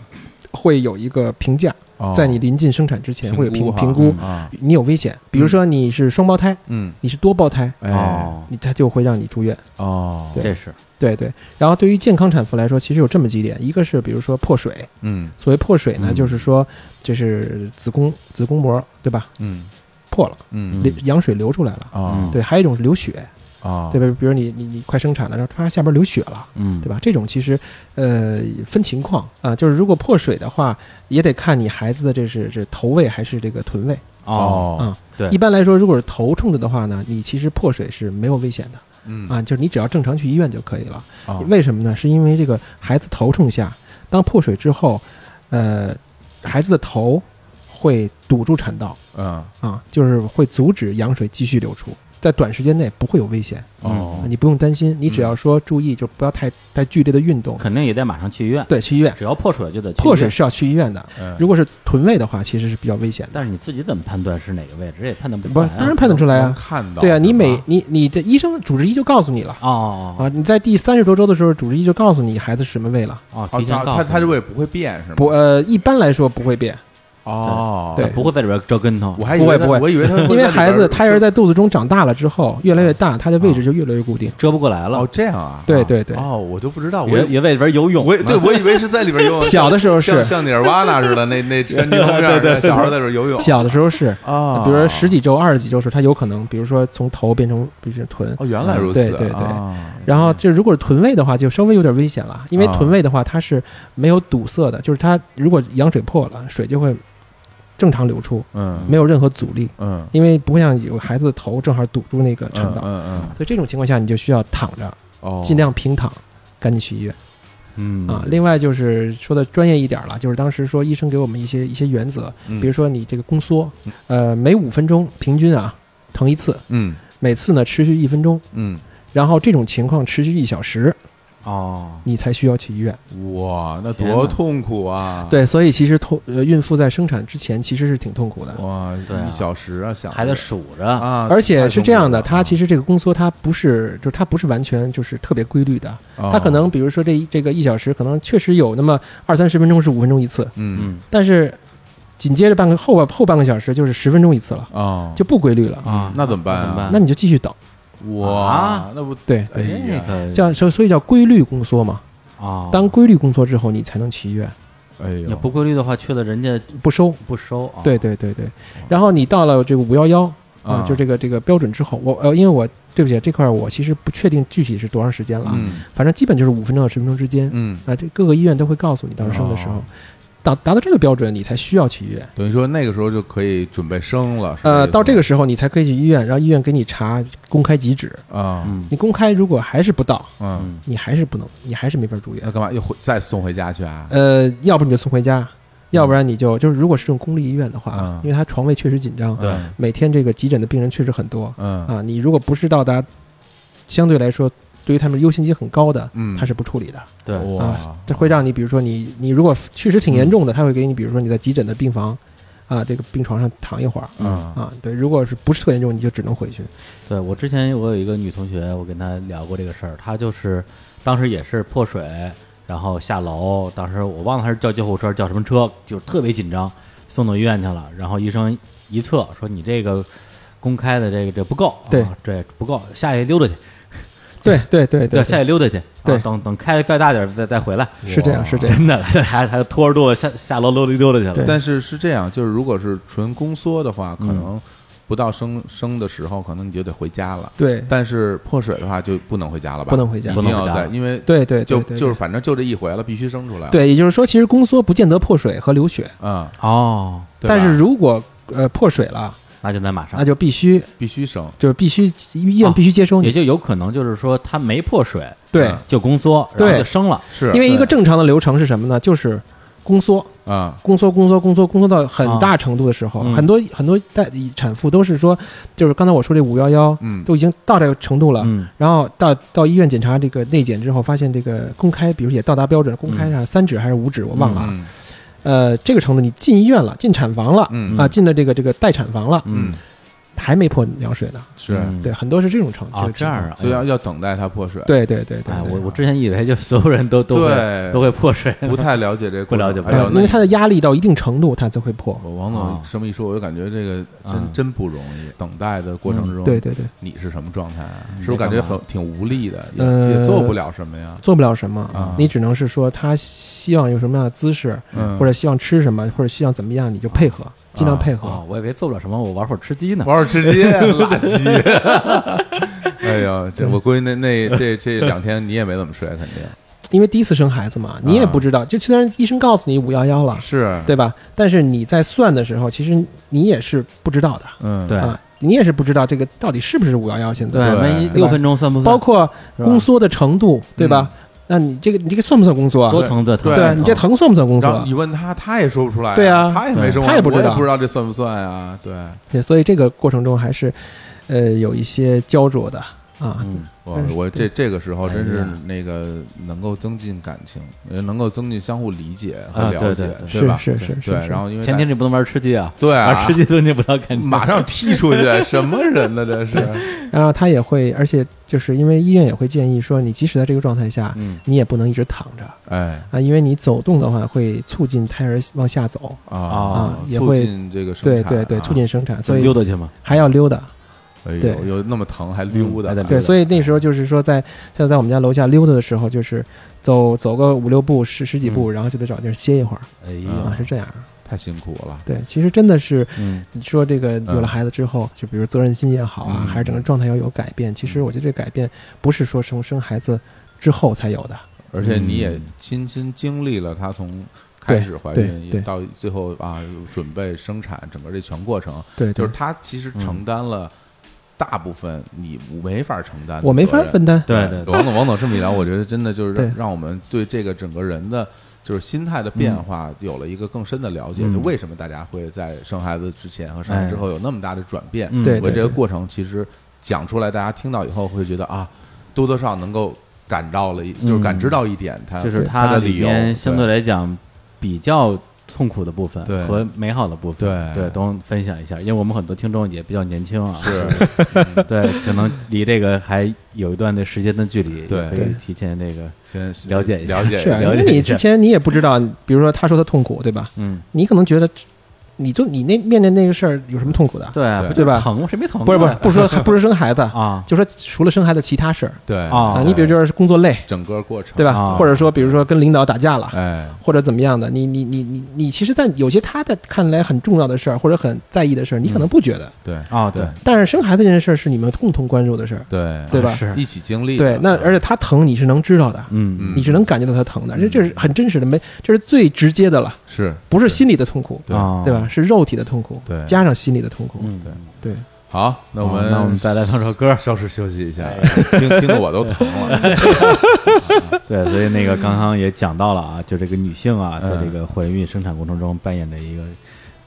Speaker 3: 会有一个评价，
Speaker 2: 哦
Speaker 3: 在你临近生产之前会有评
Speaker 2: 哈
Speaker 3: 评估
Speaker 2: 嗯，啊，
Speaker 3: 你有危险，比如说你是双胞胎，
Speaker 2: 嗯，
Speaker 3: 你是多胞胎，
Speaker 2: 哎，
Speaker 1: 哦，
Speaker 3: 你他就会让你住院。
Speaker 2: 哦，
Speaker 3: 对
Speaker 1: 这是
Speaker 3: 对对，然后对于健康产妇来说，其实有这么几点，一个是比如说破水，
Speaker 2: 嗯
Speaker 3: 所谓破水呢，
Speaker 1: 嗯
Speaker 3: 就是说就是子宫子宫膜对吧
Speaker 2: 嗯
Speaker 3: 破了，
Speaker 2: 嗯，
Speaker 3: 流羊水流出来了，
Speaker 2: 啊
Speaker 1: 嗯
Speaker 3: 对，还有一种是流血，
Speaker 2: 啊，
Speaker 3: 对吧？比如你你你快生产了，然后啪下边流血了。
Speaker 1: 嗯，
Speaker 3: 对吧？这种其实，呃，分情况啊，就是如果破水的话，也得看你孩子的这是这头位还是这个臀位
Speaker 1: 哦，
Speaker 3: 啊。
Speaker 1: 对
Speaker 3: 一般来说，如果是头冲着的话呢，你其实破水是没有危险的
Speaker 2: 嗯
Speaker 3: 啊，就是你只要正常去医院就可以了。
Speaker 2: 啊
Speaker 3: 为什么呢？是因为这个孩子头冲下，当破水之后，呃，孩子的头会堵住产道
Speaker 2: 嗯
Speaker 3: 啊，就是会阻止羊水继续流出在短时间内不会有危险，啊
Speaker 1: 哦，
Speaker 3: 你不用担心，
Speaker 2: 嗯
Speaker 3: 你只要说注意，就不要太太剧烈的运动，
Speaker 1: 哦肯定也得马上去医院。，
Speaker 3: 对，去医院。
Speaker 1: 只要破水就得去
Speaker 3: 破
Speaker 1: 医
Speaker 3: 水
Speaker 1: 院。
Speaker 3: 是要去医院的，
Speaker 1: 嗯
Speaker 3: 如果是臀位的话，其实是比较危险的。
Speaker 1: 但是你自己怎么判断是哪个位置？也判断不出
Speaker 3: 不，
Speaker 1: 来啊。
Speaker 3: 当然判断出来
Speaker 2: 能
Speaker 3: 啊，
Speaker 2: 看到
Speaker 3: 对啊，你
Speaker 2: 是吧
Speaker 3: 每你你的医生主治医就告诉你了
Speaker 1: 哦哦
Speaker 3: 啊，你在第三十多周的时候，主治医就告诉你孩子是什么位了。
Speaker 1: 哦，
Speaker 2: 哦
Speaker 1: 提前
Speaker 2: 他
Speaker 1: 告
Speaker 2: 他
Speaker 1: 诉
Speaker 2: 他
Speaker 1: 你
Speaker 2: 这位不会变是吗？
Speaker 3: 不，呃，一般来说不会变，
Speaker 2: 哦，
Speaker 3: 对
Speaker 1: 不会在里边折跟头
Speaker 2: 我。还以为
Speaker 3: 不会不会
Speaker 2: 他我以为他会
Speaker 3: 因为
Speaker 2: 在里边
Speaker 3: 孩子胎儿在肚子中长大了之后，越来越大，他的位置就越来越固定。
Speaker 1: 折不过来了
Speaker 2: 哦，这样啊，
Speaker 3: 对对嗯对，
Speaker 2: 哦，我都不知道，我
Speaker 5: 也
Speaker 2: 以
Speaker 5: 也在里边游泳
Speaker 2: 我
Speaker 5: 呢，
Speaker 2: 以对我以为是在里边 游泳，
Speaker 3: 小的时候
Speaker 2: 像
Speaker 3: 是，
Speaker 2: 像尼尔瓦纳似的，那 那山地公园儿小孩在里边游泳
Speaker 3: 小的时候是，
Speaker 2: 啊，
Speaker 3: 比如说十几周、二十几周的时候，他有可能，比如说从头变成变成臀，
Speaker 2: 哦，原来如此，
Speaker 3: 嗯对对对
Speaker 2: 啊
Speaker 3: 然后就如果是臀位的话，就稍微有点危险了，因为
Speaker 2: 啊
Speaker 3: 臀位的话它是没有堵塞的，就是它如果羊水破了，水就会正常流出，
Speaker 2: 嗯
Speaker 3: 没有任何阻力，
Speaker 2: 嗯
Speaker 3: 因为不会像有孩子的头正好堵住那个肠
Speaker 2: 嗯
Speaker 3: 道，
Speaker 2: 嗯嗯
Speaker 3: 所以这种情况下你就需要躺着，
Speaker 2: 哦，
Speaker 3: 尽量平躺，赶紧去医院
Speaker 1: 嗯
Speaker 3: 啊。另外就是说的专业一点了，就是当时说医生给我们一些一些原则，
Speaker 2: 嗯
Speaker 3: 比如说你这个宫缩，呃，每五分钟平均啊疼一次，
Speaker 2: 嗯
Speaker 3: 每次呢持续一分钟，
Speaker 2: 嗯，
Speaker 3: 然后这种情况持续一小时，
Speaker 1: 哦，
Speaker 3: 你才需要去医院。
Speaker 2: 哇，那
Speaker 1: 天
Speaker 2: 多
Speaker 1: 哪
Speaker 2: 痛苦啊！，
Speaker 3: 对，所以其实痛呃，孕妇在生产之前其实是挺痛苦的，
Speaker 2: 哇，
Speaker 1: 对啊
Speaker 2: 一小时啊，想
Speaker 1: 还得数着。
Speaker 2: 啊，
Speaker 3: 而且是这样的，
Speaker 2: 哦太痛苦了
Speaker 3: 它其实这个宫缩它不是，就是它不是完全就是特别规律的，
Speaker 2: 啊
Speaker 3: 它可能比如说这一这个一小时可能确实有那么二三十分钟是五分钟一次，
Speaker 2: 嗯
Speaker 1: 嗯
Speaker 3: 但是紧接着半个后半后半个小时就是十分钟一次了，
Speaker 2: 哦，
Speaker 3: 就不规律了，
Speaker 1: 啊，
Speaker 2: 那怎么办
Speaker 1: 怎么
Speaker 2: 啊
Speaker 1: 办？
Speaker 3: 嗯那你就继续等，
Speaker 2: 哇
Speaker 1: 啊，
Speaker 2: 那不
Speaker 3: 对
Speaker 2: 哎
Speaker 3: 对，
Speaker 2: 呀哦
Speaker 1: 这个
Speaker 3: 叫所以所以叫规律宫缩嘛，
Speaker 1: 啊，
Speaker 3: 当规律宫缩之后你才能去医院，
Speaker 2: 哎
Speaker 1: 你
Speaker 2: 呦，
Speaker 1: 不规律的话，去了人家
Speaker 3: 不收。
Speaker 1: 不收
Speaker 2: 哦
Speaker 1: 啊。
Speaker 3: 对对对对，然后你到了这个五幺幺啊
Speaker 2: 啊，
Speaker 3: 就这个这个标准之后，我呃，因为我对不起这块儿我其实不确定具体是多长时间了啊，
Speaker 2: 嗯
Speaker 3: 反正基本就是五分钟到十分钟之间
Speaker 2: 嗯，
Speaker 3: 啊，这各个医院都会告诉你当时生的时候
Speaker 2: 哦，
Speaker 3: 达达到这个标准你才需要去医院，
Speaker 2: 等于说那个时候就可以准备生了，是
Speaker 3: 呃，到这个
Speaker 2: 个
Speaker 3: 时候你才可以去医院，然后医院给你查公开几指，
Speaker 2: 啊，
Speaker 1: 嗯
Speaker 3: 你公开如果还是不到，
Speaker 2: 嗯，
Speaker 1: 嗯
Speaker 3: 你还是不能，你还是没法住
Speaker 2: 那
Speaker 3: 院，
Speaker 2: 干嘛又回再送回家去啊？
Speaker 3: 呃，要不你就送回家，要不然你就就是如果是这种公立医院的
Speaker 2: 嗯
Speaker 3: 话，因为它床位确实紧张，
Speaker 1: 对
Speaker 2: 嗯
Speaker 3: 每天这个急诊的病人确实很多，
Speaker 2: 嗯
Speaker 3: 啊，你如果不是到达相对来说对于他们优先级很高的，
Speaker 2: 嗯，
Speaker 3: 他是不处理的，
Speaker 1: 对，
Speaker 2: 哇
Speaker 3: 啊，这会让你比如说你你如果确实挺严重的，他会给你比如说你在急诊的病房啊这个病床上躺一会儿。
Speaker 2: 嗯
Speaker 3: 啊，对，如果是不是特严重，你就只能回去。
Speaker 1: 对我之前我有一个女同学，我跟她聊过这个事儿，她就是当时也是破水，然后下楼，当时我忘了她是叫救护车叫什么车，就是特别紧张，送到医院去了，然后医生一测说你这个公开的这个这不够，
Speaker 3: 对
Speaker 1: 啊，这不够，下去溜达去，
Speaker 3: 对对对对，
Speaker 1: 下去溜达去，啊
Speaker 3: 对
Speaker 1: 等等开的再大点儿再再回来，
Speaker 3: 是这样是这样。
Speaker 1: 真的，还还拖着肚子下下楼溜达溜达去了，
Speaker 3: 对
Speaker 2: 但是是这样，就是如果是纯宫缩的话，可
Speaker 1: 嗯
Speaker 2: 能不到生生的时候，可能你就得回家了。
Speaker 3: 对
Speaker 2: 但是破水的话就不能回家了吧？
Speaker 3: 不能回家
Speaker 2: 一定要
Speaker 1: 不能回
Speaker 2: 在，
Speaker 1: 家
Speaker 2: 因为
Speaker 3: 对对，
Speaker 2: 就
Speaker 3: 对对
Speaker 2: 就是反正就这一回了，必须生出来了。
Speaker 3: 对，也就是说，其实宫缩不见得破水和流血，
Speaker 2: 啊，
Speaker 1: 哦，
Speaker 2: 对吧
Speaker 3: 但是如果呃破水了，
Speaker 1: 那就得马上
Speaker 3: 那，就必须
Speaker 2: 必须生。
Speaker 3: 就是必须医院
Speaker 2: 哦
Speaker 1: 啊
Speaker 3: 必须接收
Speaker 1: 也
Speaker 3: 你。
Speaker 1: 就有可能就是说她没破水，
Speaker 3: 对
Speaker 2: 嗯，
Speaker 1: 就宫缩，然后
Speaker 3: 对
Speaker 1: 就生了。
Speaker 2: 是
Speaker 3: 因为一个
Speaker 1: 对
Speaker 3: 正常的流程是什么呢？就是宫缩，
Speaker 2: 啊，
Speaker 3: 宫缩、宫缩、宫缩、宫缩到很大程度的时候，
Speaker 1: 啊嗯
Speaker 3: 很多很多代产妇都是说，就是刚才我说这五幺幺
Speaker 2: 嗯，
Speaker 3: 都已经到这个程度了，
Speaker 1: 嗯，
Speaker 3: 然后到到医院检查这个内检之后，发现这个公开，比如也到达标准，公开
Speaker 1: 嗯
Speaker 3: 上三指还是五指，我忘了啊，
Speaker 2: 嗯
Speaker 3: 呃，这个程度你进医院了，进产房了，
Speaker 2: 嗯
Speaker 3: 啊，进了这个这个待产房了，
Speaker 1: 嗯，
Speaker 3: 还没破羊水呢，
Speaker 2: 是，
Speaker 1: 嗯
Speaker 3: 对，很多是这种程度
Speaker 1: 啊，这样，啊，
Speaker 2: 所以要要等待它破水。
Speaker 3: 个情况，哎对对对对
Speaker 1: 哎，
Speaker 3: 对
Speaker 1: 我我之前以为就所有人都都会
Speaker 2: 对，
Speaker 1: 都会破水，
Speaker 2: 不太了解这个过程，
Speaker 1: 不了解不
Speaker 2: 哎呦
Speaker 1: 了解
Speaker 3: 呃因
Speaker 2: 那
Speaker 3: 为它的压力到一定程度，它才会破，
Speaker 2: 我王
Speaker 1: 啊
Speaker 2: 总这么一说，我就感觉这个真、
Speaker 1: 啊
Speaker 2: 真不容易。等待的过程之中，
Speaker 3: 嗯对对对，
Speaker 2: 你是什么状态、啊？
Speaker 1: 嗯
Speaker 2: 是不是感觉
Speaker 1: 没办法
Speaker 2: 很挺无力的，也、
Speaker 3: 呃
Speaker 2: 也做不了什么呀？
Speaker 3: 做不了什么，
Speaker 2: 啊
Speaker 3: 你只能是说他希望有什么样的姿势。
Speaker 2: 嗯，啊
Speaker 3: 或者希望吃什么，或者希望怎么样，你就配合，尽量配合。
Speaker 1: 哦，我以为做不了什么，我玩会儿吃鸡呢。
Speaker 2: 玩会儿吃鸡， 垃圾。 哎呦，这我估计那那这这两天你也没怎么睡，肯定
Speaker 3: 因为第一次生孩子嘛，你也不知道，就虽然医生告诉你五幺幺了，
Speaker 2: 啊是，啊
Speaker 3: 对吧？但是你在算的时候，其实你也是不知道的
Speaker 2: 嗯，
Speaker 1: 对
Speaker 3: 啊，你也是不知道这个到底是不是五幺幺。现在，
Speaker 1: 对，
Speaker 2: 对嗯
Speaker 1: 万一六分钟算不算？
Speaker 3: 包括宫缩的程度，对吧？那你这个你这个算不算宫缩啊？
Speaker 1: 多疼的疼，
Speaker 2: 对
Speaker 3: 对你这疼算不算宫
Speaker 2: 然后
Speaker 3: 缩啊
Speaker 2: 你？问他，他也说不出来、
Speaker 3: 对啊
Speaker 2: 他也没生活，
Speaker 3: 他也不知道
Speaker 2: 我也不知道这算不算啊？对，
Speaker 3: 对，所以这个过程中还是。呃有一些焦灼的啊。
Speaker 1: 嗯，
Speaker 2: 我
Speaker 3: 但是
Speaker 2: 我这这个时候真是
Speaker 1: 哎呀
Speaker 2: 那个能够增进感情，也能够增进相互理解和
Speaker 1: 啊
Speaker 2: 了
Speaker 1: 对
Speaker 2: 解
Speaker 1: 对，对
Speaker 3: 是
Speaker 2: 吧？
Speaker 3: 是是是，
Speaker 2: 对，
Speaker 3: 是
Speaker 2: 然后因为
Speaker 1: 前提是你不能玩吃鸡啊，
Speaker 2: 对啊
Speaker 1: 玩吃鸡都你不要看，
Speaker 2: 马上踢出去， 什么人呢？这是，
Speaker 3: 然后他也会，而且就是因为医院也会建议说，你即使在这个状态下，
Speaker 2: 嗯，
Speaker 3: 你也不能一直躺着
Speaker 2: 哎
Speaker 3: 啊，因为你走动的话会促进胎儿往下走，
Speaker 2: 啊
Speaker 3: 啊，也
Speaker 2: 促
Speaker 3: 会
Speaker 2: 进这个生
Speaker 3: 对
Speaker 2: 产
Speaker 3: 对对，
Speaker 2: 啊
Speaker 3: 促进生产，所
Speaker 1: 溜
Speaker 3: 以
Speaker 1: 达去嘛，
Speaker 3: 还要溜达。
Speaker 2: 哎
Speaker 3: 对嗯
Speaker 2: 呦，有那么疼还溜达
Speaker 1: 还得溜
Speaker 2: 呢，
Speaker 3: 对，所以那时候就是说在，在在我们家楼下溜达的时候，就是走走个五六步、十十几
Speaker 2: 嗯
Speaker 3: 步，然后就得找地儿歇一会儿
Speaker 1: 哎
Speaker 3: 啊，
Speaker 1: 呀，
Speaker 3: 是这样。
Speaker 2: 太辛苦了。
Speaker 3: 对，其实真的是
Speaker 1: 嗯，
Speaker 3: 你说这个有了孩子之后，就比如责任心也好啊，
Speaker 2: 嗯
Speaker 3: 还是整个状态要有改变。其实我觉得这改变不是说生生孩子之后才有的，
Speaker 2: 而且你也
Speaker 1: 嗯
Speaker 2: 亲身经历了她从开始怀
Speaker 3: 对
Speaker 2: 孕
Speaker 3: 对
Speaker 2: 也到最后啊准备生产整个这全过程，
Speaker 3: 对，
Speaker 2: 就
Speaker 3: 对
Speaker 2: 是她其实
Speaker 1: 嗯
Speaker 2: 承担了大部分你没法承
Speaker 1: 啊
Speaker 2: 担的责任，
Speaker 3: 我没法分担。
Speaker 1: 对对对，
Speaker 2: 哎王总，王总这么一聊，我觉得真的就是
Speaker 3: 对
Speaker 2: 让让我们对这个整个人的就是心态的变化有了一个更深的了解，
Speaker 1: 嗯
Speaker 2: 就为什么大家会在生孩子之前和生孩子之后有那么大的转变。
Speaker 1: 嗯
Speaker 3: 对
Speaker 2: 我
Speaker 3: 对
Speaker 2: 这个过程其实讲出来，大家听到以后会觉得啊，多多少少能够感到了一，
Speaker 1: 嗯
Speaker 2: 就是感知到一点他
Speaker 1: 就是
Speaker 2: 他
Speaker 1: 它
Speaker 2: 啊的
Speaker 1: 里
Speaker 2: 理由
Speaker 1: 面相对来讲比较痛苦的部分
Speaker 2: 对
Speaker 1: 和美好的部分，
Speaker 2: 对
Speaker 1: 对，都分享一下，因为我们很多听众也比较年轻啊，
Speaker 2: 是
Speaker 1: 对，可能离这个还有一段的时间的距离，
Speaker 2: 对
Speaker 1: 可以提前那个，
Speaker 2: 先
Speaker 1: 了解一下
Speaker 2: 了解
Speaker 3: 是啊，因
Speaker 1: 了解
Speaker 3: 为你之前你也不知道，比如说他说他痛苦，对吧？
Speaker 1: 嗯，
Speaker 3: 你可能觉得，你就你那面对那个事儿有什么痛苦的？
Speaker 1: 对啊，
Speaker 2: 对
Speaker 1: 不就是
Speaker 3: 吧
Speaker 1: 疼吗谁没疼啊？
Speaker 3: 不是不是，不说 不是生孩子，
Speaker 1: 啊，
Speaker 3: 就说除了生孩子其他事儿
Speaker 2: 对
Speaker 1: 啊
Speaker 3: 啊，你比如就是工作累，
Speaker 2: 整个过程
Speaker 3: 对吧？
Speaker 1: 啊
Speaker 3: 或者说比如说跟领导打架了。
Speaker 2: 哎，
Speaker 3: 或者怎么样的，你你你你你，其实，在有些他的看来很重要的事儿，或者很在意的
Speaker 1: 嗯
Speaker 3: 事儿，你可能不觉得，
Speaker 2: 对
Speaker 1: 啊，对，
Speaker 3: 但是生孩子这件事儿是你们共同关注的事儿，
Speaker 2: 对
Speaker 3: 对吧？
Speaker 1: 哎是
Speaker 2: 哎一起经历的
Speaker 3: 对，那而且他疼你是能知道的，
Speaker 1: 嗯
Speaker 2: 嗯
Speaker 3: 你是能感觉到他疼的，这这是很真实的，没这是最直接的了，
Speaker 2: 是
Speaker 3: 不是心理的痛苦，
Speaker 2: 对
Speaker 1: 啊，
Speaker 3: 对吧？？是肉体的痛苦，
Speaker 2: 对
Speaker 3: 加上心理的痛苦，
Speaker 1: 嗯，
Speaker 2: 对
Speaker 3: 对，
Speaker 2: 好，那我
Speaker 1: 好
Speaker 2: 们
Speaker 1: 那我们再来放首歌，哎
Speaker 2: 稍事休息一下，听听得我都 疼了。
Speaker 1: 对，所以那个刚刚也讲到了啊，就这个女性啊，
Speaker 2: 嗯
Speaker 1: 在这个怀孕生产过程中扮演着一个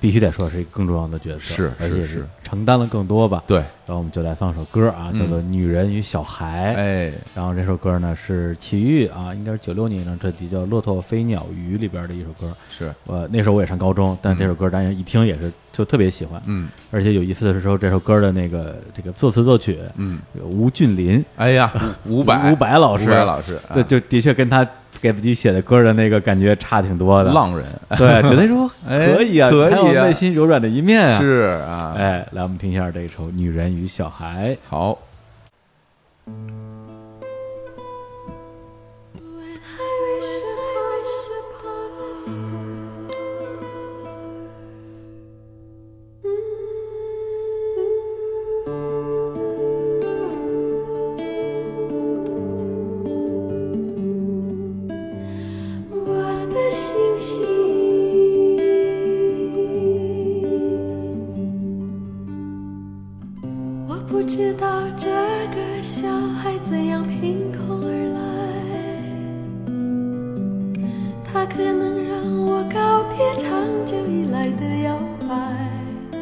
Speaker 1: 必须得说是一个更重要的角色，
Speaker 2: 是
Speaker 1: 而
Speaker 2: 是
Speaker 1: 且
Speaker 2: 是
Speaker 1: 承担了更多吧。
Speaker 2: 对，
Speaker 1: 然后我们就来放首歌啊，叫做《女人与小孩》。
Speaker 2: 嗯哎，
Speaker 1: 然后这首歌呢是齐豫啊，应该是九六年一张专辑叫《骆驼飞鸟鱼》里边的一首歌。
Speaker 2: 是，
Speaker 1: 呃，那时候我也上高中，但这首歌当然一听也是就特别喜欢。
Speaker 2: 嗯
Speaker 1: 而且有意思的是说，这首歌的那个这个作词作曲，
Speaker 2: 嗯，
Speaker 1: 有吴俊霖，
Speaker 2: 哎呀，伍佰，
Speaker 1: 伍佰老师
Speaker 2: 伍佰老师，
Speaker 1: 对，
Speaker 2: 啊
Speaker 1: 就的确跟他给自己写的歌的那个感觉差挺多的。，
Speaker 2: 浪人
Speaker 1: 对，觉得说
Speaker 2: 哎
Speaker 1: 可以啊，
Speaker 2: 可以啊
Speaker 1: 还有内心柔软的一面啊。，
Speaker 2: 是啊，
Speaker 1: 哎，来我们听一下这首《女人与小孩》。
Speaker 2: 好，
Speaker 8: 我的星星，我不知道这个小孩怎样凭空而来，他可能让我告别长久以来的摇摆，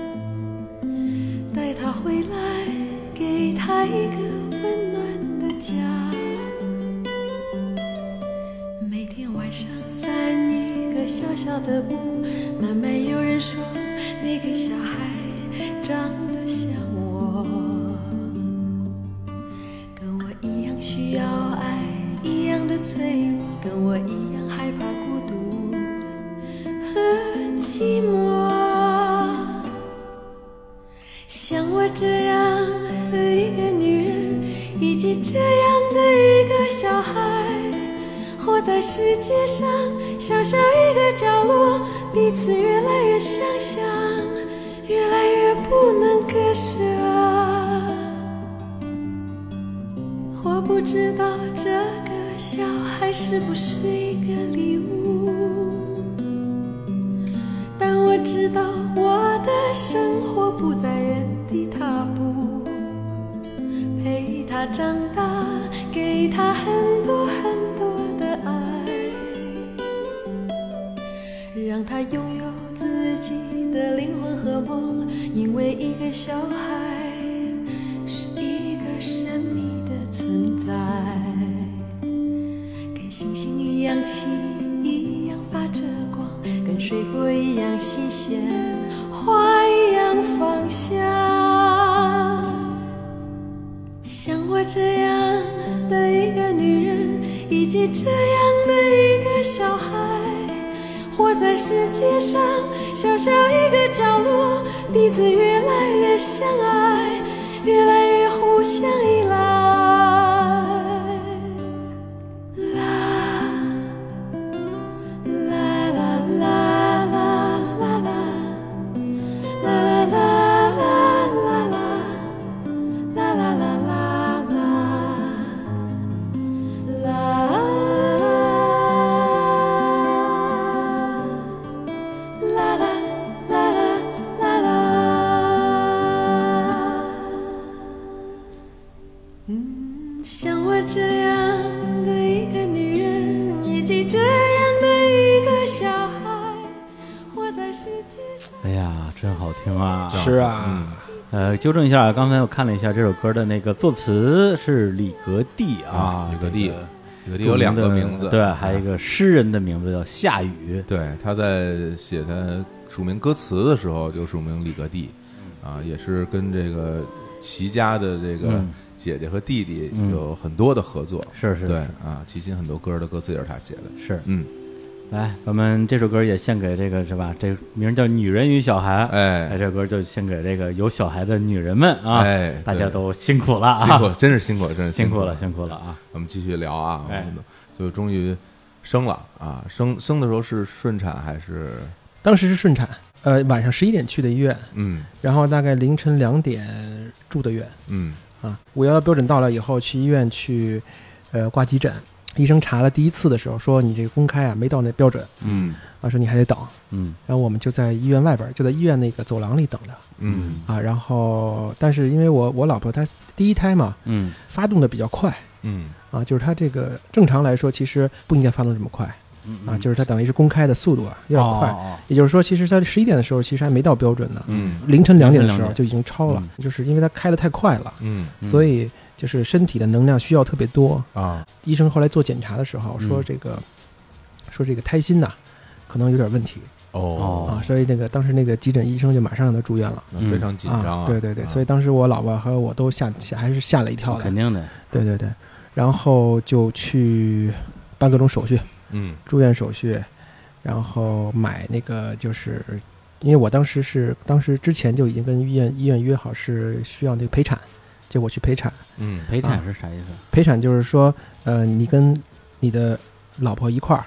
Speaker 8: 带他回来，给他一个温暖的家。每天晚上散一个小小的步，慢慢有人说那个小孩长得像我，跟我一样需要爱，一样的脆弱，跟我一样害怕孤独和寂寞。像我这样的一个女人，以及这样的一个小孩，活在世界上小小一个角落，彼此越来越相像，越来越不能割舍。我不知道这个小孩是不是一个礼物。但我知道我的生活不在原地踏步，陪他长大，给他很多很多的爱，让他拥有自己的灵魂和梦，因为一个小孩在，跟星星一样轻，一样发着光，跟水果一样新鲜，花一样芳香。像我这样的一个女人，以及这样的一个小孩，活在世界上小小一个角落，彼此越来越相爱，越来越互相依赖。啦啦啦啦啦啦啦啦啦啦啦啦啦。啦啦啦啦啦啦啦啦啦啦啦。嗯，像我这样的一个女人，以及这样的一个小孩，活在世界上。
Speaker 1: 哎呀，真好听啊！
Speaker 3: 是啊，
Speaker 1: 呃，纠正一下，刚才我看了一下这首歌的那个作词是李格弟啊，
Speaker 2: 李格弟
Speaker 1: 这个，
Speaker 2: 李格弟有两个
Speaker 1: 著名的
Speaker 2: 名字，啊嗯
Speaker 1: 对，还有一个诗人的名字叫夏雨，
Speaker 2: 对，他在写他署名歌词的时候就署名李格弟，
Speaker 1: 嗯
Speaker 2: 啊，也是跟这个齐家的这个
Speaker 1: 嗯
Speaker 2: 姐姐和弟弟
Speaker 1: 嗯
Speaker 2: 有很多的合作，
Speaker 1: 是是
Speaker 2: 对
Speaker 1: 是哎
Speaker 2: 啊，齐秦很多歌的歌词也是他写的，
Speaker 1: 是，
Speaker 2: 嗯，
Speaker 1: 来，咱们这首歌也献给这个是吧？这名叫《女人与小孩》，
Speaker 2: 哎
Speaker 1: 这首歌就献给这个有小孩的女人们啊，
Speaker 2: 哎
Speaker 1: 大家
Speaker 2: 对
Speaker 1: 都辛苦了啊，
Speaker 2: 辛苦，真是辛苦，真是
Speaker 1: 辛苦
Speaker 2: 苦
Speaker 1: 了，辛苦了啊！
Speaker 2: 我们继续聊啊，
Speaker 1: 哎
Speaker 2: 我们就终于生了啊，生生的时候是顺产还是
Speaker 3: 当时是顺产，呃，晚上十一点去的医院，
Speaker 2: 嗯
Speaker 3: 然后大概凌晨两点住的院
Speaker 2: 嗯
Speaker 3: 啊。五幺幺标准到了以后，去医院去，呃，挂急诊。医生查了第一次的时候说你这个公开啊没到那标准
Speaker 2: 嗯
Speaker 3: 啊，说你还得等。
Speaker 1: 嗯
Speaker 3: 然后我们就在医院外边儿，就在医院那个走廊里等着
Speaker 2: 嗯
Speaker 3: 啊。然后，但是因为我我老婆她第一胎嘛，
Speaker 1: 嗯
Speaker 3: 发动的比较快
Speaker 2: 嗯
Speaker 3: 啊，就是她这个正常来说其实不应该发动这么快
Speaker 1: 嗯
Speaker 3: 啊，就是她等于是公开的速度啊有点快。
Speaker 1: 哦
Speaker 3: 也就是说，其实她十一点的时候其实还没到标准呢，
Speaker 2: 嗯
Speaker 3: 凌晨两点的时
Speaker 1: 凌晨
Speaker 3: 候
Speaker 1: 2点
Speaker 3: 就已经超了，就是因为她开的太快了，
Speaker 2: 嗯
Speaker 1: 嗯
Speaker 3: 所以就是身体的能量需要特别多。
Speaker 2: 啊
Speaker 3: 医生后来做检查的时候说
Speaker 1: 嗯
Speaker 3: 这个，说这个胎心呐、可能有点问题。
Speaker 2: 哦，
Speaker 1: 哦
Speaker 3: 啊，所以那个当时那个急诊医生就马上让他住院了。
Speaker 2: 那非常紧张
Speaker 3: 啊
Speaker 1: 嗯
Speaker 2: 啊，
Speaker 3: 对对对，
Speaker 2: 啊
Speaker 3: 所以当时我老婆和我都吓吓，还是吓了一跳的。
Speaker 1: 肯定的，
Speaker 3: 对对对，然后就去办各种手续，
Speaker 2: 嗯
Speaker 3: 住院手续，然后买那个就是，因为我当时是当时之前就已经跟医院医院约好是需要那个陪产，结果去陪产，
Speaker 2: 嗯
Speaker 1: 陪产是啥意思？
Speaker 3: 陪产就是说，呃，你跟你的老婆一块儿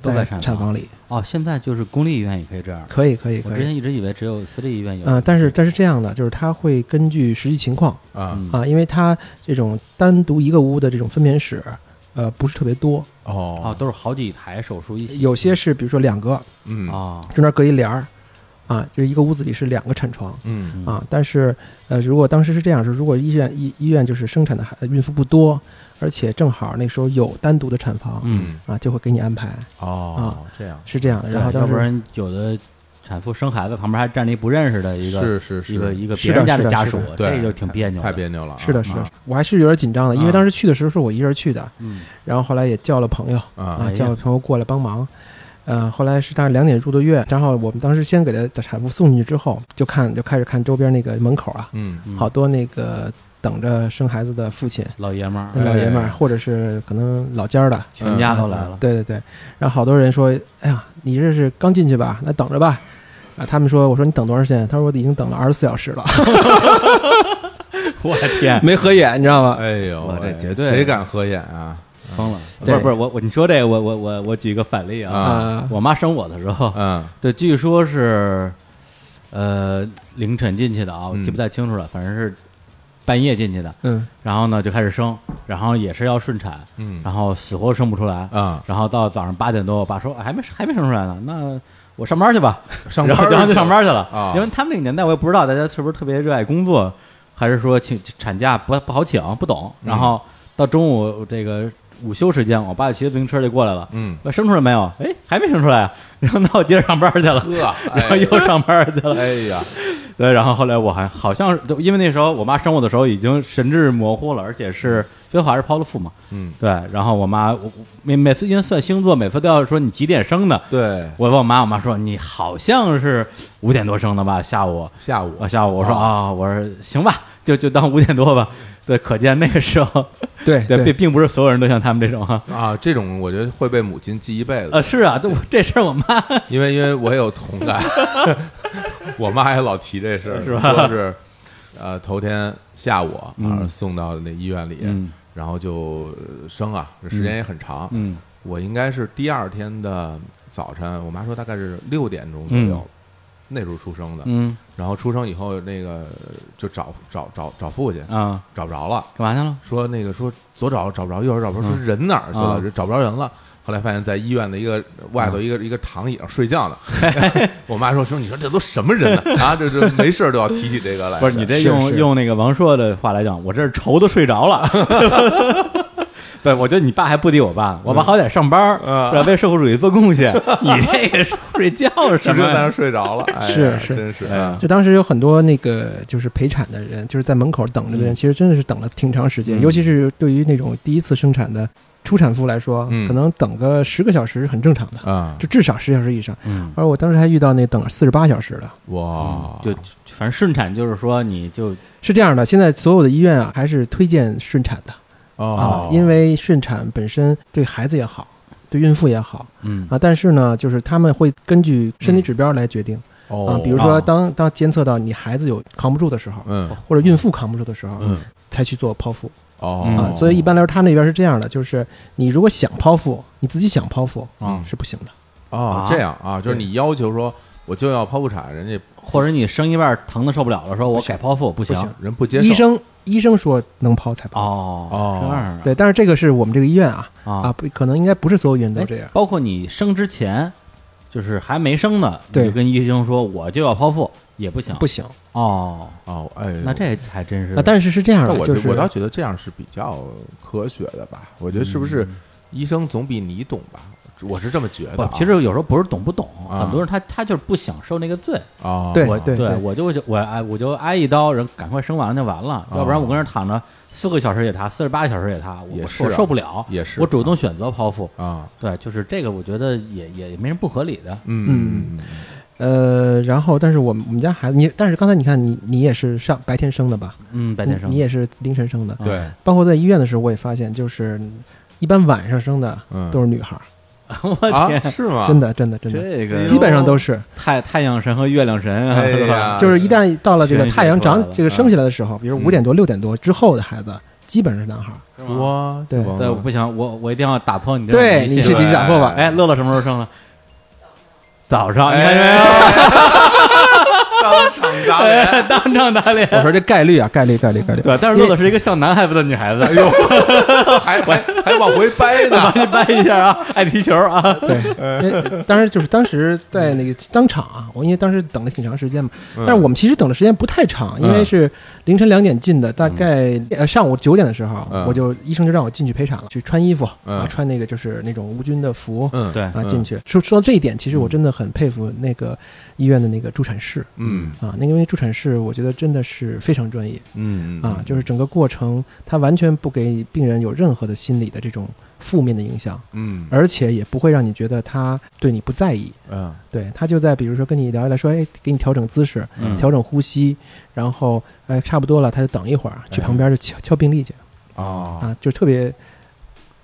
Speaker 1: 都在产
Speaker 3: 产
Speaker 1: 房
Speaker 3: 房里，
Speaker 1: 哦，现在就是公立医院也可以这样。
Speaker 3: 可以可以
Speaker 1: 我
Speaker 3: 可
Speaker 1: 之前
Speaker 3: 以。
Speaker 1: 一直以为只有私立医院有。
Speaker 3: 嗯、但是但是这样的，就是他会根据实际情况。
Speaker 2: 啊
Speaker 1: 嗯
Speaker 3: 啊，因为它这种单独一个屋的这种分娩室，呃，不是特别多，
Speaker 1: 哦，
Speaker 2: 哦
Speaker 1: 都是好几台手术一起。
Speaker 3: 有些是比如说两个，
Speaker 2: 嗯
Speaker 1: 哦，
Speaker 3: 中间隔一帘儿，啊，就是一个屋子里是两个产床。
Speaker 2: 嗯
Speaker 3: 啊，但是，呃，如果当时是这样，是如果医院医医院就是生产的孩孕妇不多，而且正好那时候有单独的产房，
Speaker 1: 嗯，
Speaker 3: 啊，就会给你安排，
Speaker 2: 哦这样
Speaker 3: 是这样的。
Speaker 1: 对
Speaker 3: 然后当
Speaker 1: 要不
Speaker 3: 时
Speaker 1: 然有的产妇生孩子旁边还站着一不认识的一个
Speaker 2: 是是是
Speaker 1: 一个一个
Speaker 3: 是
Speaker 1: 别人
Speaker 3: 的
Speaker 1: 家
Speaker 3: 是的
Speaker 1: 家
Speaker 3: 是
Speaker 1: 属
Speaker 3: 的，
Speaker 1: 这
Speaker 2: 对
Speaker 1: 个就挺别扭，
Speaker 2: 太别。扭了啊，
Speaker 3: 是的，是的
Speaker 1: 啊，
Speaker 3: 我还是有点紧张的，因为
Speaker 1: 啊
Speaker 3: 当时去的时候是我一人去的，
Speaker 1: 嗯
Speaker 3: 然后后来也叫了朋友，
Speaker 2: 啊
Speaker 1: 哎
Speaker 3: 啊，
Speaker 1: 呀
Speaker 3: 叫我朋友过来帮忙。呃，后来是大概两点入的院，然后我们当时先给他产妇送进去之后，就看就开始看周边那个门口啊，
Speaker 2: 嗯
Speaker 1: 嗯
Speaker 3: 好多那个等着生孩子的父亲、
Speaker 1: 老爷们
Speaker 3: 那
Speaker 1: 儿，
Speaker 3: 老爷们儿，
Speaker 2: 哎
Speaker 3: 或者是可能老家儿的，
Speaker 1: 全家都来 了。
Speaker 3: 对对对。然后好多人说：“哎呀，你这是刚进去吧？那等着吧。”啊，他们说：“我说你等多长时间？”他说：“我已经等了二十四小时了，
Speaker 1: 我天，
Speaker 3: 没合眼，你知道吗
Speaker 2: 哎呦
Speaker 1: 我这
Speaker 2: 喂
Speaker 1: 绝对
Speaker 2: 谁敢合眼啊
Speaker 1: 疯了！不
Speaker 3: 对
Speaker 1: 是不是，我我你说这个，我我我我举一个反例？”啊，
Speaker 3: 啊，
Speaker 1: 我妈生我的时候，
Speaker 2: 嗯
Speaker 1: 对，据说是，呃，凌晨进去的啊，我
Speaker 2: 嗯
Speaker 1: 记不太清楚了，反正是半夜进去的。
Speaker 3: 嗯，
Speaker 1: 然后呢，就开始生，然后也是要顺产，
Speaker 2: 嗯
Speaker 1: 然后死活生不出来
Speaker 2: 啊
Speaker 1: 然后到早上八点多，我爸说哎还没还没生出来呢，那我上班去吧，
Speaker 2: 上
Speaker 1: 然
Speaker 2: 班
Speaker 1: 后
Speaker 2: 儿
Speaker 1: 然后就
Speaker 2: 去
Speaker 1: 上班去了。
Speaker 2: 啊
Speaker 1: 因为他们那个年代，我也不知道大家是不是特别热爱工作，还是说请产假不不好请，不懂。
Speaker 2: 嗯
Speaker 1: 然后到中午这个午休时间，我爸骑着自行车就过来了，
Speaker 2: 嗯
Speaker 1: 我生出来没有？ 哎，还没生出来啊。然后那我接着上班去了，
Speaker 2: 呵
Speaker 1: 然后又上班去了。
Speaker 2: 哎呀
Speaker 1: 对，然后后来我还好像是因为那时候我妈生我的时候已经神志模糊了，而且是最后还是剖了腹嘛。
Speaker 2: 嗯，
Speaker 1: 对，然后我妈我每每次因为算星座，每次都要说你几点生的。
Speaker 2: 对，
Speaker 1: 我问我妈，我妈说你好像是五点多生的吧，下午。
Speaker 2: 下午
Speaker 1: 我下午我说啊、我说行吧，就就当五点多吧。对，可见那个时候，
Speaker 3: 对
Speaker 1: 对，并
Speaker 3: 对，
Speaker 1: 并不是所有人都像他们这种哈。
Speaker 2: 啊，这种我觉得会被母亲记一辈子
Speaker 1: 呃，，是啊，对，我这事儿我妈
Speaker 2: 因为因为我有 同感，我妈也老提这事儿，
Speaker 1: 是吧
Speaker 2: 说是呃头天下午啊
Speaker 1: 嗯
Speaker 2: 送到那医院里，
Speaker 1: 嗯
Speaker 2: 然后就呃生啊，这时间也很长，
Speaker 1: 嗯
Speaker 2: 我应该是第二天的早晨，我妈说大概是六点钟左右。
Speaker 1: 嗯
Speaker 2: 那时候出生的，
Speaker 1: 嗯
Speaker 2: 然后出生以后，那个就找找找找父亲，
Speaker 1: 啊，
Speaker 2: 找不着了，
Speaker 1: 干嘛去了？
Speaker 2: 说那个说左找找不着，右找找不着，说
Speaker 3: 嗯
Speaker 2: 人哪儿去了？
Speaker 1: 啊
Speaker 2: 找不着人了。后来发现，在医院的一个外头
Speaker 3: 嗯
Speaker 2: 一个一个躺椅上睡 觉呢。我妈说：“说你说这都什么人呢？啊，这这没事儿都要提起这个来。”
Speaker 1: 不是你这
Speaker 3: 是
Speaker 1: 用
Speaker 3: 是
Speaker 1: 用那个王朔的话来讲，我这是愁的睡着 了。对，我觉得你爸还不敌我爸呢，我爸好歹上班儿，
Speaker 2: 嗯
Speaker 1: 是吧为社会主义做贡献。 你这个睡觉
Speaker 2: 直
Speaker 1: 什
Speaker 2: 接
Speaker 1: 么
Speaker 2: 在
Speaker 1: 呀？
Speaker 2: 那儿睡着了，哎呀、
Speaker 3: 是是
Speaker 2: 真是
Speaker 1: 哎呀
Speaker 3: 就当时有很多那个就是陪产的人，就是在门口等着的人，其实真的是等了挺长时
Speaker 1: 嗯
Speaker 3: 间，尤其是对于那种第一次生产的初产妇来说，
Speaker 2: 嗯
Speaker 3: 可能等个十个小时是很正常的，
Speaker 2: 啊，
Speaker 3: 就至少十小时以上。
Speaker 1: 嗯，
Speaker 3: 而我当时还遇到那等四十八小时的，
Speaker 2: 哇，
Speaker 3: 嗯
Speaker 1: 就就反正顺产就是说，你就是
Speaker 3: 这样的，现在所有的医院啊还是推荐顺产的
Speaker 2: 哦
Speaker 3: 啊，，因为顺产本身对孩子也好，对孕妇也好
Speaker 1: 嗯
Speaker 3: 啊，但是呢，就是他们会根据身体指标来决定啊
Speaker 2: 哦，，
Speaker 3: 比如说
Speaker 1: 啊
Speaker 3: 当当监测到你孩子有扛不住的时候，
Speaker 2: 嗯
Speaker 3: 或者孕妇扛不住的时候，
Speaker 2: 嗯
Speaker 3: 才去做剖腹
Speaker 2: 哦
Speaker 3: 啊，所以一般来说他那边是这样的，就是你如果想剖腹，你自己想剖腹
Speaker 1: 嗯
Speaker 3: 是不行的。
Speaker 1: 啊
Speaker 2: 哦这样啊，就是你要求说我就要剖腹产，人家
Speaker 1: 或者你生一半疼的受不了了，说我改剖腹不
Speaker 3: 行
Speaker 1: 行
Speaker 2: 人不接受
Speaker 3: 啊医生医生说能剖才剖，
Speaker 1: 哦
Speaker 2: 哦
Speaker 1: 这样啊
Speaker 3: 对，但是这个是我们这个医院啊啊，
Speaker 1: 啊
Speaker 3: 不可能应该不是所有医院都
Speaker 1: 哎
Speaker 3: 这样。
Speaker 1: 包括你生之前，就是还没生呢，你
Speaker 3: 对
Speaker 1: 就跟医生说我就要剖腹也不行，
Speaker 3: 不行
Speaker 1: 哦，
Speaker 2: 哦，哎呦，
Speaker 1: 那这还真是
Speaker 3: 啊！但是是这样
Speaker 2: 但
Speaker 3: 的，
Speaker 2: 我
Speaker 3: 就
Speaker 2: 觉
Speaker 3: 是
Speaker 2: 我倒觉得这样是比较科学的吧？我觉得是不是
Speaker 3: 嗯
Speaker 2: 医生总比你懂吧？我是这么觉
Speaker 1: 不
Speaker 2: 得啊。
Speaker 1: 哦其实有时候不是懂不懂，
Speaker 2: 啊
Speaker 1: 很多人他他就是不想受那个罪。
Speaker 2: 啊，
Speaker 3: 对
Speaker 1: 我
Speaker 3: 对对
Speaker 1: 我就就我挨我就挨一刀，人赶快生完就完
Speaker 2: 啊
Speaker 1: 了，要不然我跟那儿躺着四个小时也塌，四十八小时也塌，我
Speaker 2: 也
Speaker 1: 我
Speaker 2: 是
Speaker 1: 我
Speaker 2: 啊
Speaker 1: 受不了，
Speaker 2: 也是
Speaker 1: 我主动选择剖腹。
Speaker 2: 啊，
Speaker 1: 对，就是这个，我觉得也也也没什么不合理的。
Speaker 2: 嗯
Speaker 3: 呃，然后但是我们我们家孩子，你但是刚才你看你你也是上白天生的吧？
Speaker 1: 嗯，白天
Speaker 3: 你
Speaker 1: 生
Speaker 3: 你也是凌晨生的，
Speaker 1: 啊
Speaker 2: 对，
Speaker 3: 包括在医院的时候，我也发现就是一般晚上生的
Speaker 2: 嗯
Speaker 3: 都是女孩儿，
Speaker 1: 我
Speaker 2: 啊
Speaker 1: 天，，
Speaker 2: 是吗？
Speaker 3: 真的真的真的，
Speaker 1: 这啊个
Speaker 3: 基本上都是，
Speaker 1: 太太阳神和月亮神啊，
Speaker 2: 哎
Speaker 1: 对吧
Speaker 2: 呀，
Speaker 3: 就是一旦到了这个
Speaker 1: 啊全是
Speaker 3: 太阳
Speaker 1: 出
Speaker 3: 长
Speaker 1: 来了
Speaker 3: 这个升起来的时候，比如
Speaker 2: 嗯
Speaker 3: 五点多六点多之后的孩子，基本是男孩儿。
Speaker 2: 哇，
Speaker 3: 对
Speaker 2: 王
Speaker 1: 对，我
Speaker 2: 总
Speaker 1: 不行，我我一定要打破你的
Speaker 3: 对，
Speaker 1: 迷
Speaker 3: 你
Speaker 1: 信
Speaker 3: 是
Speaker 2: 对
Speaker 3: 你讲过吧？
Speaker 1: 哎，乐乐什么时候生的？早上，你看见没
Speaker 2: 哎
Speaker 1: 有？
Speaker 2: 当场打 脸，
Speaker 1: 哎当场打脸。
Speaker 3: 我说这概率啊，概率概率概率。
Speaker 1: 对，但是乐乐是一个像男孩子的女孩 子，呦，
Speaker 2: 哎还还还往回掰呢
Speaker 1: 帮。你掰一下啊，爱踢球啊，
Speaker 2: 嗯
Speaker 3: 对，当时就是当时在那个当场啊，我因为当时等了挺长时间嘛，
Speaker 2: 嗯
Speaker 3: 但是我们其实等的时间不太长，因为是凌晨两点进的，大概呃上午九点的时候，
Speaker 2: 嗯
Speaker 3: 我就医生就让我进去陪产了，去穿衣服啊
Speaker 2: 嗯，
Speaker 3: 穿那个就是那种无菌的服
Speaker 2: 嗯，
Speaker 1: 对哎
Speaker 3: 啊
Speaker 2: 嗯
Speaker 3: 进去。说说到这一点，其实我真的很佩服那个医院的那个助产士
Speaker 2: 嗯
Speaker 3: 啊，那个因为助产士我觉得真的是非常专业
Speaker 2: 嗯
Speaker 3: 啊，就是整个过程他完全不给病人有任何的心理的这种负面的影响。
Speaker 2: 嗯
Speaker 3: 而且也不会让你觉得他对你不在意，
Speaker 2: 嗯
Speaker 3: 对他就在比如说跟你聊一聊，说哎，给你调整姿势，
Speaker 1: 嗯
Speaker 3: 调整呼吸，然后哎差不多了，他就等一
Speaker 2: 哎
Speaker 3: 会儿去旁边就敲敲病历去
Speaker 2: 啊
Speaker 3: 啊，就特别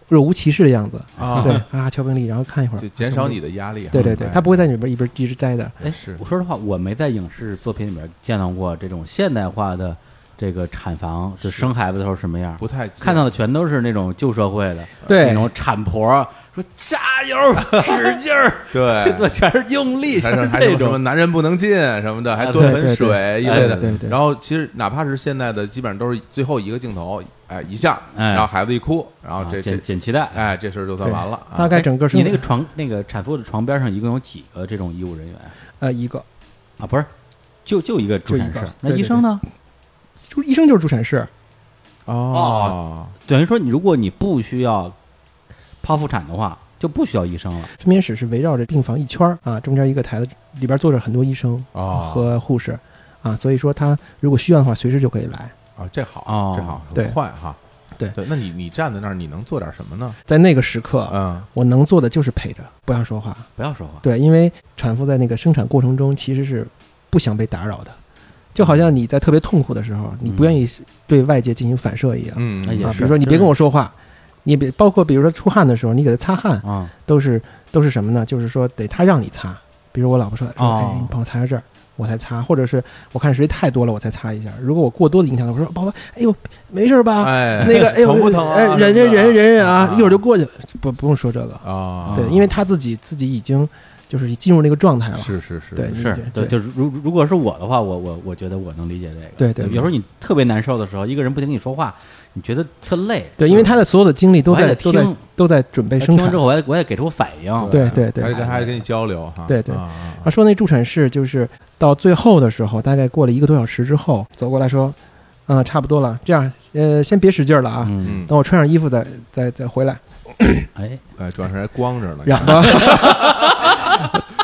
Speaker 3: 若无其事的样子，
Speaker 2: 啊，
Speaker 3: 对 啊，敲病历，然后看一会儿
Speaker 2: 就，减少你的压力啊。
Speaker 3: 对对对，他不会在里边一边一直待着，
Speaker 1: 哎，
Speaker 2: 是
Speaker 1: 我说实话，我没在影视作品里面见到过这种现代化的这个产房，就生孩子的时候什么样
Speaker 2: 不。太
Speaker 1: 看到的全都是那种旧社会的，
Speaker 3: 对
Speaker 1: 那种产婆说加油，使劲儿，
Speaker 2: 对
Speaker 1: 对，全是用力，
Speaker 2: 还
Speaker 1: 全是
Speaker 2: 还
Speaker 1: 这
Speaker 2: 有什么
Speaker 1: 种，
Speaker 2: 男人不能进什么的，还
Speaker 1: 啊
Speaker 2: 多
Speaker 3: 对
Speaker 2: 盆
Speaker 3: 对
Speaker 2: 水
Speaker 3: 对
Speaker 2: 一类
Speaker 1: 哎
Speaker 2: 的。
Speaker 3: 对对
Speaker 2: 然后其实哪怕是现在的，基本上都是最后一个镜头，哎，一下，
Speaker 1: 哎
Speaker 2: 然后孩子一哭，然后
Speaker 1: 啊
Speaker 2: 这这
Speaker 1: 剪，剪脐带，
Speaker 2: 哎，这事儿就算
Speaker 3: 对
Speaker 2: 完了。啊
Speaker 3: 大概整个是
Speaker 1: 你那个床，那个产妇的床边上一共有几个这种医务人员
Speaker 3: 呃一个，
Speaker 1: 啊？不是，就就一个助
Speaker 3: 就
Speaker 1: 产
Speaker 3: 一个
Speaker 1: 士。
Speaker 3: 对
Speaker 1: 那
Speaker 3: 对
Speaker 1: 医生呢？
Speaker 3: 就医生就是助产士，
Speaker 2: 啊哦，
Speaker 1: 等于说，你如果你不需要剖腹产的话，就不需要医生了。
Speaker 3: 分娩室是围绕着病房一圈儿啊，中间一个台子里边坐着很多医生
Speaker 2: 哦
Speaker 3: 和护士。啊，所以说他如果需要的话，随时就可以来。
Speaker 2: 啊，这好，
Speaker 1: 哦
Speaker 2: 这好，
Speaker 3: 对
Speaker 2: 很快哈。
Speaker 3: 对
Speaker 2: 对，那你你站在那儿，你能做点什么呢？
Speaker 3: 在那个时刻，
Speaker 2: 嗯，
Speaker 3: 我能做的就是陪着，不要说话。
Speaker 1: 不要说话，
Speaker 3: 对，因为产妇在那个生产过程中其实是不想被打扰的，就好
Speaker 2: 嗯
Speaker 3: 像你在特别痛苦的时候，你不愿意对外界进行反射一样。
Speaker 2: 嗯，
Speaker 1: 那也
Speaker 3: 啊，
Speaker 1: 是
Speaker 3: 比如说你别跟我说话，你别包括比如说出汗的时候，你给他擦汗，
Speaker 1: 啊，
Speaker 3: 都是都是什么呢？就是说得他让你擦，比如我老婆说，说
Speaker 1: 哦
Speaker 3: 哎，你帮我擦擦这儿。我才擦，或者是我看谁太多了，我才擦一下。如果我过多的影响到，我说宝宝，哎呦，没事吧？
Speaker 2: 哎，
Speaker 3: 那个，哎呦，
Speaker 2: 疼不疼啊？
Speaker 3: 哎，忍忍忍忍忍啊
Speaker 1: 啊，
Speaker 3: 一会儿就过去了。不，不用说这个，
Speaker 2: 啊，
Speaker 3: 对，因为他自己自己已经就是进入那个状态了。
Speaker 2: 是是是，
Speaker 3: 对，你
Speaker 1: 是
Speaker 3: 就
Speaker 1: 对，就是如如果是我的话，我我我觉得我能理解这个。
Speaker 3: 对对对
Speaker 1: 有时候你特别难受的时候，一个人不停跟你说话，你觉得特累。
Speaker 3: 对，因为他的所有的精力都
Speaker 1: 我还
Speaker 3: 在
Speaker 1: 得
Speaker 3: 都在
Speaker 1: 听
Speaker 3: 都在准备生
Speaker 1: 听完
Speaker 3: 产
Speaker 1: 之。后，我还得我还得给出反应。
Speaker 3: 对对对
Speaker 2: 还得还得跟你交流哈。
Speaker 3: 对对
Speaker 2: 啊啊啊
Speaker 3: 他说那助产士就是到最后的时候，大概过了一个多小时之后，走过来说，嗯、差不多了，这样，呃，先别使劲儿了啊，
Speaker 1: 嗯，
Speaker 2: 嗯，
Speaker 3: 等我穿上衣服再再再回来。
Speaker 1: 哎，
Speaker 2: 哎，主要是还光着呢，
Speaker 3: 然后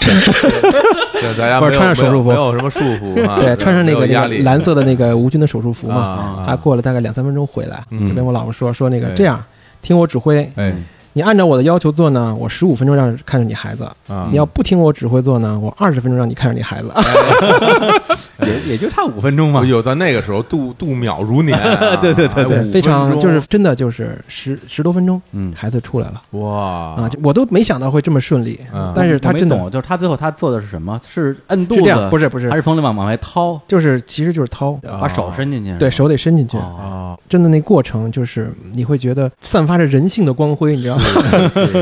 Speaker 2: 对大家
Speaker 3: 不是
Speaker 2: 没有
Speaker 3: 穿上手术服
Speaker 2: 没有没有什么束缚啊，
Speaker 3: 对，穿上那
Speaker 2: 没
Speaker 3: 个
Speaker 2: 有压
Speaker 3: 那
Speaker 2: 力
Speaker 3: 个蓝色的那个无菌的手术服
Speaker 2: 啊
Speaker 3: 嘛，啊，
Speaker 2: 啊，
Speaker 3: 过了大概两三分钟回来，
Speaker 2: 嗯
Speaker 3: 就跟我老婆说说那个
Speaker 2: 对
Speaker 3: 这样，听我指挥，
Speaker 2: 哎
Speaker 3: 你按照我的要求做呢，我十五分钟让看着你孩子；
Speaker 2: 啊，
Speaker 3: 你要不听我指挥做呢，我二十分钟让你看着你孩子。
Speaker 1: 也也就差五分钟嘛
Speaker 3: 哎
Speaker 2: 我。有在那个时候度度秒如年啊，
Speaker 1: 对对对
Speaker 2: 哎
Speaker 3: 对，
Speaker 2: 五
Speaker 3: 非常
Speaker 2: 分钟
Speaker 3: 就是真的就是十十多分钟，
Speaker 1: 嗯
Speaker 3: 孩子出来了
Speaker 2: 哇
Speaker 3: 啊，就我都没想到会这么顺利
Speaker 2: 嗯，
Speaker 3: 但是他
Speaker 1: 我没
Speaker 3: 真的
Speaker 1: 懂，啊就是他最后他做的是什么？是摁肚
Speaker 3: 是
Speaker 1: 子，
Speaker 3: 这样，不是不是
Speaker 1: 还，是从里往往外掏，
Speaker 3: 就是其实就是掏，
Speaker 1: 把手伸进去，
Speaker 3: 对手得伸进去哦
Speaker 1: 进，啊，
Speaker 2: 啊，
Speaker 3: 真的那过程就是你会觉得散发着人性的光辉，你知道吗？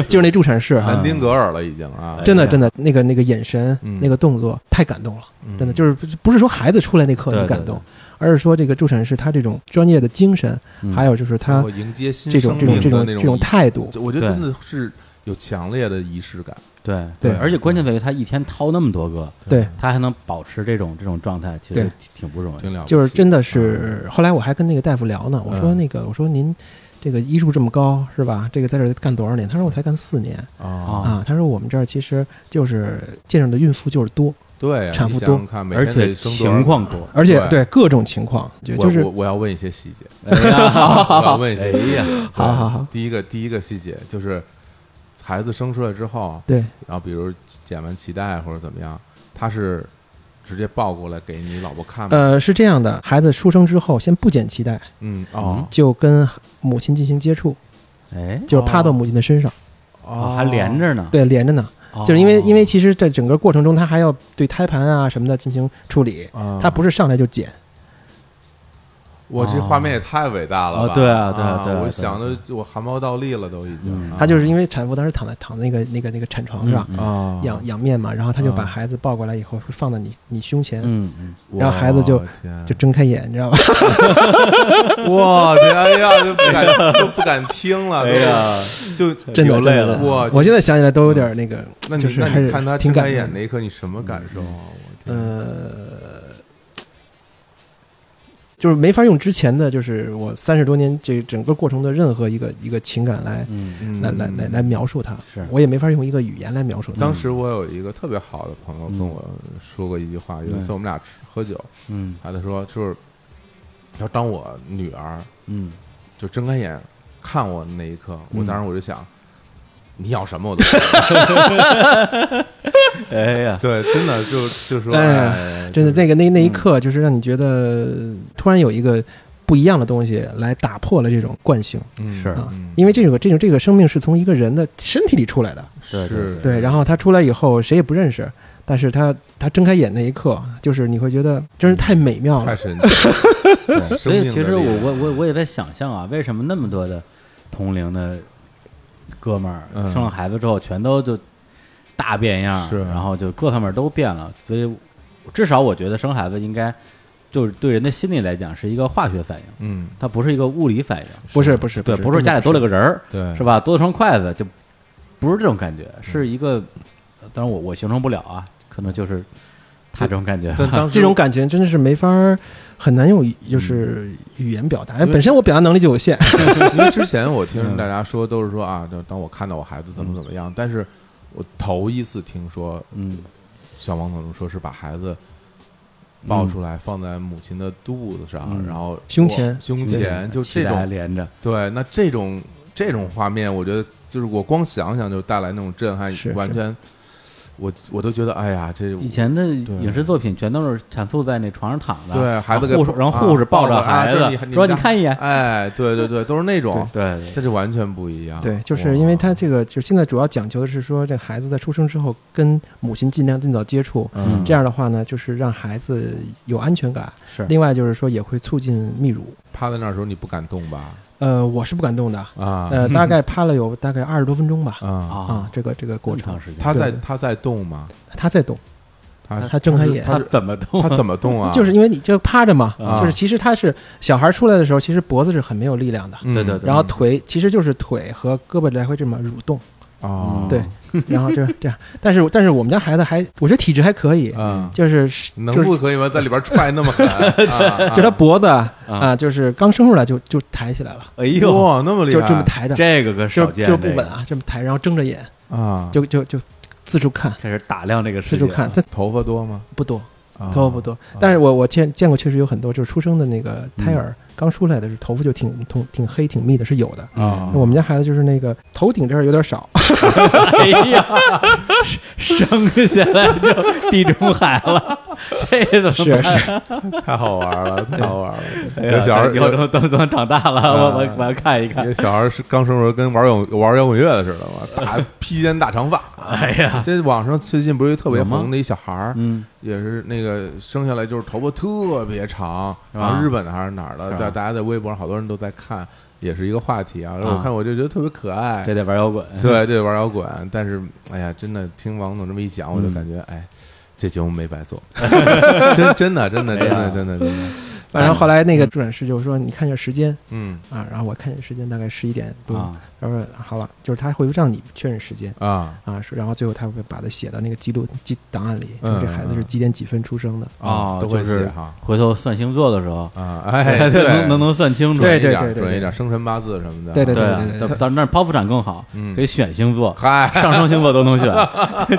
Speaker 3: 就是那助产士，
Speaker 1: 啊
Speaker 2: 南丁格尔了已经啊，
Speaker 3: 真的真的那个那个眼神
Speaker 2: 嗯，
Speaker 3: 那个动作太感动了。
Speaker 2: 嗯
Speaker 3: 真的就是不是不是说孩子出来那刻
Speaker 1: 对
Speaker 3: 你
Speaker 1: 对
Speaker 3: 感
Speaker 1: 对
Speaker 3: 动，而是说这个助产士他这种专业的精神，
Speaker 1: 嗯
Speaker 3: 还有就是
Speaker 2: 包
Speaker 3: 他
Speaker 2: 括迎接新
Speaker 3: 这种这种
Speaker 2: 生命
Speaker 3: 这种
Speaker 2: 的那
Speaker 3: 这种
Speaker 2: 仪
Speaker 3: 态度，
Speaker 2: 我觉得真的是有强烈的仪式感，
Speaker 1: 对
Speaker 3: 对
Speaker 1: 而且关键在于他一天掏那么多个，
Speaker 3: 对，
Speaker 1: 他还能保持这种这种状态，其实
Speaker 3: 对
Speaker 1: 挺挺不容易
Speaker 2: 挺。了不起啊
Speaker 3: 就是真的是。后来我还跟那个大夫聊呢，我说
Speaker 2: 嗯
Speaker 3: 那个我说您这个医术这么高是吧？这个在这儿干多少年？他说我才干四年
Speaker 2: 啊，
Speaker 1: 啊
Speaker 3: 啊。他说我们这儿其实就是见上的孕妇就是多，
Speaker 2: 对啊，
Speaker 3: 产妇
Speaker 2: 你想想
Speaker 3: 多
Speaker 2: 看每
Speaker 1: 而
Speaker 2: 天得
Speaker 1: 且
Speaker 2: 生多少
Speaker 1: 情况多，
Speaker 3: 而且
Speaker 2: 对
Speaker 3: 对各种情况，就
Speaker 2: 我
Speaker 3: 就是哎
Speaker 2: 我我要问一些细 节，
Speaker 1: 哎呀，
Speaker 2: 我要问一些细节。
Speaker 3: 好
Speaker 2: 对
Speaker 3: 好好，
Speaker 2: 第一个第一个细节就是孩子生出来之后，
Speaker 3: 对
Speaker 2: 然后比如剪完脐带或者怎么样，他是直接抱过来给你老婆看吗？
Speaker 3: 呃是这样的，孩子出生之后先不剪脐带，
Speaker 2: 嗯哦
Speaker 3: 就跟母亲进行接触，
Speaker 1: 哎，
Speaker 3: 就是趴到母亲的身上，
Speaker 1: 哦还连着呢，
Speaker 3: 对连着呢。
Speaker 1: 哦，
Speaker 3: 就是因为因为其实在整个过程中，他还要对胎盘啊什么的进行处理，
Speaker 2: 啊，
Speaker 3: 他不是上来就剪。
Speaker 2: 哦我
Speaker 3: 哦
Speaker 2: 这画面也太伟大了
Speaker 1: 啊
Speaker 2: 吧？
Speaker 1: 对啊对啊
Speaker 2: 啊
Speaker 1: 对啊
Speaker 2: 我
Speaker 1: 对啊
Speaker 2: 想的我汗毛倒立了都已经
Speaker 1: 嗯。
Speaker 3: 他就
Speaker 2: 啊
Speaker 3: 是因为产妇当时躺在躺在那个那个那个产床上
Speaker 1: 嗯
Speaker 2: 啊，
Speaker 3: 仰仰面嘛，然后他就把
Speaker 2: 啊
Speaker 3: 孩子抱过来以后放在你你胸前，
Speaker 1: 嗯嗯，
Speaker 2: 我
Speaker 3: 然后孩子就
Speaker 2: 天啊
Speaker 3: 就睁开眼，你 知道吧？
Speaker 2: 哇天哎呀，就不敢都不敢听 了，
Speaker 5: 哎
Speaker 2: 都
Speaker 5: 呀，
Speaker 2: 就
Speaker 3: 真的
Speaker 5: 流泪了
Speaker 3: 真的
Speaker 2: 哇嗯
Speaker 3: 我现在想起来都有点那个，
Speaker 2: 那你
Speaker 3: 就是
Speaker 2: 那
Speaker 3: 还
Speaker 2: 你
Speaker 3: 是
Speaker 2: 看他
Speaker 3: 挺
Speaker 2: 睁
Speaker 3: 感
Speaker 2: 开眼
Speaker 3: 动
Speaker 2: 那一刻，你什么感受啊？我天，
Speaker 3: 呃，就是没法用之前的就是我三十多年这整个过程的任何一个一个情感来
Speaker 1: 嗯
Speaker 2: 嗯
Speaker 3: 来来来来描述它，
Speaker 1: 是
Speaker 3: 我也没法用一个语言来描述它。
Speaker 2: 当时我有一个特别好的朋友
Speaker 3: 嗯
Speaker 2: 跟我说过一句话，有一次我们俩吃喝酒，
Speaker 1: 嗯
Speaker 2: 他就说就是，他说当我女儿
Speaker 1: 嗯，
Speaker 2: 就睁开眼看我那一刻，我
Speaker 1: 嗯
Speaker 2: 当时我就想，你要什么我都
Speaker 1: 哎呀，
Speaker 2: 对，真的就就说，
Speaker 3: 哎呀
Speaker 2: 哎，
Speaker 3: 真的，
Speaker 2: 就是
Speaker 3: 那个那那一刻，就是让你觉得突然有一个不一样的东西来打破了这种惯性
Speaker 2: 嗯
Speaker 1: 是
Speaker 3: 啊
Speaker 2: 嗯，
Speaker 3: 因为这个这种这个生命是从一个人的身体里出来的，
Speaker 1: 对
Speaker 2: 是，
Speaker 3: 对，然后他出来以后谁也不认识，但是他他睁开眼那一刻，就是你会觉得真是太美妙
Speaker 2: 太
Speaker 3: 了，
Speaker 2: 神奇了，
Speaker 1: 对所
Speaker 2: 生
Speaker 1: 以
Speaker 2: 命
Speaker 1: 其
Speaker 2: 的
Speaker 1: 实
Speaker 2: 力
Speaker 1: 我
Speaker 2: 量
Speaker 1: 我我我也在想象啊，为什么那么多的同龄的哥们儿
Speaker 2: 嗯
Speaker 1: 生了孩子之后，全都就大变样儿，
Speaker 2: 是
Speaker 1: 然后就各方面都变了。所以至少我觉得生孩子应该就是对人的心理来讲是一个化学反应，
Speaker 2: 嗯，
Speaker 1: 它不是一个物理反应。
Speaker 3: 不是不是
Speaker 1: 对，
Speaker 3: 是
Speaker 1: 不是说家里多了个人儿，
Speaker 2: 对，
Speaker 1: 是吧？多了双筷子，就不是这种感觉，是一个。当然我我形容不了啊，可能就是他这种感觉。
Speaker 2: 但当时
Speaker 3: 这种感觉真的是没法儿很难用语就是语言表达，
Speaker 2: 嗯因为
Speaker 3: 本身我表达能力就有限，
Speaker 2: 因为之前我
Speaker 3: 嗯
Speaker 2: 听大家说都是说啊，就当我看到我孩子怎么怎么样，但是我头一次听说
Speaker 1: 嗯，
Speaker 2: 小王怎么说是把孩子抱出来放在母亲的肚子上，
Speaker 1: 嗯
Speaker 2: 然后
Speaker 3: 嗯胸
Speaker 2: 我
Speaker 3: 前
Speaker 2: 胸前就
Speaker 1: 脐
Speaker 2: 这
Speaker 1: 带
Speaker 2: 种
Speaker 1: 连着，
Speaker 2: 对，那这种这种画面，我觉得就是我光想想就带来那种震撼
Speaker 3: 是，
Speaker 2: 完
Speaker 3: 是
Speaker 2: 全我我都觉得哎呀，这
Speaker 1: 以前的影视作品全都是产妇在那床上躺着，
Speaker 2: 对孩子给
Speaker 1: 然后护士，然后护士抱着孩子说：“你看一眼。
Speaker 2: 哎，对对对，都是那种”，
Speaker 1: 对，对
Speaker 2: 这就完全不一样。
Speaker 3: 对，就是因为
Speaker 2: 他
Speaker 3: 他这个，就是现在主要讲究的是说，这孩子在出生之后跟母亲尽量尽早接触，
Speaker 1: 嗯
Speaker 3: 这样的话呢，就是让孩子有安全感。
Speaker 1: 是
Speaker 3: 另外就是说，也会促进泌乳。
Speaker 2: 趴在那儿的时候，你不敢动吧？
Speaker 3: 呃，我是不敢动的，
Speaker 2: 啊
Speaker 3: 呃，大概趴了有大概二十多分钟吧。
Speaker 2: 啊，
Speaker 3: 啊，，这个这个过
Speaker 1: 过
Speaker 3: 程
Speaker 1: 长，时间，
Speaker 2: 他在
Speaker 3: 对
Speaker 2: 他在动吗？
Speaker 3: 他在动，
Speaker 2: 他
Speaker 3: 他睁开眼，
Speaker 1: 他怎么动？
Speaker 2: 他怎么动啊？
Speaker 3: 就是因为你就趴着嘛，
Speaker 2: 啊
Speaker 3: 就是其实他是小孩出来的时候，其实脖子是很没有力量的，
Speaker 2: 嗯
Speaker 1: 对对对
Speaker 3: 然后腿其实就是腿和胳膊来回这么蠕动，
Speaker 2: 哦，
Speaker 3: 对， 然后这这样，但是但是我们家孩子还，我觉得体质还可以，
Speaker 2: 啊，
Speaker 3: 就是
Speaker 2: 能
Speaker 3: 就是
Speaker 2: 不可以吗？在里边踹 那么狠，啊
Speaker 3: 就他脖子啊啊，就是刚生出来就就抬起来了，
Speaker 1: 哎
Speaker 2: 啊
Speaker 1: 呦，
Speaker 2: 哇，那么厉
Speaker 3: 就
Speaker 2: 害，
Speaker 3: 这么抬着，
Speaker 1: 这个可
Speaker 3: 就
Speaker 1: 少见，
Speaker 3: 就是不
Speaker 1: 这个
Speaker 3: 稳啊，这么抬，然后睁着眼，
Speaker 2: 啊，
Speaker 3: 就就就四处看，
Speaker 1: 开始打量这个
Speaker 3: 四
Speaker 1: 世界
Speaker 3: 处
Speaker 1: 了，
Speaker 3: 看，但
Speaker 2: 头发多吗？
Speaker 3: 不多。
Speaker 2: 啊嗯
Speaker 3: 头发不多，但是我我见见过，确实有很多就是出生的那个胎儿、刚出来的时候，头发就挺挺挺黑挺密的，是有的。
Speaker 2: 啊嗯
Speaker 3: 那，我们家孩子就是那个头顶这儿有点少，
Speaker 1: 哎呀，生下来就地中海了， 这怎么
Speaker 3: 是
Speaker 1: 办
Speaker 3: 是，
Speaker 2: 太好玩了，太好玩了！
Speaker 1: 哎呀
Speaker 2: 有小孩
Speaker 1: 以后
Speaker 2: 有
Speaker 1: 等等等长大了，我我我要看一看
Speaker 2: 有。小孩是刚生出来跟玩摇玩摇滚乐的似的 嘛，大披肩大长发。
Speaker 1: 哎呀，
Speaker 2: 这网上最近不是有一特别红的一小孩儿，
Speaker 1: 嗯，
Speaker 2: 也是那个生下来就是头发特别长，然
Speaker 1: 啊
Speaker 2: 后日本的还是哪儿的，
Speaker 1: 是吧啊
Speaker 2: 在大家在微博上好多人都在看，也是一个话题啊。然后
Speaker 1: 啊
Speaker 2: 我看我就觉得特别可爱
Speaker 1: 这，得玩摇滚，
Speaker 2: 对对，玩摇滚。但是哎呀，真的听王总这么一讲，我就感觉哎，这节目没 白做，真真的真的真
Speaker 1: 哎呀
Speaker 2: 的真的真的，
Speaker 3: 反正后来那个助产士就说：“你看一下时间
Speaker 2: 嗯
Speaker 3: 啊。”然后我看一下时间，大概十一点多。
Speaker 1: 啊，
Speaker 3: 他说：“好了，就是他会让你确认时间
Speaker 2: 啊。
Speaker 3: 啊。说”然后最后他会把它写到那个记录记档案里，
Speaker 2: 嗯
Speaker 3: 说这孩子是几点几分出生的。
Speaker 1: 哦
Speaker 2: 啊都会
Speaker 1: 就是
Speaker 2: 写 哈
Speaker 1: 回头算星座的时候，
Speaker 2: 啊，哎，
Speaker 1: 对，能能能算清楚，
Speaker 3: 对
Speaker 2: 准一点
Speaker 3: 对对对
Speaker 2: 准
Speaker 3: 对
Speaker 2: 一点，生辰八字什么的，
Speaker 3: 对对
Speaker 1: 对啊
Speaker 3: 对对对
Speaker 1: 但但但是剖腹产更好，
Speaker 2: 嗯
Speaker 1: 可以选星座，
Speaker 2: 嗨，
Speaker 1: 上升星座都能选，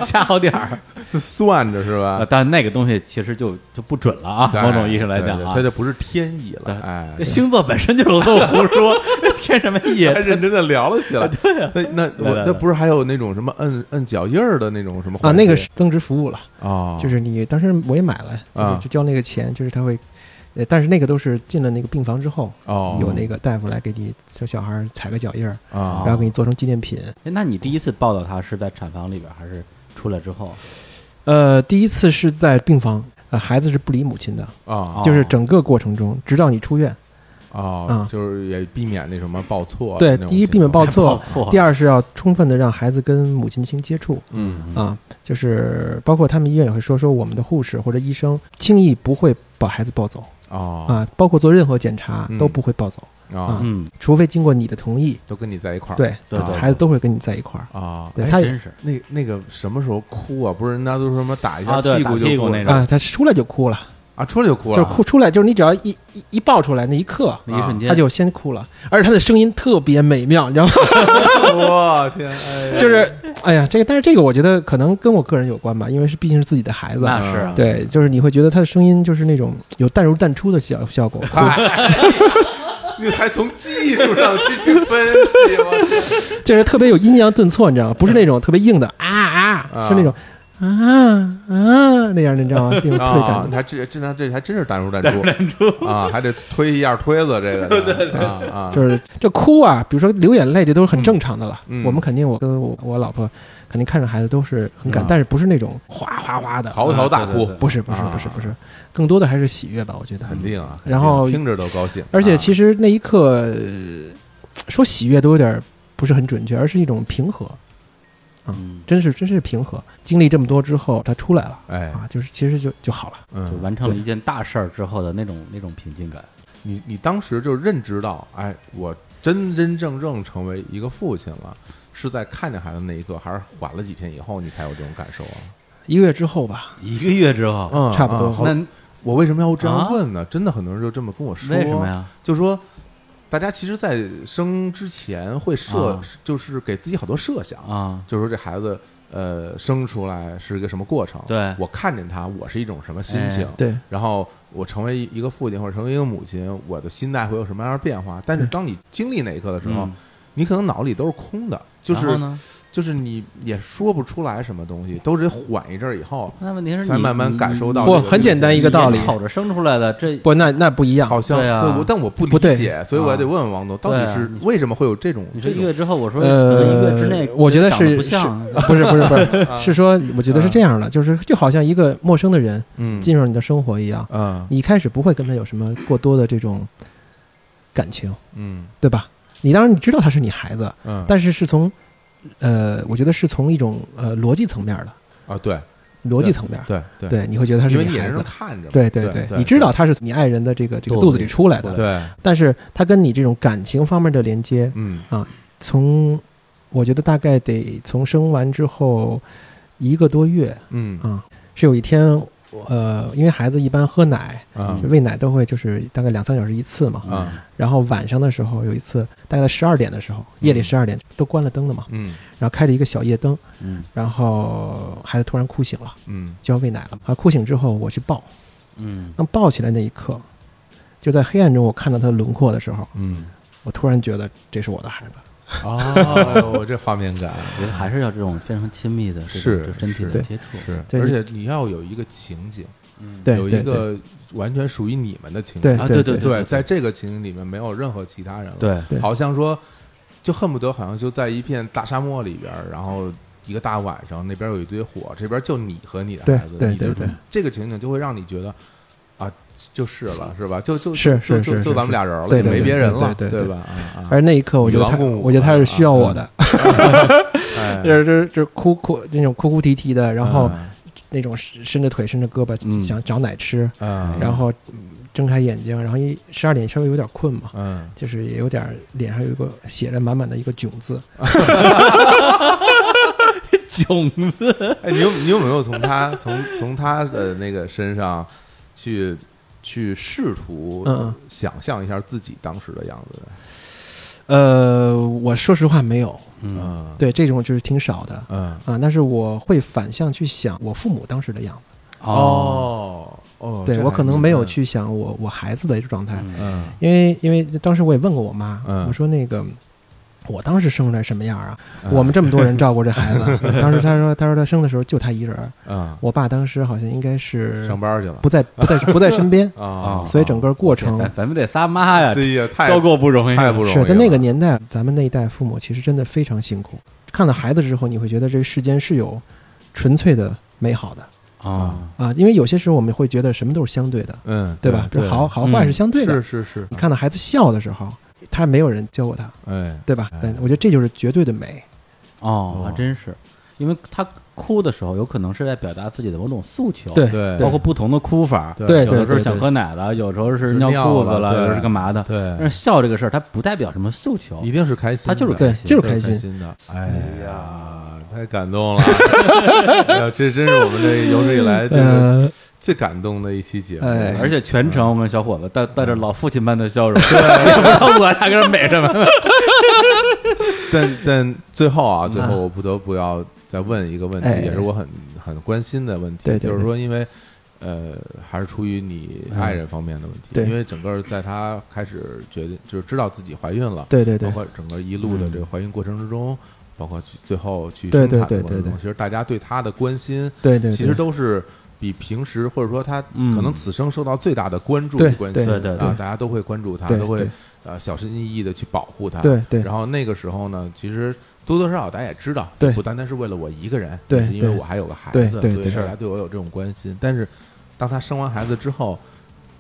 Speaker 1: 掐好点儿。
Speaker 2: 算着是
Speaker 1: 啊
Speaker 2: 吧？
Speaker 1: 但那个东西其实就就不准了啊，
Speaker 2: 对
Speaker 1: 某种意义上来
Speaker 2: 对
Speaker 1: 讲
Speaker 2: 对
Speaker 1: 啊
Speaker 2: 它，就不是天意
Speaker 1: 对
Speaker 2: 了，哎
Speaker 1: 这。星座本身就是漏胡说， 添什么意
Speaker 2: 还？认真的聊了 起来，对
Speaker 3: 啊
Speaker 2: 那那
Speaker 1: 来来
Speaker 2: 我那不是还有那种什么摁摁脚印儿的那种什么
Speaker 3: 啊，那个
Speaker 2: 是
Speaker 3: 是增值服务了，
Speaker 2: 哦，
Speaker 3: 就是你当时我也买了，就是
Speaker 2: 啊
Speaker 3: 就交那个钱，就是他会，呃，但是那个都是进了那个病房之后，
Speaker 2: 哦
Speaker 3: 有那个大夫来给你小小孩儿踩个脚印儿，
Speaker 2: 啊
Speaker 3: 然后给你做成纪念品。
Speaker 1: 哎那你第一次抱到他是在产房里边，还是出来之后？
Speaker 3: 呃，第一次是在病房，呃，孩子是不理母亲的，
Speaker 2: 啊
Speaker 3: 就是整个过程中，直到你出院。
Speaker 2: 哦
Speaker 3: 啊，
Speaker 2: 就是也避免那什么报错，
Speaker 3: 对，第一避免报错，
Speaker 1: 破
Speaker 3: 第二是要充分的让孩子跟母亲亲接触
Speaker 2: 嗯
Speaker 3: 啊，就是包括他们医院也会说说我们的护士或者医生轻易不会把孩子抱走
Speaker 2: 哦
Speaker 3: 啊，包括做任何检查
Speaker 2: 嗯
Speaker 3: 都不会抱走，
Speaker 2: 啊
Speaker 3: 啊，
Speaker 1: 嗯，
Speaker 3: 除非经过你的同意，
Speaker 2: 都跟你在一块儿，
Speaker 3: 对，
Speaker 1: 啊对对
Speaker 3: 孩子都会跟你在一块儿。
Speaker 2: 啊，
Speaker 3: 对
Speaker 1: 还
Speaker 3: 他也
Speaker 1: 真是
Speaker 2: 那那个什么时候哭啊？不是人家都说什么打一
Speaker 1: 啊
Speaker 2: 下
Speaker 1: 对
Speaker 2: 屁股
Speaker 1: 打
Speaker 2: 就
Speaker 1: 屁股
Speaker 2: 哭
Speaker 1: 那
Speaker 2: 了
Speaker 1: 种
Speaker 3: 啊，他出来就哭了，
Speaker 2: 啊，出来就哭
Speaker 3: 就
Speaker 2: 了，
Speaker 3: 是哭出来，就是你只要一一一抱出来那一刻，啊
Speaker 1: 那一瞬间，
Speaker 3: 他就先哭了，而且他的声音特别美妙，你知道吗？
Speaker 2: 我天， 哎呀
Speaker 3: 就是，哎呀，这个，但是这个我觉得可能跟我个人有关吧，因为是毕竟是自己的孩子，
Speaker 1: 那是啊，
Speaker 3: 嗯对，就是你会觉得他的声音就是那种有淡入淡出的效 效果，
Speaker 2: 你还从技术上去去分析我
Speaker 3: 就是特别有阴阳顿挫，你知道吗？不是那种特别硬的啊啊，
Speaker 2: 啊
Speaker 3: 是那种啊啊那样的，你知道吗？ 这种特别感
Speaker 2: 啊！
Speaker 3: 动
Speaker 2: 你。还这这这这还真是淡如淡出啊，还得推一下推子， 这个对对对啊
Speaker 3: 就是这哭啊，比如说流眼泪，这都是很正常的了。
Speaker 2: 嗯嗯
Speaker 3: 我们肯定，我跟我我老婆肯定看着孩子都是很感，
Speaker 2: 啊
Speaker 3: 但是不是那种哗哗哗的，啊
Speaker 2: 嚎啕大
Speaker 1: 对
Speaker 2: 哭
Speaker 1: 对，
Speaker 3: 不是不是
Speaker 2: 啊
Speaker 3: 不是不是，更多的还是喜悦吧，我觉得。
Speaker 2: 肯定啊，
Speaker 3: 然后
Speaker 2: 肯定听着都高兴，啊
Speaker 3: 而且其
Speaker 2: 实
Speaker 3: 实那一刻、呃说喜悦都有点不是很准确，而是一种平和，啊
Speaker 1: 嗯，
Speaker 3: 真是真是平和。经历这么多之后，他出来了
Speaker 2: 哎
Speaker 3: 啊，就是其实就就好了。
Speaker 1: 就
Speaker 2: 嗯，
Speaker 1: 完成了一件大事儿之后的那种那种平静感。
Speaker 2: 你你当时就认知到，哎，我真真正正成为一个父亲了。是在看见孩子那一刻，还是缓了几天以后，你才有这种感受啊？
Speaker 3: 一个月之后吧，
Speaker 1: 一个月之后，
Speaker 2: 嗯，
Speaker 3: 哦差不多
Speaker 2: 嗯好
Speaker 1: 那
Speaker 2: 我为什么要这
Speaker 1: 啊
Speaker 2: 样问呢？真的很多人就这么跟我说，
Speaker 1: 为什么呀？
Speaker 2: 就说大家其实，在生之前会设，
Speaker 1: 啊
Speaker 2: 就是给自己好多设想，
Speaker 1: 啊，
Speaker 2: 就说这孩子呃生出来是一个什么过程，
Speaker 1: 对
Speaker 2: 我看见他，我是一种什么心
Speaker 1: 哎
Speaker 2: 情，
Speaker 3: 对，
Speaker 2: 然后我成为一个父亲或者成为一个母亲，我的心态会有什么样的变化？但是当你经历那一刻的时候，
Speaker 1: 嗯
Speaker 2: 你可能脑里都是空的，就
Speaker 1: 然后
Speaker 2: 是
Speaker 1: 呢？
Speaker 2: 就是你也说不出来什么东西，都得缓一阵儿以后，
Speaker 1: 那问题是
Speaker 2: 才
Speaker 1: 你
Speaker 2: 慢慢
Speaker 1: 你
Speaker 2: 感受到
Speaker 1: 你
Speaker 2: 这
Speaker 3: 不
Speaker 2: 个
Speaker 3: 很简单一个道理
Speaker 1: 你瞅着生出来的这
Speaker 3: 不，那那不一样，
Speaker 2: 好像
Speaker 1: 对啊
Speaker 2: 我但我不
Speaker 3: 不对
Speaker 2: 理解，所以我也得问问王总，到
Speaker 1: 对
Speaker 2: 底
Speaker 1: 啊
Speaker 2: 是为什么会有这种
Speaker 1: 你说
Speaker 2: 这
Speaker 1: 一
Speaker 2: 种
Speaker 1: 个月之后，我说可能一个
Speaker 3: 呃
Speaker 1: 月之内，
Speaker 3: 我觉得
Speaker 1: 长得
Speaker 3: 是
Speaker 1: 不
Speaker 3: 是
Speaker 1: 像，
Speaker 3: 不是不是不是，是说我觉得是这样的，就是就好像一个陌生的人
Speaker 2: 嗯
Speaker 3: 进入你的生活一样，
Speaker 2: 嗯
Speaker 3: 你一开始不会跟他有什么过多的这种感情，
Speaker 2: 嗯
Speaker 3: 对吧？你当然你知道他是你孩子，
Speaker 2: 嗯
Speaker 3: 但是是从呃，我觉得是从一种呃逻辑层面的
Speaker 2: 啊对
Speaker 3: 逻辑层面，
Speaker 2: 对对，
Speaker 3: 对，你会觉得他是
Speaker 2: 因为你也
Speaker 3: 孩
Speaker 2: 是
Speaker 3: 子
Speaker 2: 能，看着嘛，
Speaker 3: 对对
Speaker 2: 对，
Speaker 3: 你知道他是你爱人的这个这个肚子里出来
Speaker 2: 对
Speaker 3: 的，
Speaker 2: 对
Speaker 3: 但是他跟你这种感情方面的连接，
Speaker 2: 嗯
Speaker 3: 从我觉得大概得从生完之后一个多月
Speaker 2: 嗯
Speaker 3: 啊，是有一天，呃，因为孩子一般喝奶，
Speaker 2: 啊
Speaker 3: 就喂奶都会就是大概两三小时一次嘛。
Speaker 2: 啊
Speaker 3: 然后晚上的时候有一次，大概十二点的时候，夜里十二点都关了灯了嘛，
Speaker 2: 嗯
Speaker 3: 然后开了一个小夜灯，
Speaker 1: 嗯
Speaker 3: 然后孩子突然哭醒了，
Speaker 2: 嗯
Speaker 3: 就要喂奶了啊。哭醒之后我去抱，
Speaker 1: 嗯
Speaker 3: 当抱起来那一刻，就在黑暗中我看到他的轮廓的时候，
Speaker 2: 嗯
Speaker 3: 我突然觉得这是我的孩子。
Speaker 2: 哦，这画面感
Speaker 1: 我觉得还是要这种非常亲密的这种
Speaker 2: 是
Speaker 1: 就身体
Speaker 2: 是
Speaker 1: 的接触，
Speaker 2: 是，
Speaker 3: 对
Speaker 2: 而且你要有一个情景，
Speaker 3: 对，
Speaker 2: 有一
Speaker 3: 对对
Speaker 2: 个完全属于你们的情景
Speaker 3: 对，
Speaker 1: 啊
Speaker 3: 对
Speaker 1: 对
Speaker 3: 对
Speaker 2: 对，在这个情景里面没有任何其他人了，
Speaker 1: 对
Speaker 3: 对
Speaker 2: 好像说就恨不得好像就在一片大沙漠里边儿，然后一个大晚上那边有一堆火，这边就你和你的
Speaker 3: 对
Speaker 2: 孩子，
Speaker 3: 对
Speaker 2: 你的
Speaker 3: 对对
Speaker 2: 这个情景就会让你觉得啊，就是了，是吧？就就是就是就是就咱们俩人了，
Speaker 3: 对
Speaker 2: 也
Speaker 3: 对
Speaker 2: 没
Speaker 3: 对
Speaker 2: 别人
Speaker 3: 对
Speaker 2: 了，
Speaker 3: 对对对
Speaker 2: 吧？啊啊，
Speaker 3: 而那一刻，我觉得
Speaker 2: 与
Speaker 3: 他，
Speaker 2: 狼共舞
Speaker 3: 我觉得他是需要我的，
Speaker 2: 啊哎
Speaker 3: 就是就是就是哭哭那种哭哭啼啼的，然后
Speaker 2: 嗯
Speaker 3: 那种伸伸着腿伸着胳
Speaker 1: 嗯
Speaker 3: 膊想找奶吃，
Speaker 2: 嗯，
Speaker 3: 然后嗯睁开眼睛，然后一十二点稍微有点困嘛，
Speaker 2: 嗯，
Speaker 3: 就是也有点脸上有一个写着满满的一个囧字，
Speaker 5: 囧子，
Speaker 2: 哎，你有你有没有从他从从他的那个身上去去试图
Speaker 3: 嗯嗯
Speaker 2: 想象一下自己当时的样子？
Speaker 3: 呃，我说实话没有，
Speaker 1: 嗯
Speaker 2: 嗯，
Speaker 3: 对这种就是挺少的
Speaker 2: 嗯，
Speaker 3: 啊，但是我会反向去想我父母当时的样子，
Speaker 2: 哦哦，
Speaker 3: 对
Speaker 2: 这
Speaker 3: 我
Speaker 2: 还
Speaker 3: 可能
Speaker 2: 挺
Speaker 3: 没有
Speaker 2: 嗯
Speaker 3: 去想我我孩子的状态，
Speaker 2: 嗯
Speaker 3: 因为因为当时我也问过我妈，
Speaker 2: 嗯
Speaker 3: 我说那个我当时生出来什么样啊？
Speaker 2: 嗯
Speaker 3: 我们这么多人照顾这孩 子，当时她说她说她生的时候就她一人儿，
Speaker 2: 嗯
Speaker 3: 我爸当时好像应该是
Speaker 2: 上班去了，
Speaker 3: 不在不在不在身边
Speaker 2: 啊
Speaker 1: 哦
Speaker 3: 所以整个过程
Speaker 1: 咱咱们得仨妈呀，
Speaker 2: 这也太
Speaker 5: 高过不容易，
Speaker 2: 哦太不容易
Speaker 3: 是
Speaker 2: 了，
Speaker 3: 在那个年代，咱们那一代父母其实真的非常辛苦。看到孩子之后，你会觉得这世间是有纯粹的美好的
Speaker 1: 啊，
Speaker 3: 啊，因为有些时候我们会觉得什么都是相对的，
Speaker 2: 嗯，
Speaker 3: 对吧？
Speaker 2: 对嗯
Speaker 3: 这好好坏是相对的。
Speaker 2: 是是是
Speaker 3: 你，看到孩子笑的时候，他没有人教过他，
Speaker 2: 哎，
Speaker 3: 对吧
Speaker 2: 哎？
Speaker 3: 但我觉得这就是绝对的美。
Speaker 1: 哦，还真是，因为他哭的时候，有可能是在表达自己的某种诉求，
Speaker 3: 对
Speaker 2: 对
Speaker 1: 包括不同的哭法，
Speaker 2: 对
Speaker 3: 对
Speaker 1: 有的
Speaker 3: 对
Speaker 1: 时候
Speaker 3: 对
Speaker 1: 想
Speaker 3: 对
Speaker 1: 喝奶了，有时候是
Speaker 2: 是
Speaker 1: 尿
Speaker 2: 尿
Speaker 1: 裤子
Speaker 2: 了
Speaker 1: 了，有时候
Speaker 2: 对
Speaker 1: 是干嘛的，但是
Speaker 2: 对，
Speaker 1: 笑这个事儿，它不代表什么诉求
Speaker 2: 一，定是开心的，
Speaker 1: 他就是
Speaker 3: 对
Speaker 1: 开，心
Speaker 3: 就是
Speaker 2: 开
Speaker 3: 开心。
Speaker 2: 的。哎呀，太感动了！哎呀， 这真是我们这有史以来这个
Speaker 3: 呃，
Speaker 2: 最感动的一期节目。
Speaker 3: 哎
Speaker 1: 而且全程我们小伙子带带着老父亲般的笑容，也不知道我压根儿美什么。
Speaker 2: 但但最后啊，最后
Speaker 3: 嗯
Speaker 2: 我不得不要再问一个问
Speaker 3: 哎
Speaker 2: 题，也是我很很关心的问题，
Speaker 3: 对对
Speaker 2: 就是说，因为呃，还是出于你爱人方面的问题，
Speaker 3: 嗯对
Speaker 2: 因为整个在她开始决定就是知道自己怀孕了，
Speaker 3: 对对
Speaker 2: 包
Speaker 3: 对，
Speaker 2: 括整个一路的
Speaker 1: 嗯
Speaker 2: 这个怀孕过程之中，包括去最后去
Speaker 3: 对
Speaker 2: 生产
Speaker 3: 对
Speaker 2: 的
Speaker 3: 对
Speaker 2: 过程
Speaker 3: 对
Speaker 2: 中，
Speaker 3: 对
Speaker 2: 其实大家对她的关心，
Speaker 3: 对对，
Speaker 2: 其实都是比平时或者说他
Speaker 1: 嗯
Speaker 2: 可能此生受到最大的关注
Speaker 3: 对
Speaker 2: 与关心
Speaker 1: 对对对
Speaker 2: 啊，大家都会关注他，
Speaker 3: 对
Speaker 2: 都会
Speaker 3: 对
Speaker 2: 呃小心翼翼的去保护他。
Speaker 3: 对对
Speaker 2: 啊然后那个时候呢，其实多多少少大家也知道，
Speaker 3: 对
Speaker 2: 不单单是为了我一个人，
Speaker 3: 对
Speaker 2: 也是因为
Speaker 3: 对
Speaker 2: 我还有个孩
Speaker 3: 对
Speaker 2: 子，所
Speaker 3: 对
Speaker 2: 以
Speaker 3: 对
Speaker 2: 大家对我有这种关心。但是当他生完孩子之后。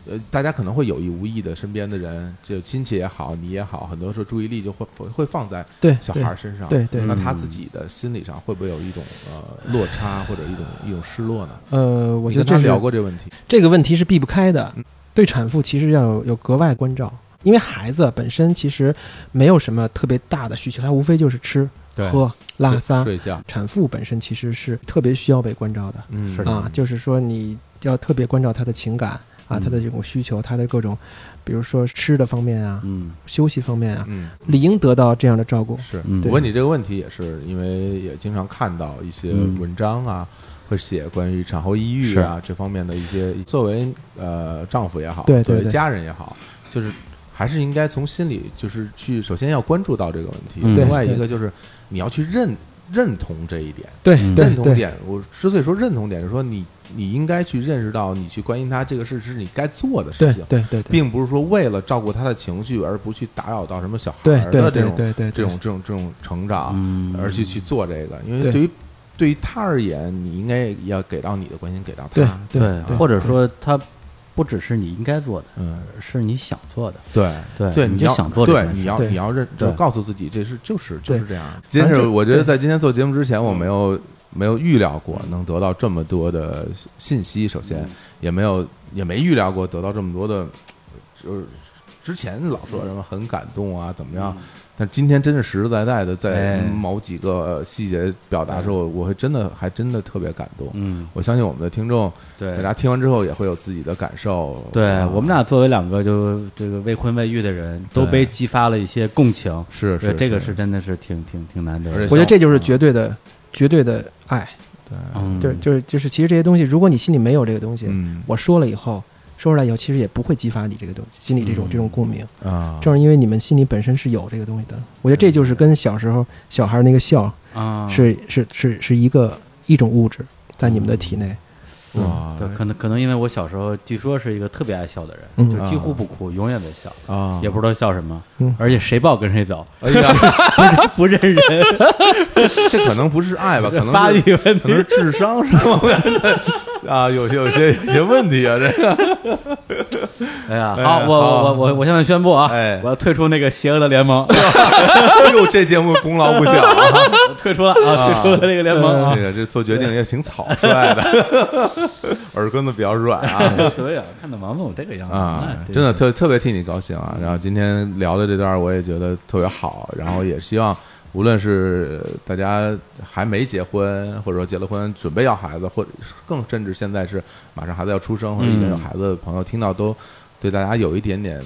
Speaker 2: 呃，大家可能会有意无意的，身边的人，就亲戚也好，你也好，很多时候注意力就会会会放在
Speaker 3: 对
Speaker 2: 小
Speaker 3: 对
Speaker 2: 孩儿身上。
Speaker 3: 对嗯对
Speaker 2: 那他自己的心理上会不会有一种呃落差，或者一种一种失落呢？
Speaker 3: 呃，我
Speaker 2: 你
Speaker 3: 觉得
Speaker 2: 跟他
Speaker 3: 这是
Speaker 2: 聊过这嗯个问题，
Speaker 3: 这个问题是避不开的，对产妇其实要有有格外关照，因为孩子本身其实没有什么特别大的需求，他无非就是吃、
Speaker 2: 对
Speaker 3: 喝、拉撒。
Speaker 2: 睡觉，
Speaker 3: 产妇本身其实是特别需要被关照的
Speaker 2: 嗯
Speaker 1: 是的
Speaker 3: 啊，就是说你要特别关照她的情感啊，他的
Speaker 2: 嗯
Speaker 3: 这种需求，他的各种，比如说吃的方面啊，
Speaker 1: 嗯
Speaker 3: 休息方面啊，
Speaker 2: 嗯，
Speaker 3: 理应得到这样的照顾。
Speaker 2: 是
Speaker 1: 嗯
Speaker 2: 我问你这个问题也是因为也经常看到一些
Speaker 1: 嗯
Speaker 2: 文章啊，会写关于产后抑郁啊这方面的一些，作为呃丈夫也好，
Speaker 3: 对对
Speaker 2: 作为
Speaker 3: 对
Speaker 2: 家人也好，就是还是应该从心里就是去首先要关注到这个问题，
Speaker 1: 嗯
Speaker 2: 另外
Speaker 3: 对
Speaker 2: 一个就是你要去认认同这一点。
Speaker 3: 对
Speaker 1: 嗯
Speaker 3: 对
Speaker 2: 认同
Speaker 3: 对
Speaker 2: 点，我之所以说认同点，是说你你应该去认识到，你去关心他这个事是你该做的事
Speaker 3: 对
Speaker 2: 情，
Speaker 3: 对对对，
Speaker 2: 并不是说为了照顾他的情绪而不去打扰到什么小孩
Speaker 3: 对
Speaker 2: 儿
Speaker 3: 对
Speaker 2: 的这
Speaker 3: 对
Speaker 2: 种
Speaker 3: 对对对
Speaker 2: 这种这种这种成长，
Speaker 1: 嗯，
Speaker 2: 而去去做这个，因
Speaker 3: 对
Speaker 2: 为对于对于他而言，你应该也要给到你的关心，给到
Speaker 3: 对
Speaker 2: 他，
Speaker 1: 对，
Speaker 3: 对
Speaker 1: 或者说它不只是你应该做的，
Speaker 2: 嗯，
Speaker 1: 是你想做的，
Speaker 2: 对。
Speaker 1: 对
Speaker 2: 对，
Speaker 1: 你
Speaker 2: 你
Speaker 1: 就
Speaker 2: 要
Speaker 1: 想做这
Speaker 2: 对
Speaker 1: 件，
Speaker 2: 你
Speaker 1: 事。
Speaker 2: 要
Speaker 3: 对
Speaker 2: 你要认，就
Speaker 1: 对
Speaker 2: 告诉自己，这是就是就是
Speaker 3: 对
Speaker 2: 这样。今天
Speaker 3: 反
Speaker 2: 是
Speaker 3: 正就
Speaker 2: 我觉得
Speaker 3: 对
Speaker 2: 在今天做节目之前，我没有没有预料过能得到这么多的信息，首先也没有也没预料过得到这么多的，就是之前老说什么很感动啊，怎么样？但今天真是实实在在的，在
Speaker 1: 哎
Speaker 2: 某几个细节表达的时候，我会真的还真的特别感动。
Speaker 1: 嗯，
Speaker 2: 我相信我们的听众，
Speaker 1: 对
Speaker 2: 大家听完之后也会有自己的感受。
Speaker 1: 对
Speaker 2: 啊
Speaker 1: 我们俩作为两个就这个未婚未育的人，都被激发了一些共情，
Speaker 2: 是
Speaker 1: 对
Speaker 2: 是
Speaker 1: 这个是真的是挺挺挺难得
Speaker 2: 而
Speaker 1: 的
Speaker 2: 且
Speaker 3: 我觉得这就是
Speaker 2: 嗯
Speaker 3: 绝对的绝对的爱，
Speaker 2: 啊
Speaker 1: 嗯，
Speaker 3: 就是就是就是这些东西，如果你心里没有这个东西，
Speaker 2: 嗯
Speaker 3: 我说了以后，说出来以后，其实也不会激发你这个东心里这种这种共鸣。
Speaker 2: 啊，
Speaker 3: 正是因为你们心里本身是有这个东西的，我觉得这就是跟小时候小孩那个笑
Speaker 1: 啊，
Speaker 3: 是是是是一个一种物质在你们的
Speaker 2: 嗯
Speaker 3: 体内。
Speaker 2: 哇
Speaker 1: 对，可能可能因为我小时候据说是一个特别爱笑的人，
Speaker 3: 嗯
Speaker 1: 就几乎不哭，永远在笑，
Speaker 2: 啊，
Speaker 1: 也不知道笑什么
Speaker 3: 嗯，
Speaker 1: 而且谁抱跟谁 走，
Speaker 2: 哎呀，
Speaker 1: 不认人，
Speaker 2: 这可能不是爱吧，可能是
Speaker 1: 发育问
Speaker 2: 可能是
Speaker 1: 题。
Speaker 2: 智商上面的 啊，有些有些有些问题啊，这个
Speaker 1: 哎呀，
Speaker 2: 哎
Speaker 1: 好，我我我
Speaker 2: 好
Speaker 1: 我我现在宣布啊，
Speaker 2: 哎
Speaker 1: 我要退出那个邪恶的联 盟，我
Speaker 2: 哎呦，这节目功劳不小啊，
Speaker 1: 退出了啊，
Speaker 2: 啊
Speaker 1: 退出了这个联盟啊
Speaker 2: 这。个这做决定也挺草率的， 耳根子比较软啊。
Speaker 1: 对呀，看到王总这个样子
Speaker 2: 啊
Speaker 1: 嗯那，对
Speaker 2: 真的特特别替你高兴啊！然后今天聊的这段我也觉得特别好，然后也希望无论是大家还没结婚，或者说结了婚准备要孩子，或者更甚至现在是马上孩子要出生或者已经有孩子的朋友，听到都对大家有一点点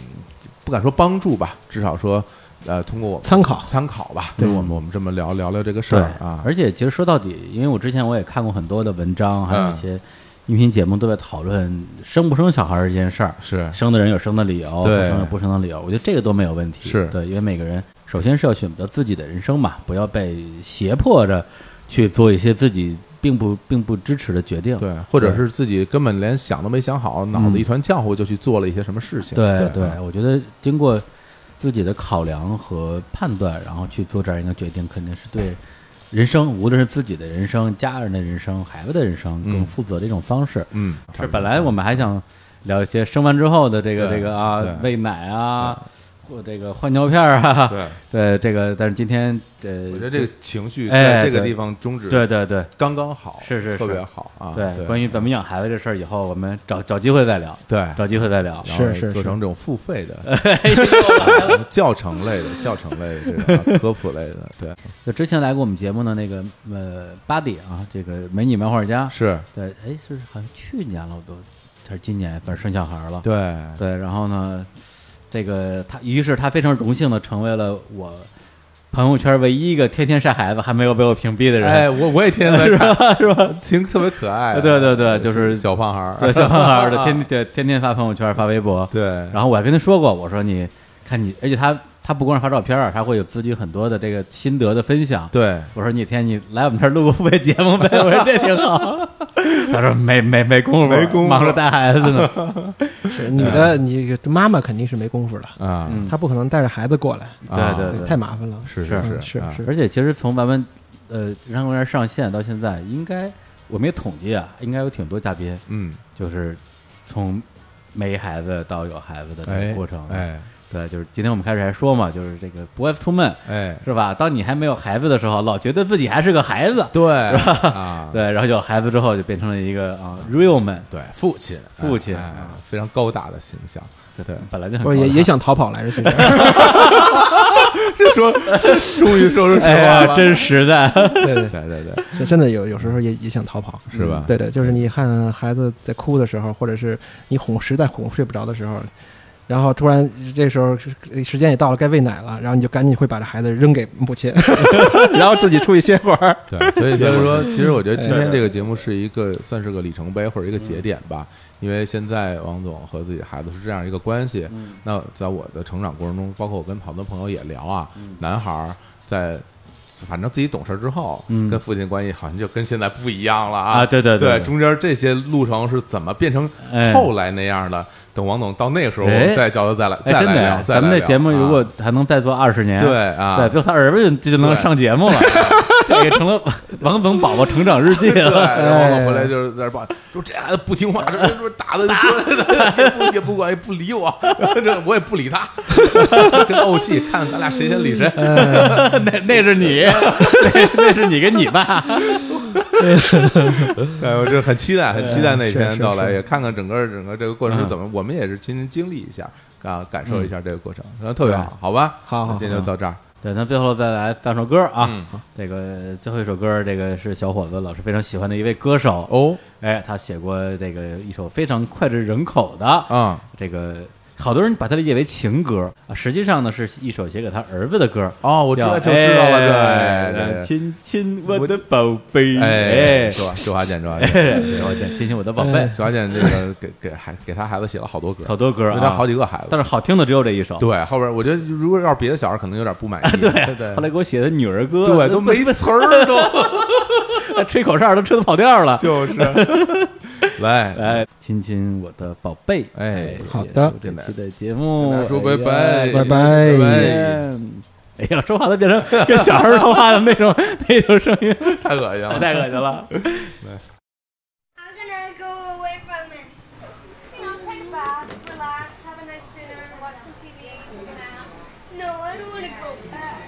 Speaker 2: 不敢说帮助吧，至少说呃通过我们
Speaker 3: 参考
Speaker 2: 参考吧，
Speaker 3: 对
Speaker 2: 跟我们我们这么聊聊聊这个事
Speaker 1: 对
Speaker 2: 儿啊，
Speaker 1: 而且其实说到底，因为我之前我也看过很多的文章，还有一
Speaker 2: 嗯
Speaker 1: 些音频节目都在讨论生不生小孩儿这件事儿。
Speaker 2: 是
Speaker 1: 生的人有生的理由，不
Speaker 2: 对
Speaker 1: 生有不生的理由，我觉得这个都没有问题。
Speaker 2: 是
Speaker 1: 对，因为每个人首先是要选择自己的人生嘛，不要被胁迫着去做一些自己并不并不支持的决定。
Speaker 2: 对，或者是自己根本连想都没想好，脑子一团浆糊就去做了一些什么事情，
Speaker 1: 对哎
Speaker 2: 对
Speaker 1: 我觉得经过自己的考量和判断，然后去做这样一个决定，肯定是对人生，无论是自己的人生、家人的人生、孩子的人生，更
Speaker 2: 嗯
Speaker 1: 负责的一种方式。
Speaker 2: 嗯，
Speaker 1: 是，本来我们还想聊一些生完之后的这个
Speaker 2: 对
Speaker 1: 这个啊
Speaker 2: 对，
Speaker 1: 喂奶啊，或这个换尿片儿啊，
Speaker 2: 对。
Speaker 1: 对这个，但是今天呃，
Speaker 2: 我觉得这个情绪
Speaker 1: 哎
Speaker 2: 在这个
Speaker 1: 对
Speaker 2: 地方终止，
Speaker 1: 对对对
Speaker 2: 刚刚好，
Speaker 1: 是是是
Speaker 2: 特别好啊。
Speaker 1: 对，
Speaker 2: 对，
Speaker 1: 关于怎么养孩子这事儿，以后我们找找机会再聊，
Speaker 2: 对
Speaker 1: 找机会再聊。
Speaker 2: 然后
Speaker 3: 是是
Speaker 2: 做
Speaker 3: 是
Speaker 2: 成这种付费 的
Speaker 1: 哎
Speaker 2: 教程类的、教程类的这种啊科普类的，对，
Speaker 1: 就之前来过我们节目的那个呃巴迪啊，这个美女漫画家，
Speaker 2: 是，
Speaker 1: 对，哎，是好像去年了，我都还是今年，反正生小孩了。
Speaker 2: 对，
Speaker 1: 对，然后呢，这个他，于是他非常荣幸的成为了我朋友圈唯一一个天天晒孩子还没有被我屏蔽的人。
Speaker 2: 哎，我我也天天在看，是 吧？挺特别可爱的，啊
Speaker 1: 对对对就是
Speaker 2: 小胖孩儿，
Speaker 1: 对，小男孩儿的天天对天天发朋友圈发微博。
Speaker 2: 对，
Speaker 1: 然后我还跟他说过，我说你看你，而且他他不光是发照片儿，他会有自己很多的这个心得的分享。
Speaker 2: 对，
Speaker 1: 我说你天你来我们这儿录个付费节目 呗，我说这挺好。他说没没没工夫，
Speaker 2: 没功夫
Speaker 1: 忙着带孩子呢。
Speaker 3: 是你
Speaker 2: 哎
Speaker 3: 的你妈妈肯定是没功夫的，
Speaker 2: 啊，
Speaker 1: 嗯
Speaker 3: 她不可能带着孩子过来，
Speaker 2: 啊
Speaker 1: 对对对
Speaker 3: 太麻烦了。
Speaker 2: 是
Speaker 1: 是
Speaker 2: 是
Speaker 3: 是
Speaker 2: 啊
Speaker 3: 是
Speaker 1: 而且其实从咱们呃《人上公园》上线到现在，应该我没统计啊，应该有挺多嘉宾，
Speaker 2: 嗯，
Speaker 1: 就是从没孩子到有孩子的这
Speaker 2: 哎，
Speaker 1: 个过程。，啊
Speaker 2: 哎
Speaker 1: 对，就是今天我们开始还说嘛，就是这个 boys to men
Speaker 2: 哎，
Speaker 1: 是吧？当你还没有孩子的时候，老觉得自己还是个孩子，
Speaker 2: 对啊，
Speaker 1: 对，然后有孩子之后就变成了一个啊 real man，
Speaker 2: 对，父亲，
Speaker 1: 父亲
Speaker 2: 哎哎
Speaker 1: 啊
Speaker 2: 非常高大的形象，对。
Speaker 1: 本来就很
Speaker 3: 我也
Speaker 1: 高大
Speaker 3: 也想逃跑来着，其实
Speaker 2: 说，终于说出实
Speaker 5: 哎
Speaker 2: 话
Speaker 5: 呀，
Speaker 2: 了，
Speaker 5: 真实在，
Speaker 3: 对对
Speaker 2: 对对对，
Speaker 3: 这真的有有时候也也想逃跑，
Speaker 2: 是吧
Speaker 3: 嗯对对，就是你看孩子在哭的时候，或者是你哄实在哄睡不着的时候，然后突然这时候是时间也到了该喂奶了，然后你就赶紧会把这孩子扔给母亲，然后自己出去歇会儿。
Speaker 2: 对，所以就是说，其实我觉得今天这个节目是一个算是个里程碑或者一个节点吧，因为现在王总和自己的孩子是这样一个关系。
Speaker 5: 嗯
Speaker 2: 那在我的成长过程中，包括我跟好多朋友也聊啊，
Speaker 5: 嗯
Speaker 2: 男孩儿在。反正自己懂事之后，
Speaker 1: 嗯
Speaker 2: 跟父亲关系好像就跟现在不一样了
Speaker 5: 啊对对
Speaker 2: 对
Speaker 5: 对对
Speaker 2: 中间这些路程是怎么变成
Speaker 5: 哎
Speaker 2: 后来那样的？等王总到那个时候，我们
Speaker 5: 哎
Speaker 2: 再叫他再来，
Speaker 5: 哎，
Speaker 2: 再
Speaker 5: 真
Speaker 2: 来聊。
Speaker 5: 的，
Speaker 2: 再来
Speaker 5: 咱们这
Speaker 2: 聊
Speaker 5: 节目
Speaker 2: 啊
Speaker 5: 如果还能再做二十年，
Speaker 2: 对啊
Speaker 5: 对，最后他儿子就就能
Speaker 2: 对
Speaker 5: 上节 目了，这也成了王总宝宝成长日记
Speaker 2: 对，
Speaker 1: 哎
Speaker 5: 了。
Speaker 2: 然后王总回来就是在这抱怨，说这孩子不听话，这这这打的说也不也不管也不理我， 这我也不理他， 真怄气，看看咱俩谁先理谁。
Speaker 5: 那那是你， 那那是你跟你爸，
Speaker 2: 对，我就很期待，很期待那天
Speaker 3: 是
Speaker 2: 到来，
Speaker 3: 是
Speaker 2: 也看看整个整个这个过程是怎么，我们也是亲身经历一下啊，感受一下这个过程，然后特别好，好吧？
Speaker 3: 好好
Speaker 2: 那今天就到这儿，
Speaker 1: 对，那最后再来放首歌啊，
Speaker 2: 嗯
Speaker 1: 这个最后一首歌，这个是小伙子老师非常喜欢的一位歌手，
Speaker 2: 哦，
Speaker 1: 哎，他写过这个一首非常脍炙人口的啊
Speaker 2: 啊
Speaker 1: 这个好多人把它理解为情歌啊，实际上呢是一首写给他儿子的歌。
Speaker 2: 哦，我知
Speaker 1: 叫
Speaker 2: 道，就知道
Speaker 5: 哎
Speaker 2: 了，对对
Speaker 5: 亲亲我的宝贝，
Speaker 2: 对，哎，周周华健，周华健。
Speaker 1: 对，我天，天心我的宝贝，
Speaker 2: 周华健这个给给孩给他孩子写了好多歌，
Speaker 1: 哎好多歌
Speaker 2: 因为他
Speaker 1: 啊，
Speaker 2: 好几个孩子，
Speaker 1: 但是好听的只有这一首。
Speaker 2: 对，后边我觉得如果要是别的小孩，可能有点不满意。对
Speaker 1: 后来
Speaker 2: 对
Speaker 1: 给我写的女儿歌，
Speaker 2: 对，都没词儿 都，
Speaker 1: 吹口哨都吹的跑调了。
Speaker 2: 就是来
Speaker 1: 来，亲亲我的宝贝，
Speaker 2: 哎
Speaker 3: 好
Speaker 1: 也
Speaker 3: 的
Speaker 1: 是这
Speaker 2: 真的
Speaker 1: 期的节
Speaker 2: 跟
Speaker 1: 目，
Speaker 2: 大家说拜
Speaker 1: 哎
Speaker 2: 拜，
Speaker 1: 呀
Speaker 3: 拜
Speaker 2: 拜
Speaker 3: 拜
Speaker 2: 拜，
Speaker 1: 哎呀，说话都变成跟小孩儿说话的那种 那种声 音，
Speaker 2: 太恶心了，
Speaker 1: 太恶心了。
Speaker 7: I'm gonna go away from it. You know, take a bath, relax, have a nice dinner, watch some TV, take a nap. No, I don't wanna go back.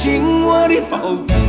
Speaker 7: open